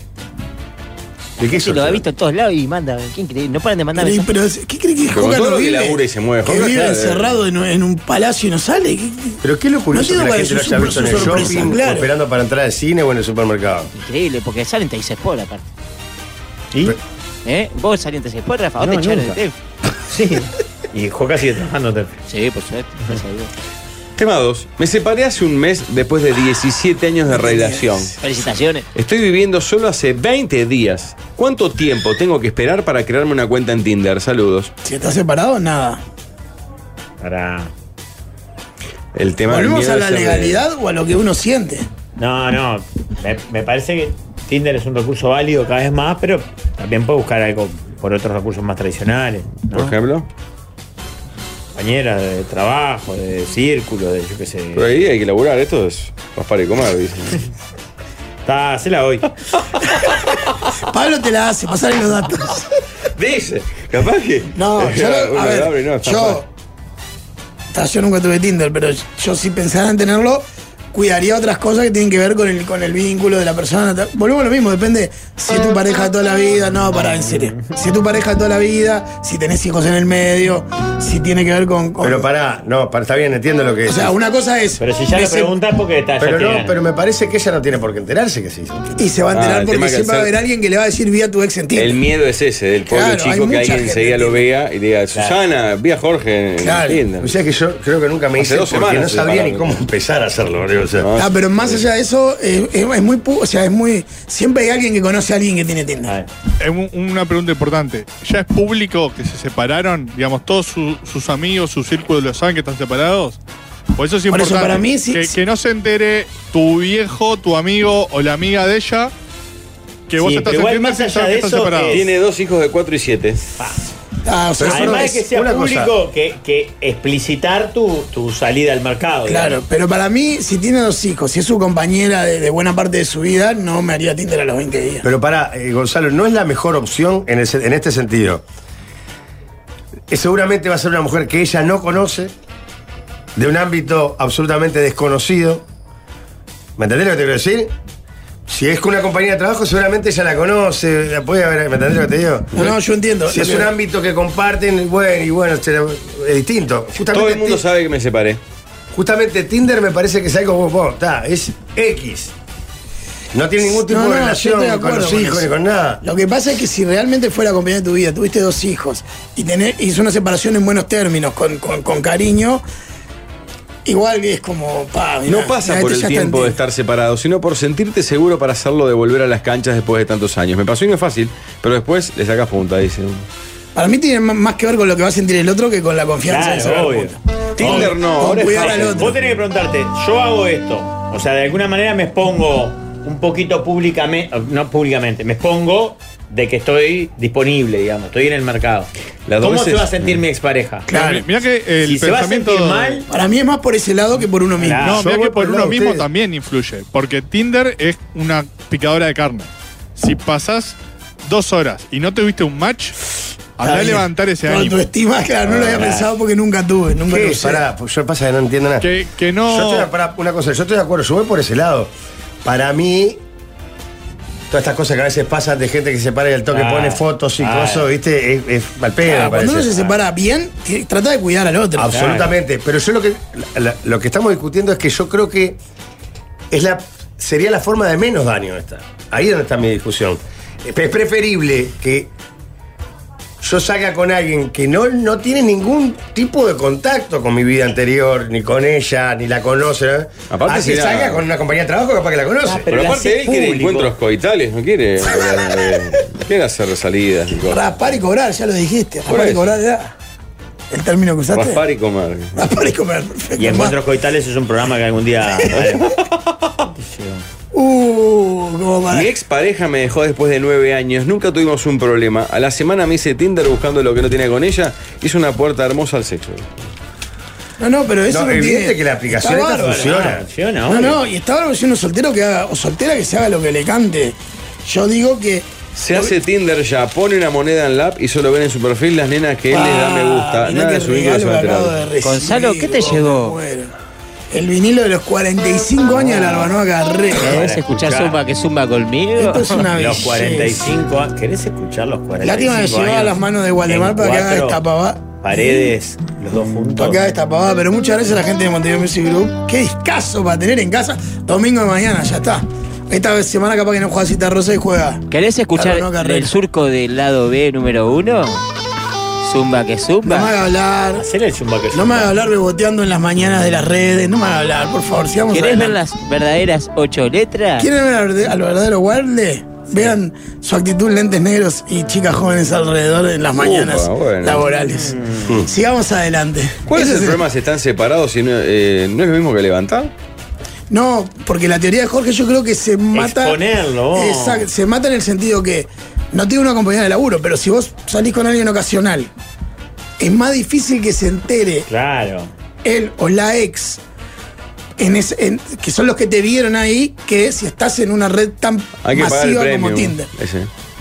S8: ¿De qué
S10: Sí, lo ha visto en todos lados y manda. qué increíble, No paran de mandar
S6: Pero,
S10: mensajes.
S6: pero, ¿Qué cree que
S5: Pero con
S6: Joca
S5: todo
S6: no
S5: lo que
S6: vive?
S5: labura y se mueve,
S8: pues,
S6: que
S5: Joca,
S6: vive
S8: eh,
S5: claro.
S6: encerrado en, un- en un palacio y no sale. ¿Qué- qué-
S8: Pero qué lo curioso
S6: No
S8: que
S6: entiendo
S8: la
S6: cuál
S8: gente lo
S6: es su-
S8: haya visto en
S6: su
S8: el
S6: sorpresa,
S8: shopping,
S6: claro.
S8: o esperando para entrar al cine o en el supermercado.
S10: Increíble, porque salen te dice por aparte.
S8: ¿Y?
S10: ¿Eh? Vos salientes después, Rafa, vos
S2: No,
S10: te echaron
S2: nunca.
S10: del
S2: Sí. Y Joca sigue trabajando Tef.
S10: Sí, por suerte. gracias a Dios.
S5: Tema 2. Me separé hace un mes después de 17 años de relación.
S10: Felicitaciones.
S5: Estoy viviendo solo hace 20 días. ¿Cuánto tiempo tengo que esperar para crearme una cuenta en Tinder? Saludos.
S6: Si estás separado, nada.
S2: Para.
S5: El tema del
S6: ¿Volvemos
S5: miedo
S6: a
S5: de
S6: la
S5: ser-
S6: legalidad o a lo que uno siente?
S2: No, no. Me, me parece que Tinder es un recurso válido cada vez más, pero también puede buscar algo por otros recursos más tradicionales. ¿no?
S5: Por ejemplo.
S2: Compañeras de trabajo, de círculo, de yo qué sé.
S5: Pero ahí hay que laburar, esto es raspar y comer, dicen.
S2: Está, hacela hoy.
S6: Pablo te la hace, pasarle los datos.
S5: Dice, capaz que.
S6: No, yo, no-
S5: Uno
S6: a ver,
S5: abre, no, está
S6: yo,
S5: mal.
S6: ta, yo nunca tuve Tinder, pero yo si pensara en tenerlo, cuidaría otras cosas que tienen que ver con el, con el vínculo de la persona. ta. Volvemos a lo mismo, depende si es tu pareja de toda la vida, no, para, en serio. Si es tu pareja de toda la vida, si tenés hijos en el medio, si tiene que ver con... con-
S8: Pero pará, no, pará, está bien, entiendo lo que
S6: o
S8: es.
S6: sea, una cosa es...
S2: eh, Pero si ya le
S6: me se-
S2: preguntas porque está ya
S8: Pero
S2: tiene
S8: no,
S2: ganas.
S8: pero me parece que ella no tiene por qué enterarse que se hizo.
S6: Y se va a
S5: Ah,
S6: enterar
S5: el tema
S6: porque
S5: que
S6: siempre va a
S5: hacer-
S6: haber alguien que le va a decir, vi a tu ex en Tinder.
S5: El miedo es ese, del pueblo
S6: Claro, hay
S5: chico que
S6: mucha
S5: alguien
S6: gente
S5: enseguida
S6: que
S5: lo
S6: tiene-
S5: vea y le diga, Susana, vi a Jorge en
S6: Claro.
S5: Tinder.
S8: O sea que yo creo que nunca me
S5: Hace
S8: hice
S5: dos
S8: porque
S5: semanas
S8: no
S5: se
S8: sabría ni
S5: separaron.
S8: cómo empezar a hacerlo, boludo, o sea.
S6: Ah, pero más allá de eso, eh, es, es muy... pu- O sea, es muy... Siempre hay alguien que conoce a alguien que tiene Tinder.
S9: Es un- una pregunta importante. ¿Ya es público que se separaron? Digamos, todos su- sus amigos, su círculo lo saben que están separados. Por eso es
S6: Por
S9: importante.
S6: eso, para mí, sí-
S9: que, que no se entere tu viejo, tu amigo o la amiga de ella que vos
S2: Sí,
S9: estás
S2: pero igual
S9: entiendo
S2: más
S9: que
S2: allá
S9: saben
S2: de
S9: que están
S2: eso,
S9: separados.
S2: eh,
S5: Tiene dos hijos de 4 y 7.
S6: Ah, o sea, eso no
S2: Además de
S6: es-
S2: que sea
S6: una cosa.
S2: público, que, que explicitar tu, tu salida al mercado.
S6: Claro, pero para mí, si tiene dos hijos, si es su compañera de, de buena parte de su vida, no me haría Tinder a los 20 días.
S8: Pero para Gonzalo, no es la mejor opción en, el se- en este sentido. Eh, Seguramente va a ser una mujer que ella no conoce, de un ámbito absolutamente desconocido. ¿Me entendés lo que te quiero decir? Si es con una compañía de trabajo, seguramente ella la conoce, la puede haber, ¿me entendés lo que te digo?
S6: No, no, yo entiendo.
S8: Si es
S6: Lo
S8: un
S6: que-
S8: ámbito que comparten, bueno, y bueno, se la- es distinto. Justamente
S5: Todo el mundo
S8: ti-
S5: sabe que me separé.
S8: Justamente Tinder me parece que es algo como, bueno, está, es X. No tiene ningún tipo
S6: No,
S8: de
S6: no, yo
S8: relación
S6: estoy de
S8: ni con
S6: acuerdo
S8: los
S6: con
S8: hijos
S6: eso.
S8: ni con nada.
S6: Lo que pasa es que si realmente fue la compañera de tu vida, tuviste dos hijos y tenés, hizo una separación en buenos términos, con, con- con cariño, igual que es como. pa, mirá,
S5: Ah, No pasa
S6: mirá,
S5: por
S6: este
S5: el
S6: ya está
S5: tiempo de
S6: en
S5: estar separado, sino por sentirte seguro para hacerlo de volver a las canchas después de tantos años. Me pasó y no es fácil, pero después le sacas punta, dice.
S6: Tinder. Para mí tiene más- más que ver con lo que va a sentir el otro que con Ah, la confianza de
S2: Claro, obvio.
S5: Tinder no,
S6: Con
S5: ahora es
S6: cuidar al
S5: fácil.
S6: otro.
S2: Vos tenés que preguntarte, yo hago esto, o sea, de alguna manera me expongo un poquito públicamente, no públicamente, me expongo de que estoy disponible, digamos, estoy en el mercado.
S5: Las dos
S2: ¿Cómo se
S5: veces-
S2: va a sentir mi expareja?
S9: Claro. Mirá que el
S2: si se va a sentir
S9: pensamiento.
S2: mal,
S6: Para mí es más por ese lado que por uno mismo.
S9: No, mira que por uno mismo
S8: ustedes.
S9: también influye. Porque Tinder es una picadora de carne. Si pasás dos horas y no tuviste un match, andá a
S6: bien.
S9: levantar ese
S6: Con
S9: ánimo.
S6: autoestima, claro, no lo había
S8: Claro.
S6: pensado porque nunca tuve, nunca lo
S8: ¿Qué?
S6: usé.
S8: Pará, pues yo pasa que no entiendo nada.
S9: Que, que
S8: Yo estoy,
S9: no.
S8: de- pará, una cosa, yo estoy de acuerdo, yo voy por ese lado. Para mí, todas estas cosas que a veces pasan de gente que se para y al toque
S2: Ah,
S8: pone fotos y
S2: ah.
S8: cosas, ¿viste? Es, es mal pedo,
S6: Claro, Ah,
S8: me parece.
S6: cuando uno se separa bien, que- trata de cuidar al otro.
S8: Absolutamente. Pero yo lo que, la- la- lo que estamos discutiendo es que yo creo que es la, sería la forma de menos daño esta. Ahí es donde está mi discusión. Es preferible que yo salga con alguien que no, no tiene ningún tipo de contacto con mi vida anterior, ni con ella, ni la conoce. ¿eh?
S5: Aparte
S8: a que
S5: sería-
S8: salga con una compañía de trabajo capaz que la conoce.
S2: Ah,
S5: Pero
S2: Pero la
S5: aparte él
S2: hace
S5: quiere
S2: público.
S5: encuentros coitales, no quiere, eh, quiere hacer salidas y cosas.
S6: Raspar y cobrar, ya lo dijiste.
S5: Por
S6: Raspar y
S5: eso.
S6: cobrar era el término que usaste.
S5: Raspar y comer.
S6: Raspar y comer, perfecto.
S2: y Encuentros Coitales es un programa que algún día...
S6: Uh, como para.
S5: Mi expareja me dejó después de nueve años, nunca tuvimos un problema. A la semana me hice Tinder buscando lo que no tenía con ella, hizo una puerta hermosa al sexo.
S6: No, no, pero eso
S8: No,
S6: no,
S8: evidente
S6: tiene-
S8: que la aplicación
S6: está
S8: esta
S6: bárbaro.
S8: funciona.
S2: Funciona,
S6: No,
S2: obvio.
S6: no, y está bárbaro si uno soltero que haga, o soltera que se haga lo que le cante. Yo digo que
S5: Se hace Tinder ya, pone una moneda en lap y solo ven en su perfil las nenas que él les da me
S6: Ah,
S5: gusta. Nada de su vínculo
S6: de
S5: se
S6: Gonzalo, ¿qué te llegó? El vinilo de los
S8: Ah.
S6: 45 años de la Arbanoa Carrera.
S10: ¿Querés escuchar Zumba que Zumba conmigo?
S6: Esto es una
S2: Los
S6: belleza.
S2: 45 a- ¿Querés escuchar los 45
S6: Lástima que llevaba
S2: años?
S6: las manos de Gualdemar
S2: En
S6: para que haga
S2: cuatro
S6: esta pavada.
S2: Paredes, los dos juntos.
S6: Para que haga esta pavada. Pero muchas gracias a la gente de Montevideo Music Group. Qué escaso para tener en casa. Domingo de mañana, ya está. Esta semana capaz que no juega Cita Rosa y juega.
S10: ¿Querés escuchar
S6: Claro, no, Carrera.
S10: el surco del lado B número uno? Zumba que Zumba.
S6: No me haga hablar.
S2: Hacele el Zumba que
S6: No me haga hablar beboteando en las mañanas de las redes. No me haga hablar, por favor. Sigamos
S10: ¿Querés ver
S6: adelante.
S10: las verdaderas ocho letras?
S6: ¿Quieren ver al verde- al verdadero Guarde? Vean su actitud lentes negros y chicas jóvenes alrededor en las mañanas
S5: bueno.
S6: laborales.
S5: Mm.
S6: Sigamos adelante.
S5: ¿Cuál es
S6: Ese
S5: el problema si están separados y no, eh, no es lo mismo que levantar?
S6: No, porque la teoría de Jorge yo creo que se mata.
S5: Exponerlo, vos.
S6: Exacto, se mata en el sentido que no tiene una compañía de laburo, pero si vos salís con alguien ocasional, es más difícil que se entere
S2: Claro.
S6: él o la ex, en ese- en- que son los que te vieron ahí, que si estás en una red tan
S5: Hay que pagar el
S6: masiva como
S5: premio.
S6: Tinder.
S5: Ese.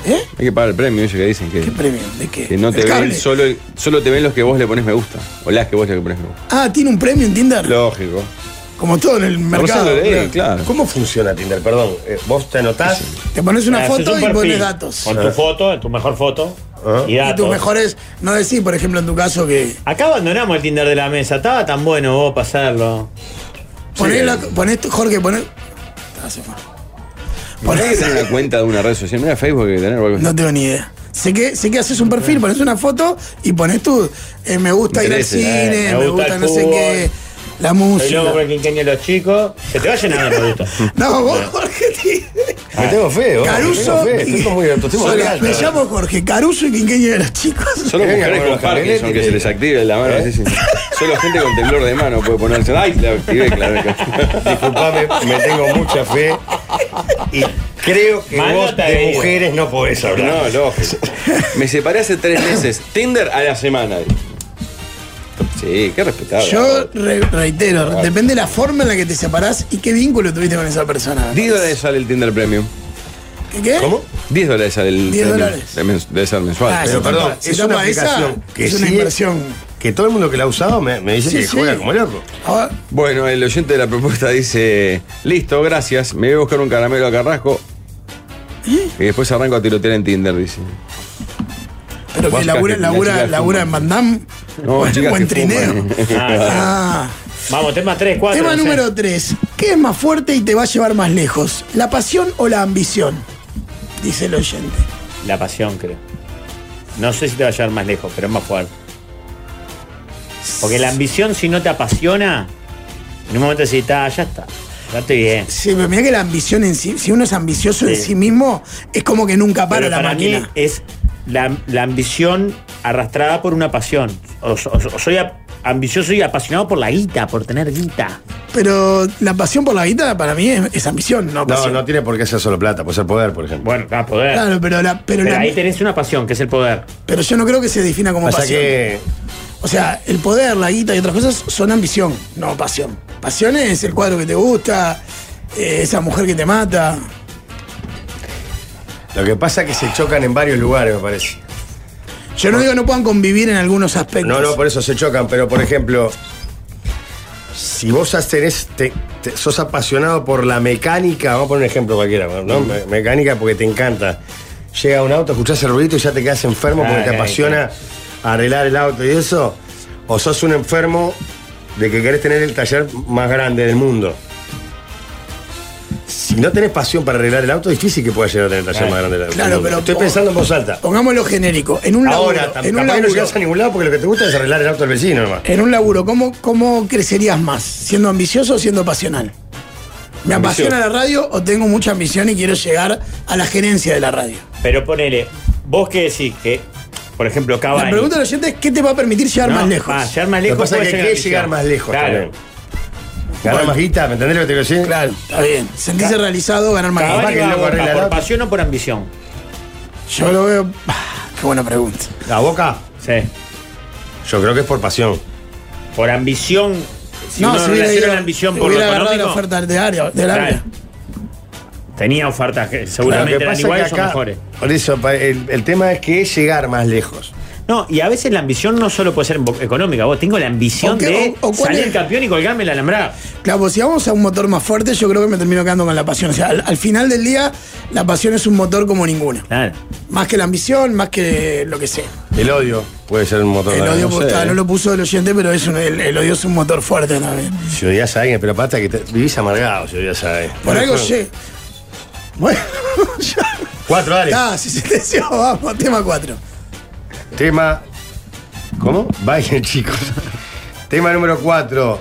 S6: ¿Eh?
S5: Hay que pagar el premio, ese que dicen que. ¿Qué
S6: premio? ¿De qué?
S5: Que no
S6: ¿El
S5: te ven,
S6: cable?
S5: solo, solo te ven los que vos le pones me gusta. O las que vos le pones me gusta.
S6: Ah, tiene un premio en Tinder.
S5: Lógico.
S6: Como todo en el mercado.
S5: sale, eh, claro.
S8: ¿Cómo funciona Tinder? Perdón, eh, vos te anotás.
S6: Te pones una
S8: Ah,
S6: foto
S8: haces un
S6: y
S8: perfil.
S6: pones datos. Ah.
S2: Con tu foto, tu mejor foto. Y
S6: Y
S2: datos.
S6: tus mejores, no decís, por ejemplo, en tu caso que
S2: Acá abandonamos el Tinder de la mesa. Estaba tan bueno vos pasarlo.
S6: ponés, la- ponés tu- Jorge, ponés... Ah, se fue.
S5: ¿Por qué tener una cuenta de una red social? No era Facebook que tener o algo así.
S6: No tengo ni idea. Sé que, sé que haces un perfil, pones una foto y pones tu eh, me gusta ir al
S2: Intereses,
S6: cine,
S2: eh,
S6: me,
S2: me gusta
S6: gusta
S2: el
S6: no sé
S2: fútbol.
S6: qué, la
S2: Soy loco por
S6: música.
S2: el quinquenio de los chicos. Se te va a llenar de productos.
S6: No, vos, Jorge, te-
S2: Ah.
S8: Me tengo fe, vos.
S6: Caruso.
S8: Me tengo fe,
S6: y-
S8: estoy como muy alto, estoy muy
S6: Solo-
S8: alto.
S6: me llamo Jorge Caruso y quinqueño de los chicos.
S5: Solo mujeres con Parkinson que se les active la mano.
S8: ¿Eh?
S5: así, sí. Solo gente con temblor de mano puede ponerse. ¡Ay! La activé, claro.
S8: Disculpame, me tengo mucha fe. Y creo que
S5: Más
S8: vos
S5: nota
S8: de
S5: de
S8: mujeres no podés hablar.
S5: No, lógico. Me separé hace tres meses. Tinder a la semana. Sí, qué respetable.
S6: Yo re- reitero, depende de la forma en la que te separás y qué vínculo tuviste con esa persona.
S5: 10 dólares sale el Tinder Premium.
S6: ¿Qué? qué?
S5: 10 dólares sale el
S6: 10
S5: premium.
S6: dólares.
S5: De mens- Debe ser mensual.
S6: Ah,
S8: Pero
S6: si
S8: perdón,
S6: tapa- si
S8: es una
S6: tapa esa,
S8: aplicación que
S6: es una
S8: sí-
S6: inversión.
S8: Que todo el mundo que la ha usado me, me dice
S5: Sí,
S8: que
S5: sí. Ah,
S8: juega como loco.
S5: Bueno, el oyente de la propuesta dice, listo, gracias, me voy a buscar un caramelo a Carrasco. Y después arranco a tirotear en Tinder, dice.
S6: Pero que
S5: Vasca
S6: labura,
S5: que la chica
S6: labura,
S5: fuma.
S6: labura en Van Damme
S5: No,
S6: o en-
S5: chicas
S6: o en
S5: que fuman.
S6: trineo. Ah.
S2: Vamos, tema 3, 4.
S6: Tema número 3. ¿Qué es más fuerte y te va a llevar más lejos? ¿La pasión o la ambición? Dice el oyente.
S2: La pasión, creo. No sé si te va a llevar más lejos, pero es más fuerte. Porque la ambición, si no te apasiona, en un momento decís, "Ta, ya está, ya estoy bien.
S6: Sí, pero mira que la ambición en sí, si uno es ambicioso en
S2: Sí.
S6: sí mismo, es como que nunca para
S2: Pero
S6: la
S2: para
S6: máquina.
S2: mí es la, la ambición arrastrada por una pasión. O, so- o soy a- ambicioso y apasionado por la guita, por tener guita.
S6: Pero la pasión por la guitarra para mí es, es ambición, no
S8: No,
S6: pasión.
S8: no tiene por qué ser solo plata, puede ser poder, por ejemplo.
S2: Bueno, ah, poder.
S6: Claro, pero, la, pero,
S2: Pero
S6: la-
S2: ahí tenés una pasión, que es el poder.
S6: pero yo no creo que se defina como
S2: Pasa
S6: pasión.
S2: que-
S6: O sea, el poder, la guita y otras cosas son ambición, no pasión. Pasión es el cuadro que te gusta, eh, esa mujer que te mata.
S8: Lo que pasa es que se chocan en varios lugares, me parece.
S6: Yo no digo que no puedan convivir en algunos aspectos.
S8: No, no, por eso se chocan, pero por ejemplo, si vos has- tenés, te- te- sos apasionado por la mecánica, vamos a poner un ejemplo cualquiera, ¿no? Me- mecánica porque te encanta. Llega un auto, escuchás el ruidito y ya te quedas enfermo porque
S2: Ah,
S8: te
S2: ahí,
S8: apasiona arreglar el auto y eso. O sos un enfermo de que querés tener el taller más grande del mundo. Si no tenés pasión para arreglar el auto, es difícil que puedas llegar a tener el taller más grande del
S6: Claro,
S8: mundo.
S6: pero
S8: Estoy pensando en voz alta.
S6: Pongámoslo genérico. En un laburo,
S8: Ahora, tampoco
S6: en un
S8: no
S6: laburo,
S8: llegas a ningún lado porque lo que te gusta es arreglar el auto del vecino nomás.
S6: en un laburo, ¿cómo, ¿cómo crecerías más? ¿Siendo ambicioso o siendo pasional? ¿Me
S2: Ambicioso.
S6: apasiona la radio o tengo mucha ambición y quiero llegar a la gerencia de la radio?
S2: Pero ponele, vos qué decís que, por ejemplo, Cavani.
S6: La pregunta del oyente es ¿qué te va a permitir llegar
S2: Ah, No,
S6: más lejos?
S2: ah, llegar más lejos
S8: Lo que pasa
S2: puede
S8: es
S2: ser
S8: que querés
S2: ambición.
S8: llegar más lejos
S2: Claro.
S8: también. Ganar
S2: Bueno.
S8: más guita, ¿me entendés lo que te quiero decir?
S6: Claro, está bien. Sentirse realizado, ganar más
S2: Cavani
S6: guita.
S2: va a Boca, ¿Por pasión o por ambición?
S6: Yo lo veo. Ah, Qué buena pregunta.
S8: ¿La boca?
S2: Sí.
S8: Yo creo que es por pasión.
S2: Por ambición. Si
S6: No,
S2: uno
S6: si hubiera
S2: relaciona
S6: ido-
S2: la ambición
S6: si
S2: por lo
S6: hubiera agarrado
S2: económico.
S6: la oferta de área, del
S2: Claro.
S6: área.
S2: Tenía ofertas que
S8: Claro,
S2: seguramente
S8: lo que
S2: eran
S8: pasa es
S2: iguales
S8: que
S2: o
S8: acá-
S2: mejores.
S8: Por eso, pa- el, el tema es que es llegar más lejos.
S2: No, y a veces la ambición no solo puede ser bo- económica. Vos tengo la ambición
S6: ¿O qué-
S2: de
S6: o- o cuál
S2: salir
S6: es?
S2: campeón y colgarme la alambrada.
S6: Claro, pues si vamos a un motor más fuerte, yo creo que me termino quedando con la pasión. O sea, al, al final del día, la pasión es un motor como ninguna.
S2: Claro.
S6: Más que la ambición, más que lo que sea.
S8: El odio puede ser un motor.
S6: El
S8: para-
S6: odio,
S8: no
S6: pues,
S8: sé,
S6: está,
S8: ¿eh?
S6: no lo puso el oyente, pero es un- el, el odio es un motor fuerte también.
S8: Si odias a alguien, pero pasa que te- vivís amargado, si odias a alguien.
S6: Por algo sé. Bueno,
S8: Cuatro, dale.
S6: Ah, si se te decía, vamos, tema 4.
S8: Tema. ¿Cómo? Vayan, chicos. Tema número cuatro.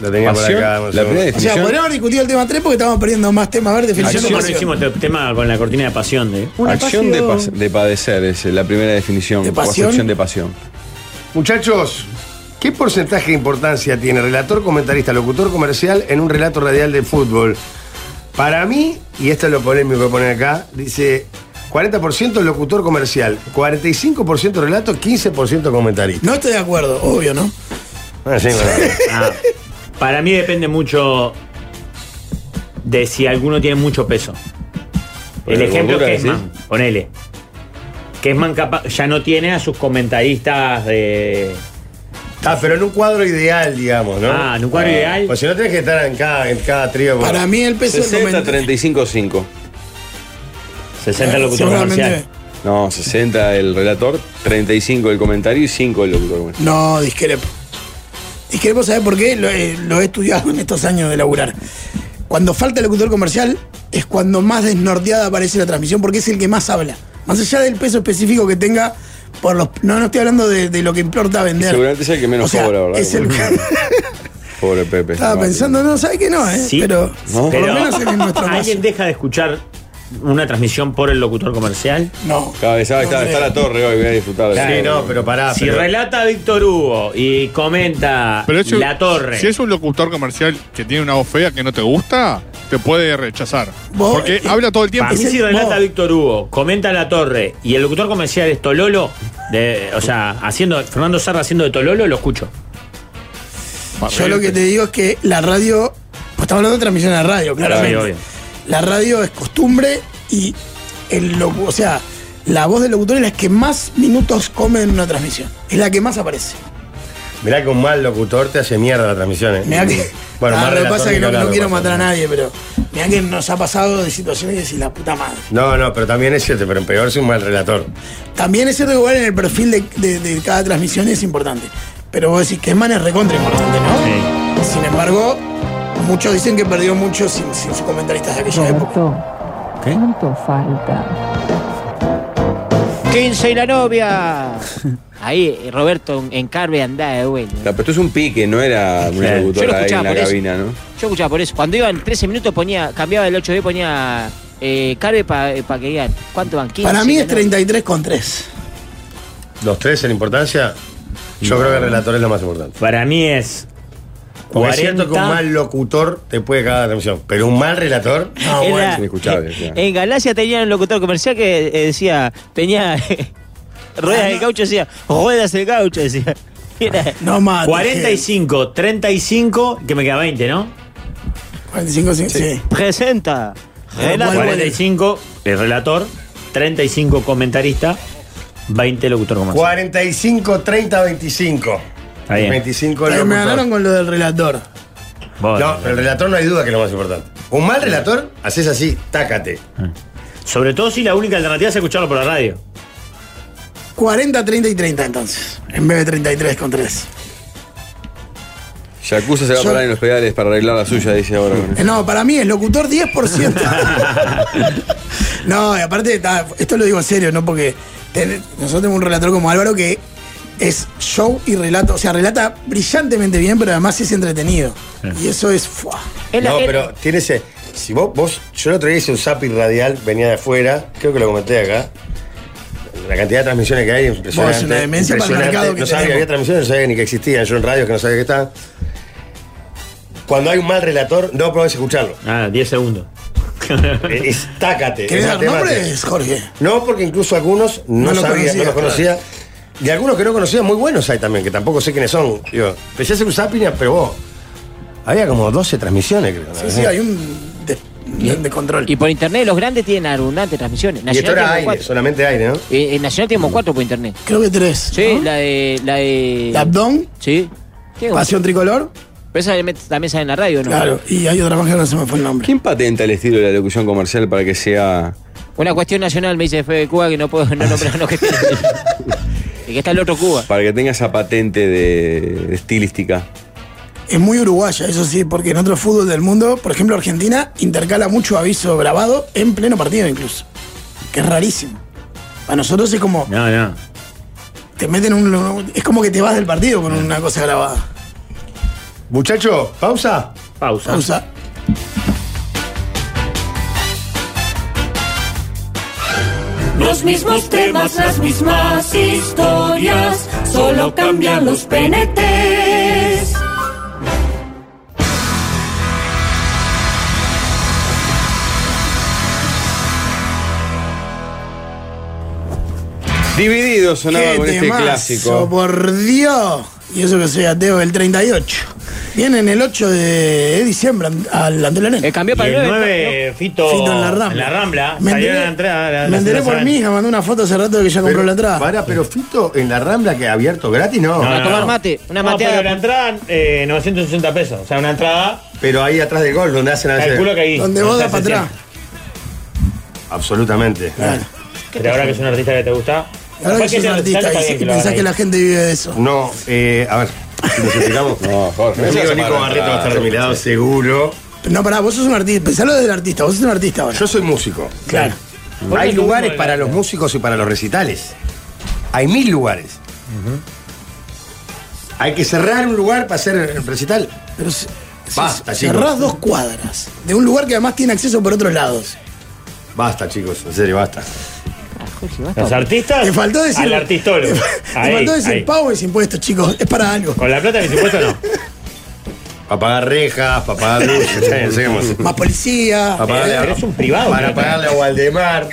S8: Lo tenía
S2: Pasión,
S8: por acá. vamos
S2: la
S8: a ver.
S2: primera
S6: O sea, podríamos discutir el tema 3 porque estamos perdiendo más temas. A ver, definición de
S2: Acción, no
S6: pasión.
S2: hicimos este tema con la cortina de pasión de.
S5: acción de, pas- de padecer es la primera definición.
S8: ¿De
S5: o
S8: pasión?
S5: acepción de pasión.
S8: Muchachos, ¿qué porcentaje de importancia tiene relator, comentarista, locutor comercial en un relato radial de fútbol? Para mí, y esto es lo polémico que ponen acá, dice 40% locutor comercial, 45% relato, 15% comentarista.
S6: No estoy de acuerdo, obvio, ¿no?
S8: Ah, sí, bueno.
S2: Ah, para mí depende mucho de si alguno tiene mucho peso. El
S8: Eh,
S2: ejemplo
S8: gordura,
S2: es Kesman, ponele. Kesman capa- ya no tiene a sus comentaristas de.
S8: Ah, pero en un cuadro ideal, digamos, ¿no?
S2: Ah, en un cuadro ideal.
S8: Pues si no tenés que estar en cada, en cada trío. pues.
S5: 60, 35, 5.
S2: 60 locutor
S6: Seguramente.
S2: comercial.
S5: No, 60 el relator, 35 el comentario y 5 el locutor comercial.
S6: No, discrepo. Discrepo, ¿sabes por qué? Lo, he- lo he estudiado en estos años de laburar. Cuando falta el locutor comercial es cuando más desnorteada aparece la transmisión porque es el que más habla. Más allá del peso específico que tenga por los... No, no estoy hablando de, de lo que importa vender.
S5: Seguramente es el que menos
S6: O sea,
S5: cobra, ¿verdad? Pues,
S6: es el que
S5: Pobre Pepe.
S6: estaba
S5: No,
S6: pensando, no, ¿sabes que no? Eh?
S2: Sí,
S6: Pero
S2: ¿no?
S6: por
S2: pero-
S6: lo menos en nuestro caso.
S2: ¿Alguien deja de escuchar una transmisión por el locutor comercial?
S6: No.
S5: Cada vez, ah, está, está la torre hoy, voy a disfrutar de
S2: Claro.
S5: eso.
S2: Si relata Víctor Hugo y comenta
S9: Pero eso-
S2: La Torre.
S9: Si es un locutor comercial que tiene una voz fea que no te gusta, te puede rechazar.
S2: Vos-
S9: Porque habla todo el tiempo.
S2: Para mí, si relata Víctor Hugo, comenta La Torre y el locutor comercial es Tololo, de- o sea, haciendo Fernando Serra haciendo de Tololo, lo escucho.
S6: Yo
S9: eh,
S6: lo que te digo es que la radio. Pues estamos hablando de transmisión a radio, claramente.
S2: Obvio, obvio.
S6: La radio es costumbre y el locu- o sea, la voz del locutor es la que más minutos come en una transmisión. Es la que más aparece.
S8: Mirá que un mal locutor te hace mierda la transmisión, ¿eh?
S6: Mirá que-
S8: Bueno,
S6: Ah,
S8: mal
S6: lo que
S8: relator
S6: pasa es
S8: ni
S6: que no,
S8: hablar,
S6: no
S8: lo
S6: quiero
S8: pasa.
S6: matar a nadie, pero mirá que nos ha pasado de situaciones que decís la puta madre.
S8: No, no, pero también es cierto, pero peor es un mal relator.
S6: También es cierto que igual en el perfil de, de- de cada transmisión es importante. Pero vos decís que Man es recontra importante, ¿no? Sin embargo, muchos dicen que perdió mucho sin, sin sus comentaristas de aquella época.
S16: ¿cuánto falta?
S10: 15 y la novia. Ahí, Roberto, en Carve andaba, eh, güey.
S5: Claro, pero esto es un pique, no era
S10: Claro. Yo
S5: una
S10: lo
S5: locutora ahí
S10: escuchaba
S5: en la
S10: por eso.
S5: cabina, ¿no?
S10: Yo escuchaba por eso. Cuando iban 13 minutos ponía, cambiaba el 8B, ponía eh, Carve para que digan, ¿cuánto van? 15.
S6: Para mí es
S10: ¿no?
S6: 33 con 3.
S8: ¿Los tres en importancia? Yo creo que el relator es lo más importante.
S2: Para mí es.
S8: Porque es cierto que un
S10: 40.
S8: mal locutor te puede cagar la transmisión, pero un mal relator.
S2: Ah,
S10: No, Era- bueno.
S8: Inescuchable, claro.
S10: En Galacia tenía un locutor comercial que eh, decía, tenía
S6: Ah,
S10: ruedas del caucho, decía, ruedas del caucho, decía. Era-
S6: No más.
S2: 45, 35, que me queda 20, ¿no? Eh,
S6: 45, sí. sí.
S10: Presenta. Relata.
S2: 45, el relator, 35 comentarista, 20 locutor comercial.
S8: 45, 30, 25.
S2: Está bien.
S8: 25
S6: Pero
S8: locutor.
S6: me ganaron con lo del relator.
S8: No, pero el relator no hay duda que es lo más importante. Un mal relator, haces así, tácate.
S2: Ah. Sobre todo si la única alternativa es escucharlo por la radio.
S6: 40, 30 y 30 entonces. En vez de 33 con 3.
S5: Yakuza se va a
S6: Yo-
S5: parar en los pedales para arreglar la suya, dice ahora. con
S6: Eh, No, para mí es locutor 10%. no, y aparte, ta, esto lo digo en serio, ¿no? Porque ten- nosotros tenemos un relator como Álvaro que es show y relato. O sea, relata brillantemente bien, pero además es entretenido. Y eso es... fuá.
S8: No, pero tiene ese. Si vos, vos, yo el otro día hice un zapping radial, venía de afuera, creo que lo comenté acá. La cantidad de transmisiones que hay es impresionante.
S6: Vos, es una demencia para el
S8: impresionante.
S6: mercado que
S8: No sabía que
S6: tenemos.
S8: había transmisiones, no sabía ni que existían. Yo en radios que no sabía que estaban. Cuando hay un mal relator, no probés escucharlo.
S2: Ah, 10 segundos.
S8: Es, tácate.
S2: ¿Querés
S8: Eh, es
S2: dar
S8: matemática.
S2: nombres,
S6: Jorge?
S8: No, porque incluso algunos no,
S2: No lo
S8: sabía,
S2: conocía,
S8: no los conocía. Y algunos que no conocía, muy buenos hay también, que tampoco sé quiénes son. Digo, empecé a hacer un zapping, pero vos. Había como 12 transmisiones, creo.
S6: Sí, sí, hay un... de- de control.
S10: Y por internet los grandes tienen abundantes transmisiones.
S8: Y esto
S10: Nacional
S8: era
S10: tenemos
S8: aire,
S10: cuatro.
S8: solamente aire, ¿no?
S10: Eh, en Nacional tenemos cuatro por internet.
S6: Creo que tres.
S10: Sí, la de. La de.
S6: ¿La Abdón?
S10: Sí. ¿Qué?
S6: ¿Pasión tricolor?
S10: Pero esa también- también sale en la radio, ¿no?
S6: Claro, y hay otra más que no se me fue el nombre.
S5: ¿Quién patenta el estilo de la locución comercial para que sea.
S10: Una cuestión nacional me dice Fede de Cuba que no puedo no nombrar no que Y que está el otro Cuba.
S5: Para que tenga esa patente de, de estilística.
S6: Es muy uruguaya, eso sí, porque en otro fútbol del mundo, por ejemplo Argentina, intercala mucho aviso grabado en pleno partido incluso. Que es rarísimo. Para nosotros es como,
S2: No, no.
S6: te meten un... Es como que te vas del partido con una cosa grabada.
S8: Muchacho, pausa.
S2: Pausa.
S6: Pausa.
S4: Los mismos temas, las mismas historias, solo cambian los penetes.
S5: Dividido sonaba
S6: ¡Qué
S5: con este
S6: temazo,
S5: clásico.
S6: por Dios! Y eso que soy ateo del 38. Vienen el 8 de diciembre an- al Antelanés.
S10: cambió
S2: Y Eh, el 9, Fito,
S6: Fito en la Rambla. Me
S2: salió
S6: enteré-
S2: la entrada. la-
S6: Me
S2: la-
S6: enteré
S2: la-
S6: por mí, me mandó una foto hace rato de que ya compró la entrada.
S8: Para, pero Fito, en la Rambla que ha abierto gratis, no.
S2: No, no, no. No,
S8: mateada.
S2: pero la entrada, eh, 960 pesos. O sea, una entrada.
S8: Pero ahí atrás del gol, donde hacen a veces.
S2: Calculo que ahí. Donde vos das para atrás.
S8: Absolutamente.
S2: Pero ahora que es un artista que te gusta.
S6: Ahora que
S2: Capaz
S6: sos
S2: te-
S6: un artista
S2: sale
S6: y,
S2: para bien
S6: y
S2: lo
S6: pensás
S2: hagan
S6: que
S2: ahí.
S6: la gente vive de eso.
S8: No, eh, a ver, si nos explicamos. no, Jorge. Mi amigo
S6: Esa
S8: Nico
S6: para
S8: Barreto va a estar
S6: atrás.
S8: de mi lado, seguro.
S6: No, pará, vos sos un artista. Pensalo desde el artista, vos sos un artista ahora.
S8: Yo soy músico.
S6: Claro.
S8: Hay lugares para los músicos y para los recitales. Hay mil lugares. Hay que cerrar un lugar para hacer el recital.
S6: Pero
S8: Basta, chicos.
S6: Cerrás dos cuadras de un lugar que además tiene acceso por otros lados.
S8: Basta, chicos, en serio, basta.
S2: Los artistas.
S6: Te faltó decir.
S2: Al artistólogo.
S6: Te
S2: Ahí,
S6: faltó decir
S2: ahí.
S6: pago es impuesto, chicos. Es para algo.
S2: Con la plata de mis impuestos no.
S8: Para pagar rejas, para pagar luces, está bien, seguimos.
S6: Más policía. eh,
S8: Para pagarle a-
S2: Pero es un privado.
S8: Para pagarle a Waldemar.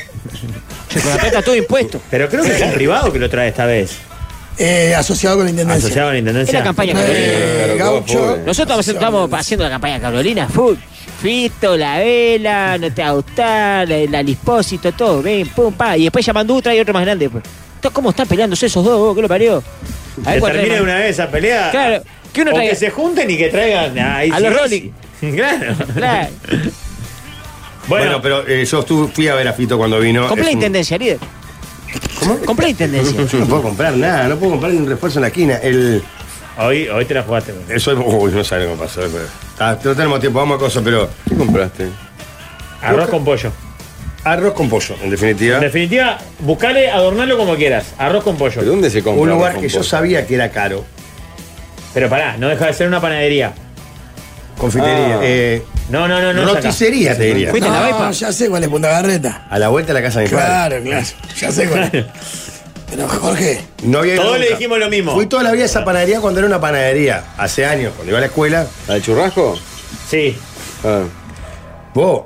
S10: Con la plata todo impuesto.
S2: Pero creo que es un privado que lo trae esta vez.
S6: Eh, asociado con la intendencia.
S2: Asociado a la intendencia.
S10: Es la campaña
S2: Eh,
S10: carolina.
S2: gaucho.
S10: Nosotros estamos haciendo la campaña carolina. Full. Fito, la vela, no te va a gustar, la, la Lispósito, todo. Ven, pum, pa. Y después llamando otra y otro más grande. pues. Esto, ¿Cómo están peleándose esos dos? vos? ¿Qué lo parió? A ver
S2: Que
S10: cuál trae
S2: termine
S10: más.
S2: de una vez esa pelea.
S10: Claro, que uno
S2: o
S10: traiga-
S2: que se junten y que traigan ahí
S10: A
S2: sí,
S10: los
S2: sí.
S10: Rolling.
S2: Claro.
S10: Claro.
S8: Bueno, pero eh, yo estuve- fui a ver a Fito cuando vino.
S10: Compré la
S8: Es un-
S10: intendencia, líder.
S8: ¿Cómo?
S10: Compré la intendencia.
S8: No puedo comprar nada, no puedo comprar ni un refuerzo en la esquina. El...
S2: Hoy, hoy te la jugaste. pues.
S8: Eso es. Uy, no sabe cómo pasó. pero- Ah, No tenemos tiempo, vamos a cosas, pero.
S5: ¿Qué compraste?
S2: Arroz con pollo.
S8: Arroz con pollo, en definitiva.
S2: En definitiva, buscale, adornarlo como quieras. Arroz con pollo.
S5: dónde se
S8: un lugar que yo sabía que era caro.
S2: Pero pará, no deja de ser una panadería.
S8: Confitería.
S2: Ah.
S8: Eh, Ah.
S2: No, no, no, no. es acá.
S8: roticería, te diría.
S6: no, ya sé cuál es Punta Garreta.
S8: A la vuelta de la casa de mi padre.
S6: Claro, claro.
S5: Pues
S6: Ya sé cuál es. Pero Jorge,
S8: No había ido
S2: Todos le
S8: nunca.
S2: dijimos lo mismo.
S8: Fui toda la vida
S5: Ah.
S8: a esa panadería cuando era una panadería. Hace años, cuando iba a la escuela. Ah.
S5: ¿La de churrasco?
S2: Sí.
S8: Vos.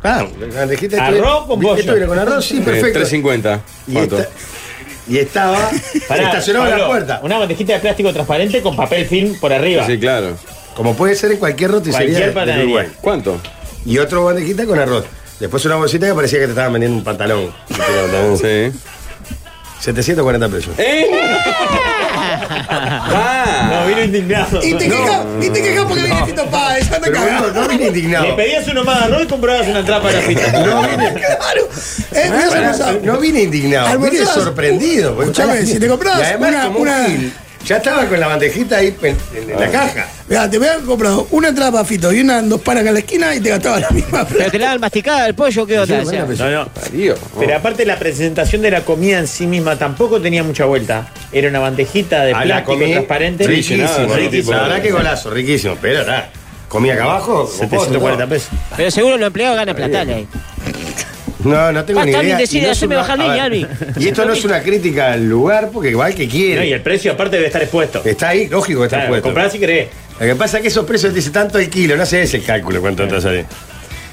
S8: Claro, dijiste
S2: Arroz con
S8: ¿viste
S2: pollo.
S8: que era con arroz, sí, perfecto.
S5: 350.
S8: Y
S5: Eh, ¿Cuánto?
S8: esta- Y estaba estacionado en la
S2: Pablo,
S8: puerta.
S2: Una bandejita de plástico transparente con papel film por arriba.
S5: Sí, claro.
S8: Como puede ser en cualquier roticería
S2: Cualquier
S8: de- del
S2: panadería.
S8: Uruguay.
S5: ¿Cuánto?
S8: Y otra bandejita con arroz. Después una bolsita que parecía que te estaban vendiendo un pantalón.
S5: sí.
S8: 740 pesos.
S2: Ah. No, vino indignado.
S6: Y te quejas, y te quejas porque viene Fito Páez, anda
S8: Pero
S6: cagado.
S8: bueno, no vine
S2: Le
S8: indignado.
S2: pedías uno más de arroz y Ah, comprabas una entrada para pita.
S8: No vine,
S6: Eh, mirá,
S8: pará,
S6: se nos-
S8: no vine indignado, vine
S6: Almorzás.
S8: sorprendido. porque
S6: Escuchame,
S8: estaba-
S6: si te comprabas
S8: y además
S6: una-
S8: como un
S6: una- Ah.
S8: gil, Ya estaba con la bandejita ahí pen- en, en la caja.
S6: Mirá, te habían comprado una entrada para Fito y una dos para acá en la esquina y te gastabas la misma
S10: Pero
S6: plata.
S10: te la dan masticada el pollo, ¿qué onda?
S8: Sí,
S10: O sea,
S8: bueno,
S2: No, no.
S5: Parió.
S2: Pero aparte la presentación de la comida en sí misma tampoco tenía mucha vuelta. Era una bandejita de
S8: Ah, la
S2: plástico
S8: comí,
S2: transparente.
S8: Riquísimo,
S2: Riquísimo.
S8: riquísimo. La verdad que golazo, riquísimo. Pero nada, comí acá abajo. con postre,
S2: 740 pesos.
S10: pero seguro los empleados ganan platales ahí.
S8: todo. No, no tengo
S10: Ah,
S8: ni
S10: está
S8: idea.
S10: bien, decide,
S8: y no es
S10: haceme
S8: una-
S10: bajar
S8: a
S10: línea,
S8: ver,
S10: Albi.
S8: Y esto no es una crítica al lugar, porque va el que
S2: No, y
S8: quiere.
S2: el precio aparte debe estar expuesto.
S8: Está ahí, lógico que está
S2: Claro,
S8: puesto.
S2: comprás si querés.
S8: Lo que pasa es que esos precios te dice tanto el kilo, no sé ese cálculo cuánto te sale.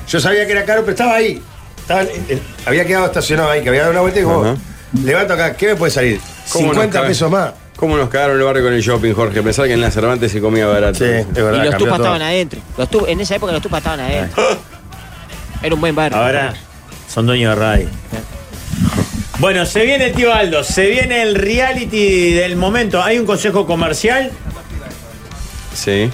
S8: Yo sabía que era caro, pero estaba ahí. Estaba- eh, eh, había quedado estacionado ahí, que había dado una vuelta y digo, levanto acá, ¿qué me puede salir?
S5: ¿Cómo nos
S8: 50
S5: cabe?
S8: pesos más.
S5: ¿Cómo nos cagaron el barrio con el shopping, Jorge? Pensar que en las Cervantes se comía barato. Sí, es
S10: Y los tupas estaban adentro. Los tu- en esa época los tupas estaban adentro. Era un buen barrio.
S2: Ahora son dueños de radio. Bueno, se viene Tibaldo, se viene el reality del momento. Hay un consejo comercial.
S5: Sí.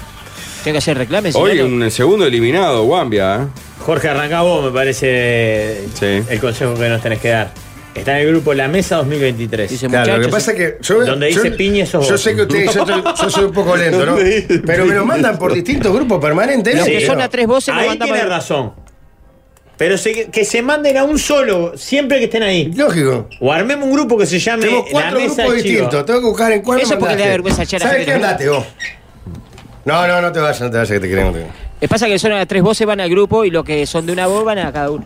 S10: Tiene que hacer reclames.
S5: Hoy un segundo eliminado, Guambia. ¿eh?
S2: Jorge, arranca vos, me parece el consejo que nos tenés que dar. Está en el grupo La Mesa 2023.
S8: Claro, lo que pasa es que yo,
S2: donde
S8: yo-
S2: dice piñe sos
S8: yo
S2: vos.
S8: sé que ustedes, yo, yo soy un poco lento, ¿no?
S2: Donde dice
S8: Pero me lo
S2: piñe
S8: mandan
S2: sos
S8: por
S2: vos.
S8: distintos grupos permanentes. ¿no?
S2: Sí.
S8: Pero-
S2: Ahí tiene razón. Pero se- que- que se manden a un solo, siempre que estén ahí.
S8: Lógico.
S2: O armemos un grupo que se llame
S8: Tengo
S2: La
S8: cuatro
S2: Mesa
S8: grupos
S2: del Chivo.
S8: distintos. Tengo que buscar en cuál
S10: Eso porque
S8: mandaste.
S10: le da vergüenza echar a
S8: ¿Sabes
S10: gente
S8: qué
S10: que-
S8: andate vos? No, no, no te vayas, no te vayas, que te queremos.
S10: Es pasa que son a tres voces van al grupo y los que son de una voz van a cada uno.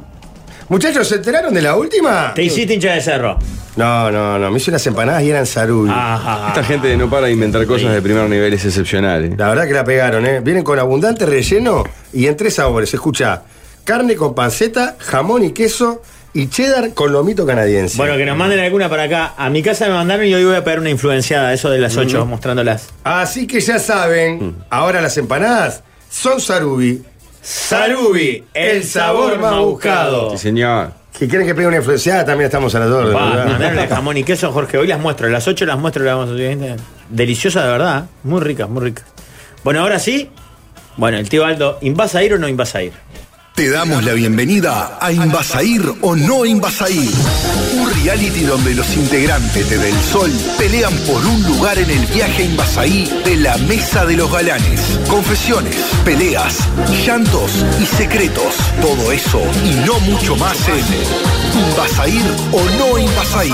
S8: Muchachos, ¿se enteraron de la última?
S2: Te hiciste hincha de cerro.
S8: No, no, no. Me hice unas empanadas y eran sarubi.
S5: Esta gente no para de inventar cosas de primer nivel, es excepcional. ¿eh?
S8: La verdad que la pegaron, ¿eh? Vienen con abundante relleno y en tres sabores. Escucha, carne con panceta, jamón y queso y cheddar con lomito canadiense.
S2: Bueno, que nos manden alguna para acá. A mi casa me mandaron y hoy voy a pegar una influenciada, eso de las 8,
S8: Mm.
S2: mostrándolas.
S8: Así que ya
S2: Mm.
S8: saben, ahora las empanadas son sarubi. Sarubi, el sabor más buscado.
S5: Sí, señor.
S8: Si quieren que pegue una influenciada, también estamos a la torre.
S2: Pa,
S8: ¿verdad?
S2: mandaron el jamón y queso, Jorge. Hoy las muestro, a las 8 las muestro. Las vamos a subir. Deliciosa, de verdad. ¿eh? Muy ricas, muy ricas. Bueno, ahora sí. Bueno, el tío Aldo, ¿invas a ir o no invas a ir?
S17: Te damos la bienvenida a Invasair o no Invasair. Un reality donde los integrantes de Del Sol pelean por un lugar en el viaje a Invasaí de la mesa de los galanes. Confesiones, peleas, llantos y secretos. Todo eso y no mucho más en Invasair o no Invasair.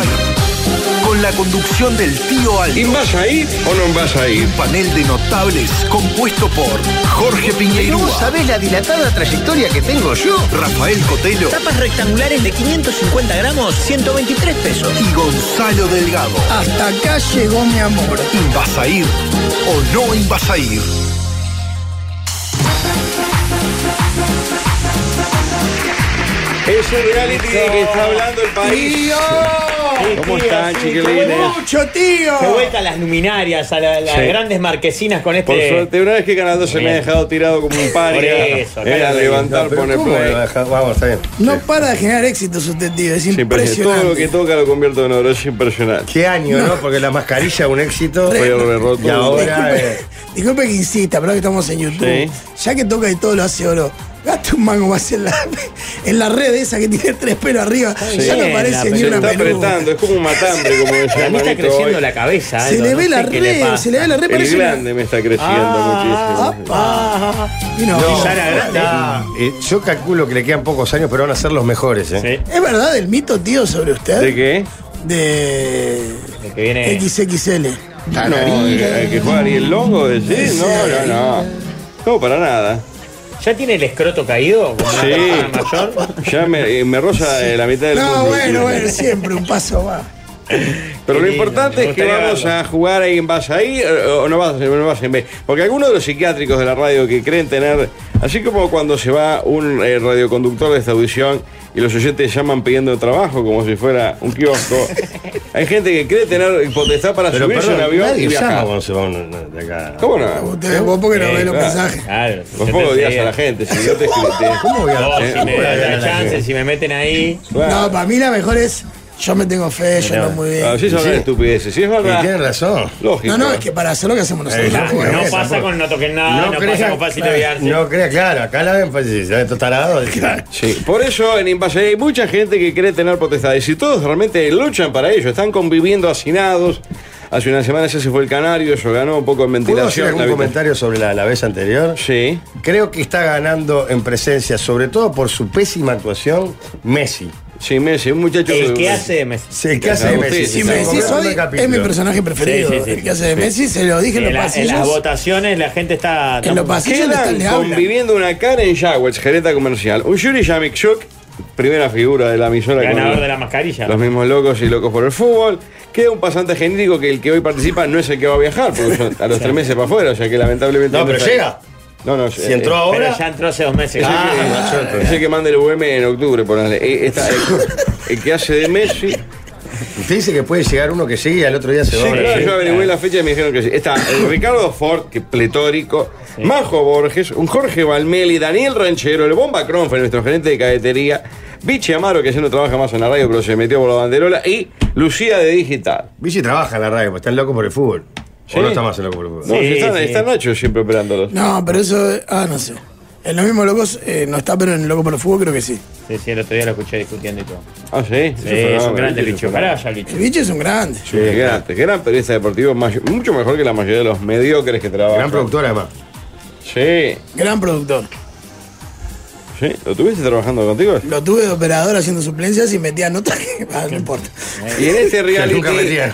S17: Con la conducción del tío Aldo.
S5: ¿Invasair o no Invasair?
S17: Un panel de notables compuesto por Jorge Piñeirúa.
S8: sabés la dilatada trayectoria que tengo yo?
S17: Rafael Cotelo.
S18: Tapas rectangulares de 550 gramos, 123 pesos.
S17: y Gonzalo Delgado.
S6: Hasta acá llegó mi amor.
S17: ¿Invasair o no Invasair?
S5: Es el reality que está hablando el país. ¿Cómo están, chiquilines?
S6: ¡Mucho, tío!
S2: De vuelta a las luminarias, a la- a las
S5: Sí.
S2: grandes marquesinas con
S5: Por
S2: este.
S5: suerte, una vez que Canal 12 me ha dejado tirado como un par.
S2: Por eso, acá
S5: Era
S2: no-
S5: levantar,
S2: no, pero
S5: poner
S2: ¿cómo
S5: play.
S2: lo
S8: Vamos, está bien.
S6: No para de generar éxitos usted, tío. Es
S5: Impresionante.
S6: impresionante.
S5: Todo lo que toca lo convierto en oro, es impresionante.
S8: ¿Qué año, no? Porque la mascarilla un éxito.
S5: Fue roto.
S8: Y ahora.
S6: Disculpe,
S8: eh,
S6: disculpe que insista, pero ahora que estamos en YouTube. Ya que toca y todo lo hace oro. Gaste un mango más en la, en la red esa que tiene tres pelos arriba.
S5: Sí.
S6: ya no parece ni
S5: Se
S6: una
S5: está
S6: peluca.
S5: apretando, es como un matambre, como decía
S2: A mí está
S5: Manito
S2: creciendo
S5: hoy.
S2: la cabeza.
S6: Se
S2: Aldo,
S6: le
S2: no
S6: ve
S2: sé
S6: la
S2: qué
S6: re,
S2: pasa. Ah,
S6: se le ve la re,
S5: El
S6: parece
S5: grande me está creciendo muchísimo.
S6: Ah, Y no.
S8: no,
S6: Sara Grande.
S8: está, eh, yo calculo que le quedan pocos años, pero van a ser los mejores. ¿eh?
S6: ¿Es verdad el mito, tío, sobre usted?
S8: ¿De
S5: qué?
S6: De
S2: que viene.
S6: XXL.
S5: No, el que juega ni el longo, decís. No, no, no. No, para nada.
S2: ¿Ya tiene el escroto caído? Como una
S5: Sí.
S2: persona mayor.
S5: Ya me, eh, me roza eh, la mitad del
S6: No,
S5: mundo.
S6: bueno, bueno, siempre un paso más.
S5: Pero lo
S6: Qué lindo, me
S5: importante es que
S6: gustaría
S5: vamos a jugar ahí en base ahí eh, o no vas, no vas en B. Porque algunos de los psiquiátricos de la radio que creen tener, así como cuando se va un eh, radioconductor de esta audición y los oyentes llaman pidiendo trabajo como si fuera un kiosco, hay gente que cree tener potestad para
S8: Pero
S5: subirse a un
S8: perdón,
S5: avión y
S8: nadie llama
S5: viajar.
S8: cuando se va uno de acá.
S5: ¿Cómo no?
S6: Usted, vos porque no
S5: Eh,
S6: ve los
S5: claro.
S6: mensajes.
S2: Claro.
S5: Vos vos odias a la gente, si yo te
S8: ¿Cómo voy a-
S2: Oh,
S5: Eh,
S2: si me
S5: ¿cómo voy a
S2: dan
S5: ganar
S2: la
S5: la
S2: chance,
S5: gente?
S2: si me meten ahí.
S6: No, para mí la mejor es yo me tengo fe, yo ando muy bien.
S5: Ah, sí, son estupideces, sí es verdad.
S8: Y tiene razón.
S5: Lógico.
S6: No, no, es que para hacer lo que hacemos nosotros.
S8: Exacto.
S6: tampoco.
S2: Eh, No
S8: Esa,
S2: pasa
S8: por-
S2: con no toquen nada, no,
S8: creas-
S2: pasa con fácil de
S8: claro,
S2: viarse.
S8: No creas, claro, acá la ven fácil, ya estos tarados. claro.
S5: Sí, por eso en Invasor hay mucha gente que cree tener potestades y todos realmente luchan para ello, están conviviendo hacinados. Hace una semana ya se fue el canario, eso ganó un poco en
S8: ¿Puedo hacer
S5: ventilación.
S8: algún
S5: la habitación.
S8: comentario sobre la, la vez anterior?
S5: Sí.
S8: Creo que está ganando en presencia, sobre todo por su pésima actuación, Messi.
S5: Sí, Messi, un muchacho.
S2: El que hace de Messi.
S8: Sí, el que hace de Messi.
S6: Si me decís hoy, es mi personaje preferido. El que hace de Messi, se lo dije en
S2: en,
S6: los
S2: la- en las
S6: pasillos.
S2: votaciones la gente está. está muy-
S5: Quedan conviviendo una cara en Jaguars, gerenta comercial. Un Yuri Yamikchuk, primera figura de la emisora. con
S2: Ganador
S5: los-
S2: de la mascarilla.
S5: Los mismos locos y locos por el fútbol. Queda un pasante genérico que el que hoy participa no es el que va a viajar, porque son a los tres meses para afuera, o sea que lamentablemente.
S8: No, pero
S5: está-
S8: llega.
S5: No, no, eh, eh,
S2: Pero ya entró Ah. hace dos meses.
S5: Ah. Ese E, que, es el que manda el UM en octubre, ponele. Eh, está el, el que hace de Messi.
S8: Usted dice que puede llegar uno que llegue y al otro día se
S5: Sí,
S8: va.
S5: claro, yo
S2: Ah.
S5: averigüé la fecha y me dijeron que sí. Está el Ricardo Ford, que pletórico, Majo Borges, un Jorge Valmeli, Daniel Ranchero, el Bomba Cronfer, nuestro gerente de cadetería, Vichy Amaro, que ya no trabaja más en la radio, pero se metió por la banderola, y Lucía de Digital.
S8: Vichy trabaja en la radio, está loco por el fútbol.
S5: ¿Sí?
S8: O no está más loco por el fútbol.
S5: No, si está, está Nacho siempre operándolos.
S6: No, pero eso. Ah, no sé. En los mismos locos eh, no está, pero en Loco por el Fútbol creo que sí.
S2: Sí, sí, el otro día lo escuché discutiendo y todo.
S5: Ah, sí.
S2: Sí, es un grande bicho. Ojalá haya bicho.
S6: El bicho es un grande.
S5: Sí, es grande, gran periodista deportivo, may- mucho mejor que la mayoría de los mediocres que trabajan. Gran
S8: productor, además.
S5: Sí.
S6: Gran productor.
S5: ¿Sí? ¿Lo tuviste trabajando contigo?
S6: Lo tuve de operador haciendo suplencias y metía notas que. Ah, no importa.
S5: Y en este reality
S6: Nunca metía.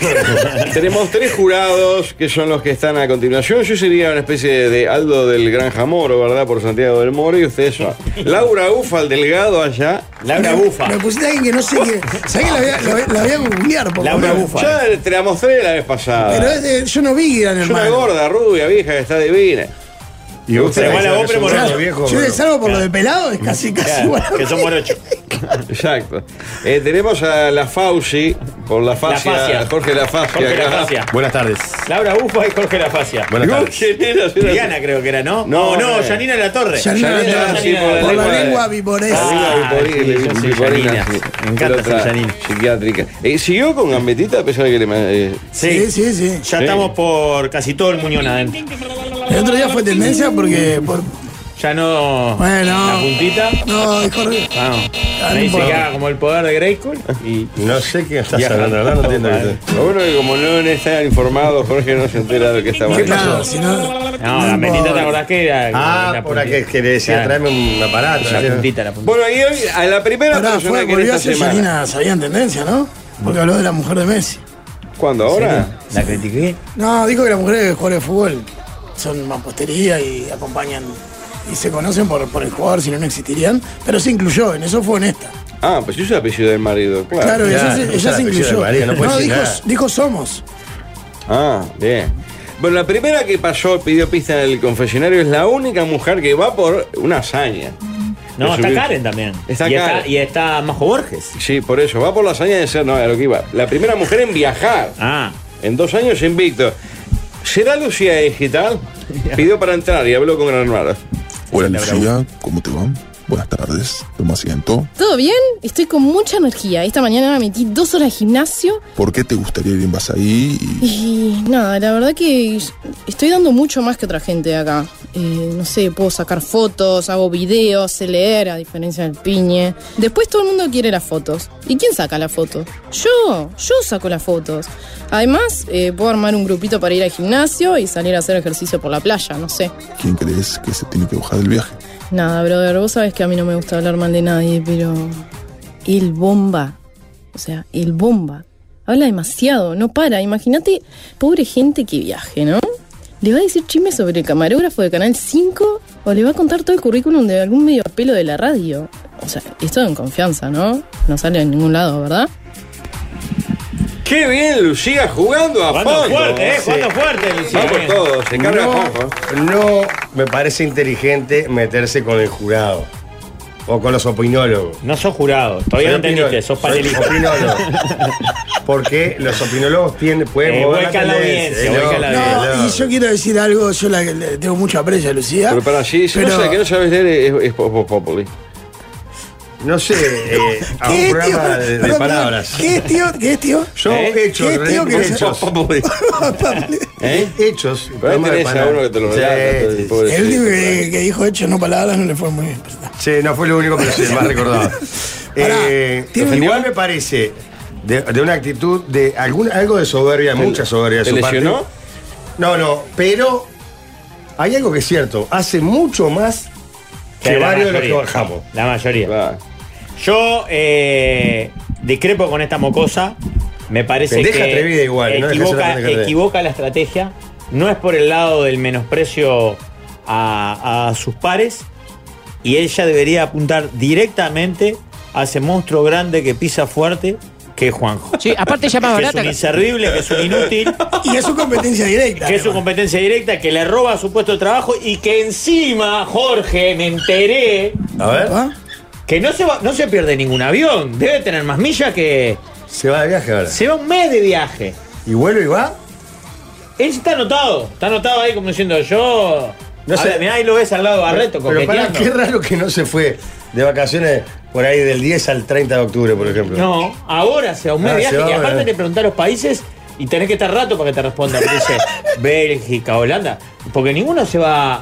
S5: tenemos tres jurados que son los que están a continuación. Yo sería una especie de Aldo del Gran Jamoro, ¿verdad? Por Santiago del Moro y ustedes son Laura Ufa, el delgado allá.
S6: Me- Me pusiste a alguien que no sé qué. ¿Sabés que la voy a, la voy a- la voy a googlear? por favor?
S5: Ya te la mostré la vez pasada.
S6: Pero es de- yo no vi Gran
S5: es una
S6: Hermano.
S5: gorda, rubia, vieja que está divina.
S8: Y
S5: gusta
S2: Pero igual a
S5: decir
S2: vos,
S5: que
S2: pero
S5: son
S2: morocho.
S5: gordos, viejos,
S6: Yo le
S5: gordos.
S6: salvo por lo de pelado, es casi, casi
S5: Claro,
S6: igual.
S5: que somos ocho. Exacto. Eh, tenemos a la Fauci, por la fascia,
S2: fascia.
S5: Jorge la fascia.
S2: Jorge La
S5: acá.
S2: Fascia.
S8: Buenas tardes.
S2: Laura Ufa y Jorge La Facia.
S5: Buenas tardes.
S2: Diana creo que era, ¿no?
S5: No,
S2: No,
S5: no
S2: no, eh.
S5: era.
S2: Janina La Torre.
S5: Yanina La Torre, sí, por la
S6: Por la
S5: lengua de-
S6: lengua viporesa.
S5: Ah, sí, yo soy
S2: Yanina.
S5: Yanina, sí.
S2: Me encanta
S5: Otra
S2: ser Yanina.
S5: Psiquiátrica. Eh, ¿Siguió con Gambetita a pesar de que le... ma- eh,
S2: Sí,
S6: sí, sí.
S2: Ya
S5: Sí.
S2: estamos por casi todo el Muñón adentro.
S6: El otro día fue tendencia porque. por-
S2: Ya no.
S6: Bueno.
S2: La puntita.
S6: No, Jorge.
S2: Vamos.
S6: Ah,
S2: Me
S6: no
S2: dice
S6: puedo.
S2: que haga como el poder de Grayskull y.
S8: No sé qué estás
S2: Viaja.
S8: hablando, la ¿verdad? No entiendo qué estás-
S5: Lo bueno es que como no está informado, Jorge no se entera de lo que está pasando.
S8: Claro,
S6: si no...
S2: No, la metita, ¿te acordás que era?
S8: Ah, por aquí que le decía, tráeme un aparato.
S2: La puntita, la puntita.
S5: Bueno, y hoy, a la primera
S6: Pará,
S5: persona
S6: fue,
S5: que en esta
S6: volvió a ser
S5: semana...
S6: Yanina Sabía en tendencia, ¿no? Porque habló de la mujer de Messi.
S5: ¿Cuándo? ¿Ahora?
S2: La critiqué.
S6: No, dijo que las mujeres que juegan de fútbol son mampostería y acompañan y se conocen por, por el jugador, si no, no existirían. Pero se incluyó, en eso fue honesta.
S5: Ah, pues yo soy el apellido del marido, claro.
S6: Claro, ella, se- ella se incluyó. dijo,
S5: nada.
S6: dijo somos.
S5: Ah, bien. Bueno, la primera que pasó, pidió pista en el confesionario, es la única mujer que va por una hazaña.
S2: No,
S5: De
S2: está
S5: subir-
S2: Karen también.
S5: Está
S2: y
S5: Karen.
S2: Está, y está Majo Borges.
S5: Sí, por eso, va por la hazaña de ser, no, a lo que iba. La primera mujer en viajar.
S2: Ah.
S5: En dos años invicto. ¿Será Lucía Digital? Pidió para entrar y habló con Gran Hermano.
S19: Hola Lucía, ¿cómo te va? Buenas tardes, toma asiento.
S20: ¿Todo bien? Estoy con mucha energía. Esta mañana me metí dos horas de gimnasio
S19: ¿Por qué te gustaría ir en Basaí? Y
S20: y nada, la verdad que estoy dando mucho más que otra gente de acá. Eh, no sé, puedo sacar fotos, hago videos, sé leer, a diferencia del piñe. Después todo el mundo quiere las fotos. ¿Y quién saca la foto? Yo, yo saco las fotos. Además, eh, puedo armar un grupito para ir al gimnasio y salir a hacer ejercicio por la playa, no sé.
S19: ¿Quién crees que se tiene que bajar del viaje?
S20: Nada, brother, vos sabés que a mí no me gusta hablar mal de nadie, pero. El bomba. O sea, el bomba. Habla demasiado, no para. Imagínate, pobre gente que viaje, ¿no? ¿Le va a decir chismes sobre el camarógrafo de Canal 5? ¿O le va a contar todo el currículum de algún medio pelo de la radio? O sea, esto en confianza, ¿no? No sale en ningún lado, ¿verdad?
S5: ¡Qué bien, Lucía, jugando a
S2: Jugando
S5: fondo!
S2: fuerte, eh, jugando
S5: Sí.
S2: fuerte, Lucía.
S5: Vamos todos, se carga
S8: no,
S5: Juanjo.
S8: no me parece inteligente meterse con el jurado. O con los opinólogos.
S2: No sos jurado, todavía no entendiste, sos panelista.
S8: opinólogo. Porque los opinólogos tienen, pueden
S2: Eh,
S8: mover
S2: vuelcan la audiencia,
S8: eh, no,
S2: vuelcan la
S8: no,
S6: No, y yo quiero decir algo, yo la, le tengo mucho aprecio a Lucía.
S5: Pero para, si, si no
S6: Pero-
S5: sé que no sabes leer, es, es Pop- Populi.
S8: No sé, eh, a un
S6: ¿Qué, tío?
S8: programa de, de
S6: Perdón,
S8: palabras.
S6: ¿Qué es, tío? ¿Qué es, tío?
S8: Yo
S2: ¿Eh?
S8: he hecho
S6: ¿Qué es, tío? Que se-
S8: hechos.
S2: ¿Eh?
S8: Hechos.
S5: Pero ahí tenés a uno que te lo relata, el pobre.
S6: El último que, que dijo hecho no palabras no le fue muy bien.
S8: Sí, no fue lo único, pero sí, el más recordado. Eh, igual me parece de, de una actitud de algún, algo de soberbia, mucha soberbia de
S5: te
S8: su parte.
S5: lesionó?
S8: No, no, pero hay algo que es cierto, hace mucho más que,
S2: la
S8: varios de los que
S2: mayoría.
S8: bajamos.
S2: La mayoría. Yo eh, discrepo con esta mocosa. Me parece
S8: Pendeja
S2: que
S8: atrevida igual, no deja de ser una
S2: equivoca,
S8: pendeja atrevida.
S2: equivoca la estrategia. No es por el lado del menosprecio a, a sus pares. Y ella debería apuntar directamente a ese monstruo grande que pisa fuerte, que es Juanjo.
S10: Sí, aparte ella es más
S2: que es
S10: barata.
S2: un inservible, que es un inútil.
S6: Y es su competencia directa.
S2: Que es su competencia directa, que le roba su puesto de trabajo y que encima, Jorge, me enteré.
S8: A ver.
S6: ¿Ah?
S2: Que no se, va- no se pierde ningún avión. Debe tener más millas que,
S8: Se va de viaje ahora.
S2: Se va un mes de viaje.
S8: ¿Y vuelve y va?
S2: Él sí está anotado. Está anotado ahí como diciendo yo.
S8: No
S2: No
S8: sé.
S2: sé. Mirá, ahí lo ves al lado de Barreto,
S8: Pero para,
S2: coqueteando.
S8: qué raro que no se fue de vacaciones por ahí del 10 al 30 de octubre, por ejemplo.
S2: No, ahora se va un mes
S8: Ah,
S2: de
S8: se
S2: viaje
S8: va,
S2: y aparte
S8: bueno.
S2: te preguntás los países y tenés que estar rato para que te respondan. porque Dice Bélgica, Holanda. Porque ninguno se va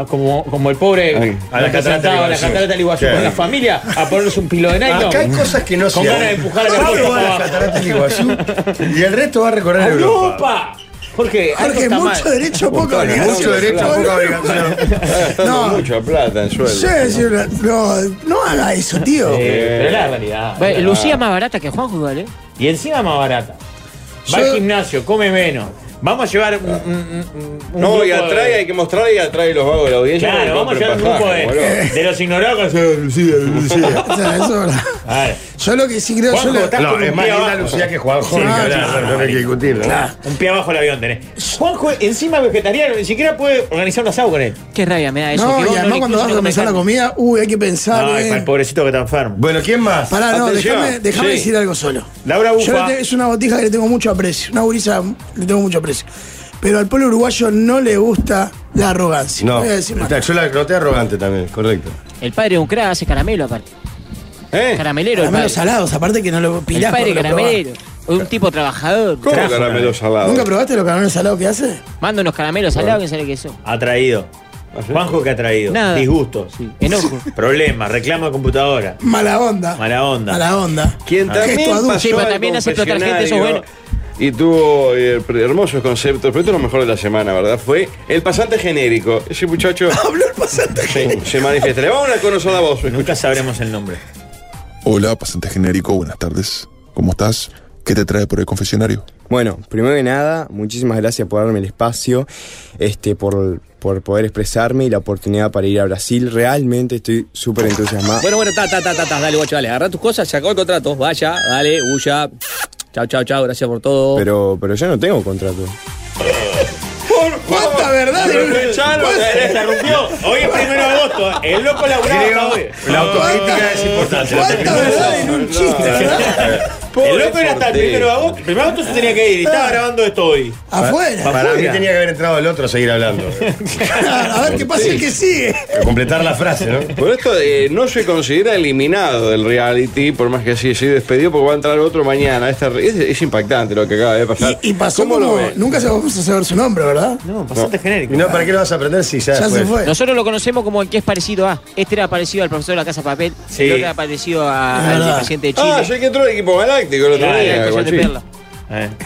S2: a. como, como el pobre
S8: Ay, a la
S2: representado
S8: Catarata del
S2: a la
S8: Iguazú.
S2: catarata del Iguazú
S8: Sí.
S2: con la familia a ponerse un pilo de nylon.
S8: Acá hay cosas que no se
S2: Con ganas de
S8: hacen.
S2: empujar a la
S8: Pablo
S2: puerta
S8: va a
S2: para
S8: las cataratas del Iguazú y el resto va a recorrer
S2: abajo.
S8: Europa.
S2: ¡Europa! Jorge, algo
S6: Jorge,
S2: está
S6: mucho
S2: mal.
S6: derecho, poca
S5: Claro,
S6: obligación.
S5: mucho derecho, poca obligación. Está gastando mucha plata en sueldo.
S6: Yo voy a decir una- no, no haga eso, tío.
S2: Sí, pero es la realidad.
S10: Bueno,
S2: Es la
S10: Lucía
S2: verdad.
S10: más barata que Juanjo, ¿vale?
S2: Y encima más barata. Va
S10: Yo-
S2: al gimnasio, come menos. Vamos a llevar un. un- un- un
S5: No,
S2: grupo
S5: y atrae,
S2: de-
S5: hay que mostrar y atrae los vagos de la audiencia. para que
S2: Claro, vamos a
S5: compren
S2: llevar un grupo
S5: pasaje,
S2: de,
S5: boludo.
S2: de los ignorados. Lucía, Lucía.
S6: O sea, eso es verdad. Yo lo que Eh, sí creo, yo lo-
S8: No, es más linda Lucía que Juanjo.
S6: Sí,
S8: ni que
S6: claro,
S8: hablar, no, no hay que discutirlo.
S2: Claro. Un pie abajo del avión tenés. Juanjo, encima vegetariano, ni siquiera puede organizar un asado con él.
S10: Qué rabia me da eso.
S6: No,
S10: que vos
S6: y además
S10: le
S6: cuando vas a
S10: incluyas
S6: comenzar la
S10: una
S6: comida, uy, hay que pensar.
S2: Ay,
S6: eh.
S2: para el pobrecito que está enfermo.
S8: Bueno, ¿quién más?
S6: Pará, no,
S2: Atención.
S6: déjame déjame
S2: Sí.
S6: decir algo solo.
S2: Laura
S6: Yo
S2: Bufa.
S6: le te- es una botija que le tengo mucho aprecio, una gurisa le tengo mucho aprecio. Pero al pueblo uruguayo no le gusta la arrogancia.
S8: No,
S6: Voy a decir más.
S8: está- yo la noté arrogante también, correcto.
S10: mecánica. El padre de un crack hace caramelo, aparte.
S5: ¿Eh?
S10: Caramelero, el padre.
S6: Caramelos salados, aparte que no lo
S10: El
S6: pirás
S10: padre
S6: por lo
S10: caramelo. Un tipo trabajador.
S5: ¿Cómo caramelo
S6: probado.
S5: salado?
S6: ¿Nunca probaste los caramelos salados que hace?
S10: Manda unos caramelos al lado, quién sabe qué son.
S2: Atraído.
S8: ¿Ah,
S2: Juanjo que ha traído.
S10: Nada.
S2: Disgusto.
S10: Enojo.
S2: Problemas, reclamo de computadora.
S6: Mala onda.
S2: Mala onda.
S6: Mala onda.
S5: Quien
S2: Ah.
S5: también
S6: Gesto adulto.
S5: pasó
S6: Sí, pero
S5: al
S6: también hace explotar gente, eso es
S5: confesionario Y tuvo eh, pre- hermosos conceptos, pero esto es lo mejor de la semana, ¿verdad? Fue el pasante genérico. Ese muchacho.
S6: Habló el pasante
S5: genérico. Se manifiesta. Le vamos a conocer la voz.
S2: Nunca sabremos el nombre.
S19: Hola, pasante genérico, buenas tardes. ¿Cómo estás? ¿Qué te trae por el confesionario?
S21: Bueno, primero que nada, muchísimas gracias por darme el espacio, este, por, por poder expresarme y la oportunidad para ir a Brasil. Realmente estoy súper entusiasmado.
S18: Bueno, bueno, ta, ta, ta, ta, ta, dale, guacho, dale. Agarra tus cosas, se acabó el contrato. Vaya, dale, huya. Chao, chao, chao, gracias por todo.
S21: Pero, pero yo no tengo contrato.
S6: ¿Cuánta verdad?
S2: Aprovechalo, se interrumpió. Hoy es primero de agosto. ¿eh? El loco laburaba hasta hoy.
S8: La autocrítica es importante.
S2: ¿Cuánta verdad en un chiste, El loco era hasta el
S8: Porteño.
S2: primero de agosto. El primero de agosto se tenía que ir. Y estaba grabando esto hoy.
S6: Afuera.
S8: Ah. Para mí tenía que haber entrado el otro a seguir hablando.
S6: A ver qué pasa el que sigue.
S8: Completar la frase, ¿no?
S5: Por esto eh, no se considera eliminado del reality, por más que sí, sí despedido, porque va a entrar otro mañana. Esta- es, es impactante lo que acaba de pasar.
S6: Y pasó
S5: ¿Cómo
S6: como.
S5: lo ves?
S6: Nunca se vamos a saber su nombre, ¿verdad?
S2: No, pasante genérico.
S8: Y no, ¿para qué lo vas a aprender si ya,
S6: Ya se fue.
S10: Nosotros lo conocemos como el que es parecido a. Este era parecido al profesor de la Casa Papel.
S2: Sí.
S10: El otro era parecido a-
S6: Es
S10: al
S6: verdad.
S10: paciente de Chile.
S5: Ah, ya que entró el equipo galáctico el otro
S10: Claro,
S5: día.
S10: el collar de
S5: guachín.
S10: perla.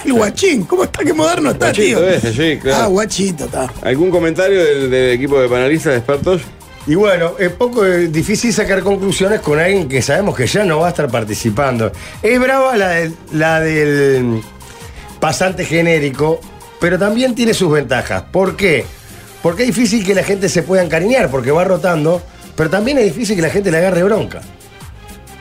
S6: El guachín. ¿Cómo está? Qué moderno está,
S5: Guachito
S6: tío.
S5: ese, sí, claro.
S6: Ah, guachito está.
S5: ¿Algún comentario del, del equipo de panelistas de expertos?
S8: Y bueno, es poco eh, difícil sacar conclusiones con alguien que sabemos que ya no va a estar participando. Es brava la del, la del pasante genérico, pero también tiene sus ventajas. ¿Por qué? Porque es difícil que la gente se pueda encariñar, porque va rotando, pero también es difícil que la gente le agarre bronca.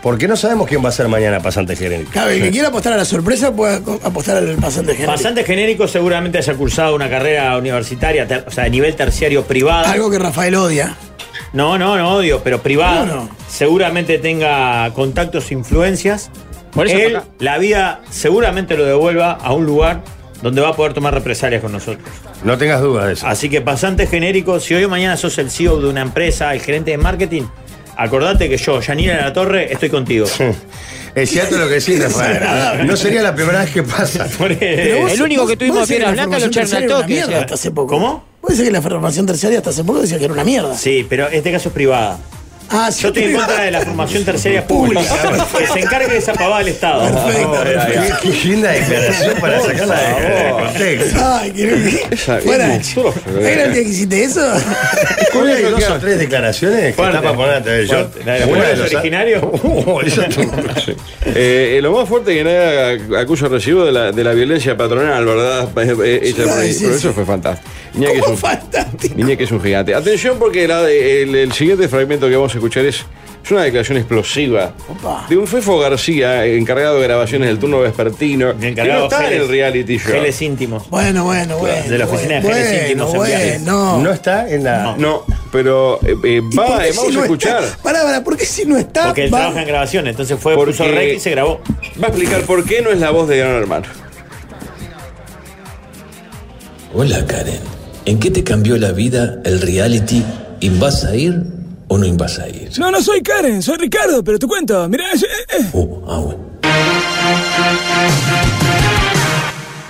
S8: Porque no sabemos quién va a ser mañana pasante genérico.
S6: Claro, el que quiera apostar a la sorpresa puede co- apostar al pasante general.
S2: Pasante genérico seguramente haya cursado una carrera universitaria, ter- o sea, a nivel terciario privada.
S6: Algo que Rafael odia.
S2: No, no, no odio, pero privada.
S6: No, no.
S2: Seguramente tenga contactos, influencias.
S10: Por eso
S2: Él,
S10: acá-
S2: la vida seguramente lo devuelva a un lugar donde va a poder tomar represalias con nosotros.
S8: No tengas dudas de eso.
S2: Así que pasante genérico, si hoy o mañana sos el CEO de una empresa, el gerente de marketing, acordate que yo, Yanina de la Torre, estoy contigo.
S8: Es cierto lo que decís, Rafael. No sería la primera vez que pasa.
S6: Pero vos-
S10: El único que tuvimos
S6: vos decís
S10: piedras
S6: la
S10: blancas lo
S6: formación
S10: echaron al
S6: terciaria era una
S10: toque,
S6: mierda
S10: o sea.
S6: hasta hace poco.
S2: ¿Cómo?
S6: Puede ser que la formación terciaria hasta hace poco decía que era una mierda.
S2: Sí, pero este caso es privada.
S6: Ah, sí,
S2: Yo estoy en contra de la formación terciaria pública. que se encargue de esa pavada del Estado.
S6: Perfecto.
S8: Qué, qué linda declaración para sacarla de, de contexto.
S6: Ay, qué
S5: Esa-
S6: Fuera.
S5: es monstruosa,
S6: ¿Era el día que hiciste eso?
S8: ¿Cuál hay dos o tres declaraciones que
S2: Fuerte.
S8: está para poner a TV? Yo-
S2: Fuerte. La de
S8: una
S2: Juegos
S8: los-
S2: Originarios.
S8: Uh, eso es-
S5: Eh, eh, lo más fuerte que nada acusa recibo de la, de la violencia patronal, ¿verdad? Eh, eh, hecha por ahí.
S6: Sí, sí,
S5: Pero
S6: sí.
S5: eso fue fantástico. Niña que, es
S6: ¿Cómo
S5: un,
S6: fantástico?
S5: Niña que es un gigante. Atención porque la de- el, el siguiente fragmento que vamos a escuchar es, es una declaración explosiva
S6: Opa.
S5: de un Fefo García, encargado de grabaciones del turno vespertino, que
S2: encargado
S5: no está en
S2: Geles-
S5: el reality show.
S2: Geles íntimos.
S6: Bueno, bueno, bueno.
S2: de la oficina de
S6: bueno,
S2: genes íntimos en
S6: Bueno,
S2: viajes.
S6: no.
S8: No está en la.
S5: No, Pero eh, eh,
S6: ¿Y por
S5: va,
S6: qué
S5: eh, vamos a
S6: si no
S5: escuchar.
S6: Está? Pará, pará, ¿por qué si no está?
S2: Porque él
S6: va?
S2: trabaja en grabación, entonces fue,
S5: Porque-
S2: puso rec y se grabó.
S5: Va a explicar por qué no es la voz de Gran Hermano.
S22: Hola Karen, ¿en qué te cambió la vida el reality? ¿Invas a ir o no invas a ir?
S23: No, no soy Karen, soy Ricardo, pero te cuento. Mirá, yo- eh, eh.
S22: Oh, ah,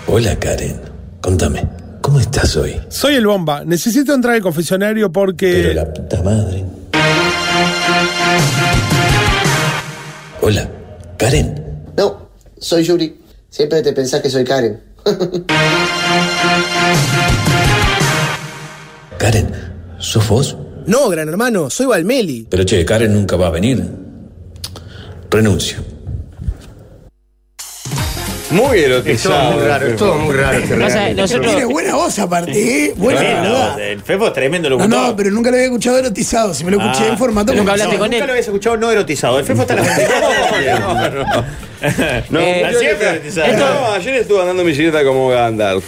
S22: Hola Karen, contame, ¿cómo estás hoy?
S24: Soy el bomba. Necesito entrar al confesionario porque.
S22: Puta madre. Hola, Karen.
S25: No, soy Yuri. Siempre te pensás que soy Karen.
S22: Karen, ¿sos vos?
S26: No, gran hermano, soy Valmeli.
S22: Pero che, Karen nunca va a venir. Renuncio.
S5: Muy
S8: erotizado. Es todo muy raro, es todo muy raro este
S6: Pasa, nosotros- Tiene buena voz aparte, ¿eh? Buena verdad.
S2: Tremendo, el Fefo es tremendo
S6: No,
S2: locutor.
S6: no, pero nunca lo había escuchado erotizado. Si me lo escuché
S2: Ah.
S6: en formato.
S2: Nunca
S6: conversado.
S2: hablaste con él. Nunca lo habías escuchado no erotizado. El Fefo está a la
S5: No,
S2: Eh,
S5: yo-
S2: siempre erotizado.
S5: No, ayer estuve andando en bicicleta como Gandalf.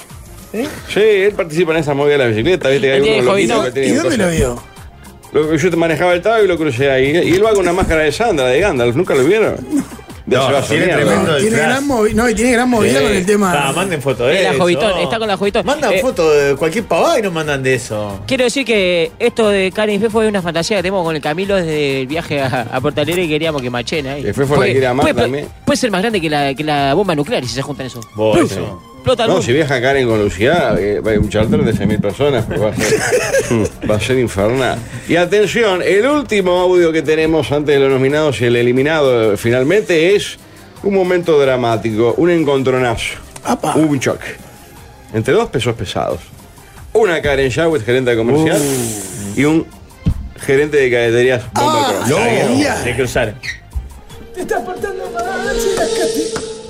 S5: Sí, él participa en esa movida de la bicicleta, viste que hay
S6: ¿Eh? Él tiene
S5: uno
S6: hobby,
S5: loquito
S6: ¿no?
S5: que tiene
S6: ¿Y dónde
S5: cosas.
S6: lo vio?
S5: Lo- Yo te manejaba el taxi y lo crucé ahí. Y él va con una máscara de Sandra, de Gandalf, ¿nunca lo vieron? De
S8: No,
S5: hace vaso
S8: tiene
S5: mierda.
S8: tremendo
S6: Tiene gran movi- no, y tiene gran movida
S5: Sí.
S6: con el tema.
S2: Ah, manden foto de
S10: Era
S2: eso.
S10: Jovitón, está con la Jovitón.
S2: Mandan
S10: Eh,
S2: foto de cualquier pavada y nos mandan de eso.
S10: Quiero decir que esto de Karen y Fefo es una fantasía que tenemos con el Camilo desde el viaje a, a Portalera y queríamos que machen ahí.
S5: El Fefo la
S10: Porque
S5: quiere amar
S10: puede,
S5: también.
S10: puede ser más grande que la, que la bomba nuclear si se juntan eso.
S5: Vos,
S10: Plum,
S5: sí.
S10: Explota el
S5: No,
S10: mundo.
S5: si viaja Karen con Lucía, eh, va a ir un charter de 6.000 personas. pues Va a, ser, va a ser infernal. Y atención, el último audio que tenemos antes de los nominados y el eliminado eh, finalmente es un momento dramático, un encontronazo, Hubo un choque entre dos pesos pesados. Una Karen Jawed, gerente comercial, y un gerente de cadeterías Bomba Cross.
S2: Se cruzaron.
S23: Te estás portando mal, si eras Katy.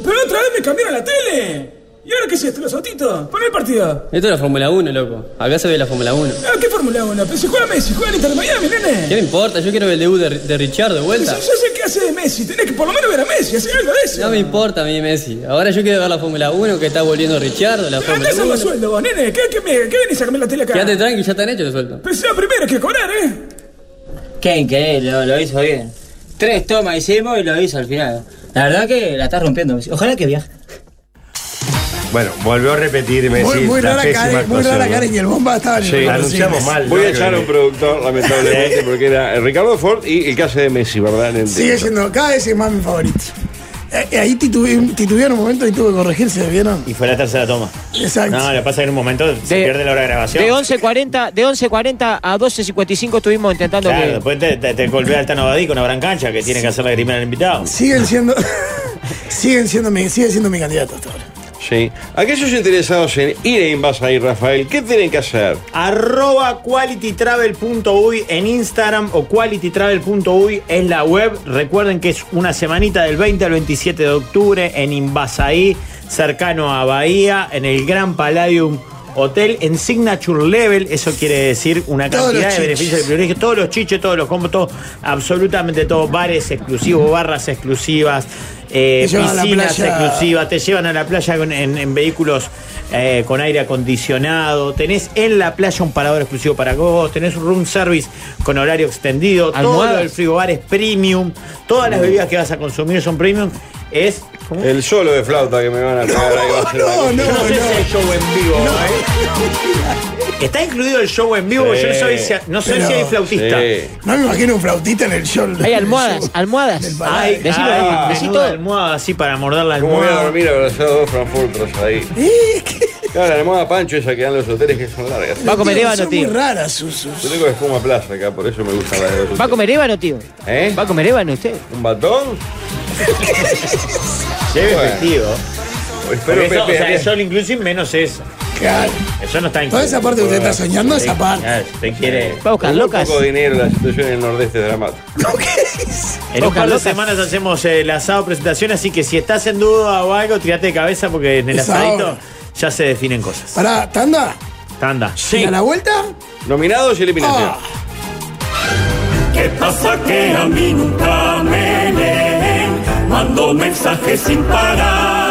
S23: Pero otra vez me cambiaron la tele. ¿Y ahora qué es esto, los autitos? Pon el partido.
S18: Esto es la Fórmula 1, loco. Acá se ve la Fórmula 1.
S23: Ah, ¿Qué Fórmula 1? Pero si juega Messi, juega el Inter de Miami, nene.
S18: ¿Qué me importa? Yo quiero ver el debut de, de Richard de
S23: Yo,
S18: vuelta.
S23: yo sé qué hace de Messi. Tenés que por lo menos ver a Messi, hacer algo de eso.
S18: No me importa a mí Messi. Ahora yo quiero ver la Fórmula 1 que está volviendo Richard, la
S23: Andá
S18: Fórmula
S23: a hacer
S18: 1.
S23: los sueldos vos, nene. ¿Qué, qué, me, ¿Qué venís a cambiar la tele acá?
S18: Quédate tranqui, ya están hechos los sueldos.
S23: Pero si la primera que cobrar, ¿eh?
S27: Qué increíble, lo, lo hizo bien. Tres tomas hicimos y lo hizo al final. La verdad que la estás rompiendo. Ojalá que viaje.
S8: Bueno, volvió a repetir Messi.
S6: Muy, muy
S8: la
S6: rara
S8: pésima
S6: Karen, muy rara
S8: actuación,
S6: Karen y el bomba estaban
S5: Sí.
S6: irreconocibles.
S5: Voy a echar a un productor, lamentablemente, porque era el Ricardo Ford y el que hace de Messi, ¿verdad? En el
S6: Sigue
S5: teatro.
S6: siendo cada vez es más mi favorito. Eh, Ahí titubeé- titubearon un momento y tuve que corregirse, ¿vieron?
S2: Y fue la tercera toma.
S6: Exacto.
S2: No, lo que pasa es que en un momento se pierde la hora de grabación.
S10: De 11.40 de 11.40 a 12.55 estuvimos intentando
S2: Claro,
S10: que...
S2: después te, te, te golpea el Tano Badí con una gran cancha que tiene que hacer la criminal al invitado.
S6: Siguen siendo. siguen siendo mi, sigue siendo mi candidato hasta ahora.
S5: Sí. Aquellos interesados en ir a Invasa y Rafael, ¿qué tienen que hacer?
S2: Arroba qualitytravel.uy en Instagram o qualitytravel.uy es la web. Recuerden que es una semanita del 20 al 27 de octubre en Invasaí, cercano a Bahía, en el Gran Palladium Hotel, en Signature Level. Eso quiere decir una
S6: Todos
S2: cantidad
S6: los
S2: de
S6: chiches.
S2: beneficios de privilegios, todos los chiches, todos los combos, todo, absolutamente todo. Bares exclusivos, barras exclusivas. eh,
S6: Te llevan a la
S2: piscinas
S6: playa.
S2: exclusivas exclusiva, te llevan a la playa con- en, en vehículos eh, con aire acondicionado, tenés en la playa un parador exclusivo para vos, tenés un room service con horario extendido,
S10: Almohadas.
S2: todo el frigobar es premium, todas las bebidas que vas a consumir son premium, es... ¿cómo?
S5: El solo de flauta que me van a pegar ahí va a ser una cosa.
S2: Yo no sé si hay show en vivo, ¿eh? Está incluido el show en vivo,
S5: Sí.
S2: yo no soy si- no sé
S6: Pero-
S2: si hay flautista.
S5: Sí.
S6: No me imagino un flautita en el show.
S10: Hay almohadas, almohadas.
S2: Ay,
S10: Decilo,
S2: ay,
S10: decí
S2: menuda
S10: todo.
S2: almohada así para morder la
S5: ¿Cómo voy a
S2: almohada.
S5: dormir abrazado a dos Frankfurters ahí?
S23: Eh,
S5: Claro, la almohada pancho esa que dan los hoteles que son largas.
S10: Va a comer ébano,
S6: Son muy
S10: tío.
S6: raras sus. sus-
S5: Yo tengo espuma plaza acá, por eso me gusta la de los
S10: Va a
S5: hoteles.
S10: comer ébano, tío.
S5: ¿Eh?
S10: Va a comer ébano usted.
S5: ¿Un batón?
S2: Lleve
S5: Bueno.
S2: vestido.
S5: Pero
S2: Pero eso,
S5: Pepe,
S2: o sea,
S5: bien.
S2: eso inclusive menos eso.
S6: Claro.
S2: Eso no está incluido.
S6: Toda esa parte que usted está soñando, esa parte.
S2: Claro, Usted quiere.
S10: Va a buscar
S5: Con muy
S10: locas.
S5: poco dinero la situación en el nordeste es dramática.
S2: En un par
S10: Ojalá
S2: de
S10: locas.
S2: semanas hacemos eh, el asado presentación, así que si estás en duda o algo, tirate de cabeza porque en el
S6: Es
S2: asadito
S6: ahora.
S2: ya se definen cosas.
S6: Pará, ¿tanda?
S2: Tanda.
S6: ¿Y a la vuelta? Ah.
S5: Nominados y eliminación.
S4: ¿Qué pasa que a mí nunca me leen? Mando mensajes sin parar.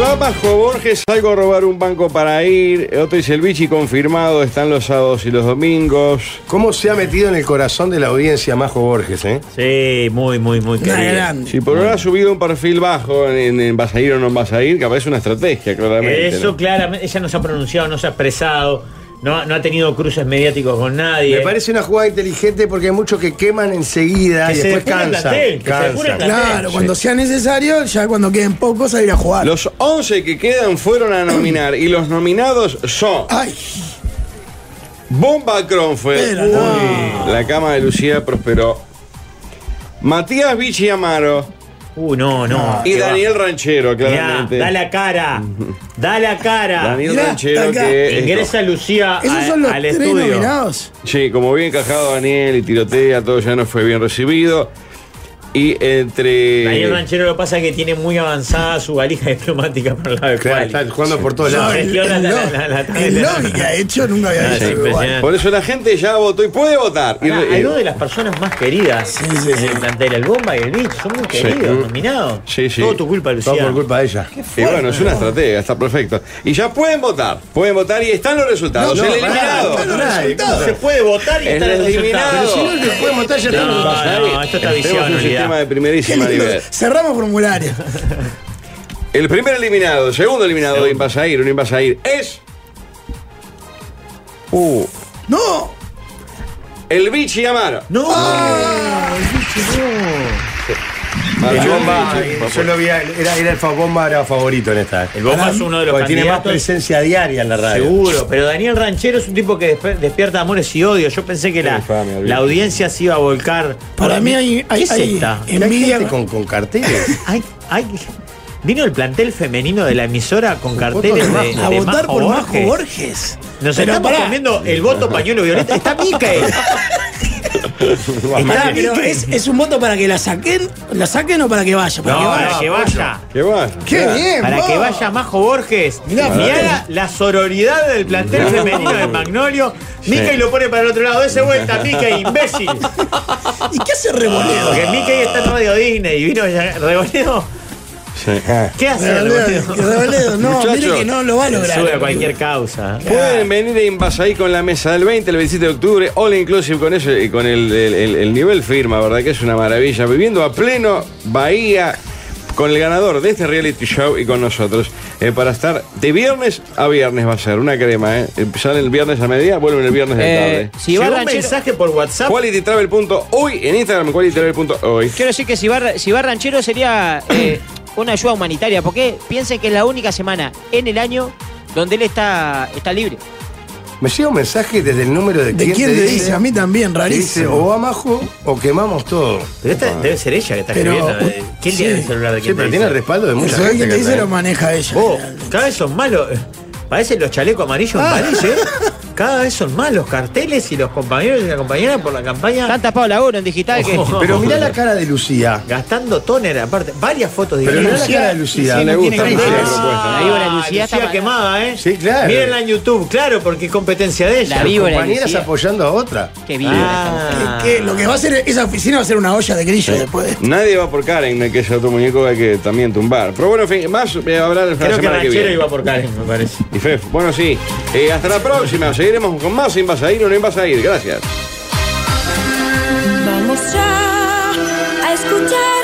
S5: va bajo Borges, salgo a robar un banco para ir. Otro dice el bichi confirmado, están los sábados y los domingos.
S8: ¿Cómo se ha metido en el corazón de la audiencia Majo Borges, eh?
S2: Sí, muy, muy, muy
S5: Si por ahora ha subido un perfil bajo en, en vas a ir o no vas a ir, capaz es una estrategia, claramente.
S2: Eso
S5: ¿no?
S2: claramente, ella no se ha pronunciado, no se ha expresado, no, no ha tenido cruces mediáticos con nadie.
S8: Me parece una jugada inteligente porque hay muchos que queman enseguida
S2: Que
S8: y
S2: se
S8: después
S2: depure el
S8: cansan.
S2: plantel, que se
S8: cansan.
S2: depure el
S6: Claro, cuando sea necesario, ya cuando queden pocos, a ir a jugar.
S5: Los 11 que quedan fueron a nominar y los nominados son. Bomba Cronfeld. Uy, La cama de Lucía prosperó. Matías Vichy Amaro.
S2: Uh, no,
S6: Ah,
S2: no.
S5: Y
S2: qué
S5: Daniel Ranchero,
S2: Mirá,
S5: claramente.
S2: da la cara, da la cara.
S5: Daniel Ranchero que.
S2: Ingresa Lucía
S6: Esos
S2: a-
S6: son los
S2: al
S6: tres
S2: estudio.
S6: nominados.
S5: Sí, como bien encajado Daniel y tirotea, todo ya no fue bien recibido. Y entre.
S2: Daniel Ranchero lo pasa que tiene muy avanzada su valija diplomática para la de Claro, está
S8: jugando por
S5: todos lados.
S6: El, el log- el lobby que ha hecho nunca había hecho.
S5: Por eso la gente ya votó y puede votar. Y- eh,
S2: Ahora,
S5: y-
S2: Ah, algo de las personas más queridas en el plantel, el Bomba y el Bicho, son muy
S5: Sí.
S2: queridos,
S5: Mm.
S2: nominados.
S5: Sí, sí.
S2: Todo tu culpa, Lucía.
S5: Todo por culpa de ella. Y
S2: fuerte,
S5: bueno, es una
S2: ¿no?
S5: estratega, está perfecto. Y ya pueden votar. Pueden votar y están los resultados.
S2: No,
S5: el
S2: no,
S5: eliminado.
S2: pará, están los resultados. Se puede votar y
S5: El
S2: están los
S5: eliminado.
S2: resultados. Pero si no,
S8: se puede votar, ya están los
S2: resultados. no, esto está viciado
S5: Tenemos
S2: en
S5: un
S2: realidad.
S5: sistema de
S6: Qué
S5: primerísimo
S6: lindo.
S5: nivel.
S6: Cerramos formulario.
S5: El primer eliminado, segundo eliminado de Invasair, un Invasair es. Uh.
S6: ¡No!
S5: El Bichi Amaro. Ah.
S2: ¡No!
S8: El Bomba, yo lo vi, a- era, era el fa- Bomba era favorito en esta. El
S2: Bomba es uno de los
S8: tiene más
S2: candidatos.
S8: presencia diaria en la radio.
S2: Seguro, pero Daniel Ranchero es un tipo que despe- despierta amores y odios. Yo pensé que la, la audiencia se iba a volcar.
S6: Para mí hay- hay-
S2: ¿Qué es
S6: hay
S2: esta?
S6: envidia.
S8: con, con carteles.
S2: Hay- hay- vino el plantel femenino de la emisora con carteles de,
S6: a
S2: de
S6: votar
S2: Majo
S6: por
S2: Borges.
S6: Majo Borges.
S2: Nos
S6: Pero
S2: estamos eh,
S6: pará.
S2: comiendo el voto pañuelo violeta. Está Micael.
S6: Está-
S2: Pero
S6: es, es un voto para que la saquen, la saquen o para que vaya. Para
S2: No,
S6: que vaya.
S2: para que vaya.
S5: Que vaya.
S6: Qué bien,
S2: Para
S6: vos.
S2: que vaya Majo Borges. Mirá,
S6: Mirá,
S2: la, la sororidad del plantel femenino de Magnolio. Mickey lo pone para el otro lado. Dese vuelta, Mickey, imbécil.
S6: ¿Y qué hace Reboledo?
S2: Porque Mickey está en Radio Disney y vino ya- Reboledo.
S6: Ah.
S2: ¿Qué hace
S6: Reboledo? Reboledo, no, mire
S5: Muchachos,
S6: que no lo va a lograr.
S2: Sube a cualquier causa.
S5: Pueden venir a Invasaí con la mesa del 20, el 27 de octubre, all inclusive con eso y con el, el- el- el nivel firma, ¿verdad? Que es una maravilla. Viviendo a pleno Bahía con el ganador de este reality show y con nosotros. eh, para estar de viernes a viernes va a ser, una crema, ¿eh? Empezar el viernes a media, vuelven el viernes de tarde.
S2: Llegó un mensaje por WhatsApp.
S5: QualityTravel.hoy en Instagram, QualityTravel.hoy.
S10: Quiero decir que si va, si va ranchero sería eh, una ayuda humanitaria, porque piensen que es la única semana en el año donde él está, está libre.
S8: Me llega un mensaje desde el número de,
S10: ¿De quién
S8: te
S10: le dice? A mí
S6: también,
S8: te Dice,
S6: rarísimo.
S8: o va Majo o quemamos todo.
S2: Pero esta debe ser ella que está
S8: Pero,
S2: escribiendo. eh.
S8: uh,
S2: ¿Quién
S8: sí.
S2: tiene el celular de
S8: Sí,
S2: quién te
S8: pero
S2: dice?
S8: tiene el respaldo de mucha
S2: Eso es
S8: gente
S2: quien
S8: que anda ahí.
S6: maneja ella.
S2: Oh, cada vez son malos. eh. Parecen los chalecos amarillos
S8: Ah.
S2: en París, ¿eh? Cada vez son más los carteles y los compañeros y las compañeras por la campaña. Oh.
S10: Están tapados la obra en digital que.
S8: Pero mirá la cara de Lucía.
S2: Gastando tóner, aparte, varias fotos
S8: Pero
S2: divinas.
S8: mirá la cara de Lucía.
S2: no
S8: Le gusta
S2: tiene
S8: mucho la
S2: carteles.
S8: propuesta.
S2: La víbora Lucía está quemada, ¿eh? Sí,
S8: claro.
S2: Mírenla en YouTube, claro, porque competencia de ella.
S8: Sus compañeras apoyando a otra.
S10: Qué
S5: bien.
S2: Ah.
S6: Que lo que va a hacer, esa oficina va a ser una olla de grillo después.
S5: Nadie va por Karen, que es otro muñeco que hay que también tumbar. Pero bueno, en fin, más eh, habrá la
S2: Creo que
S5: semana que
S2: Ranchero
S5: viene.
S2: iba por Karen, me parece.
S5: Y Fef, bueno, sí. Eh, hasta la próxima. Seguiremos con más Invasair o no Invasair. Gracias.
S15: Vamos ya a escuchar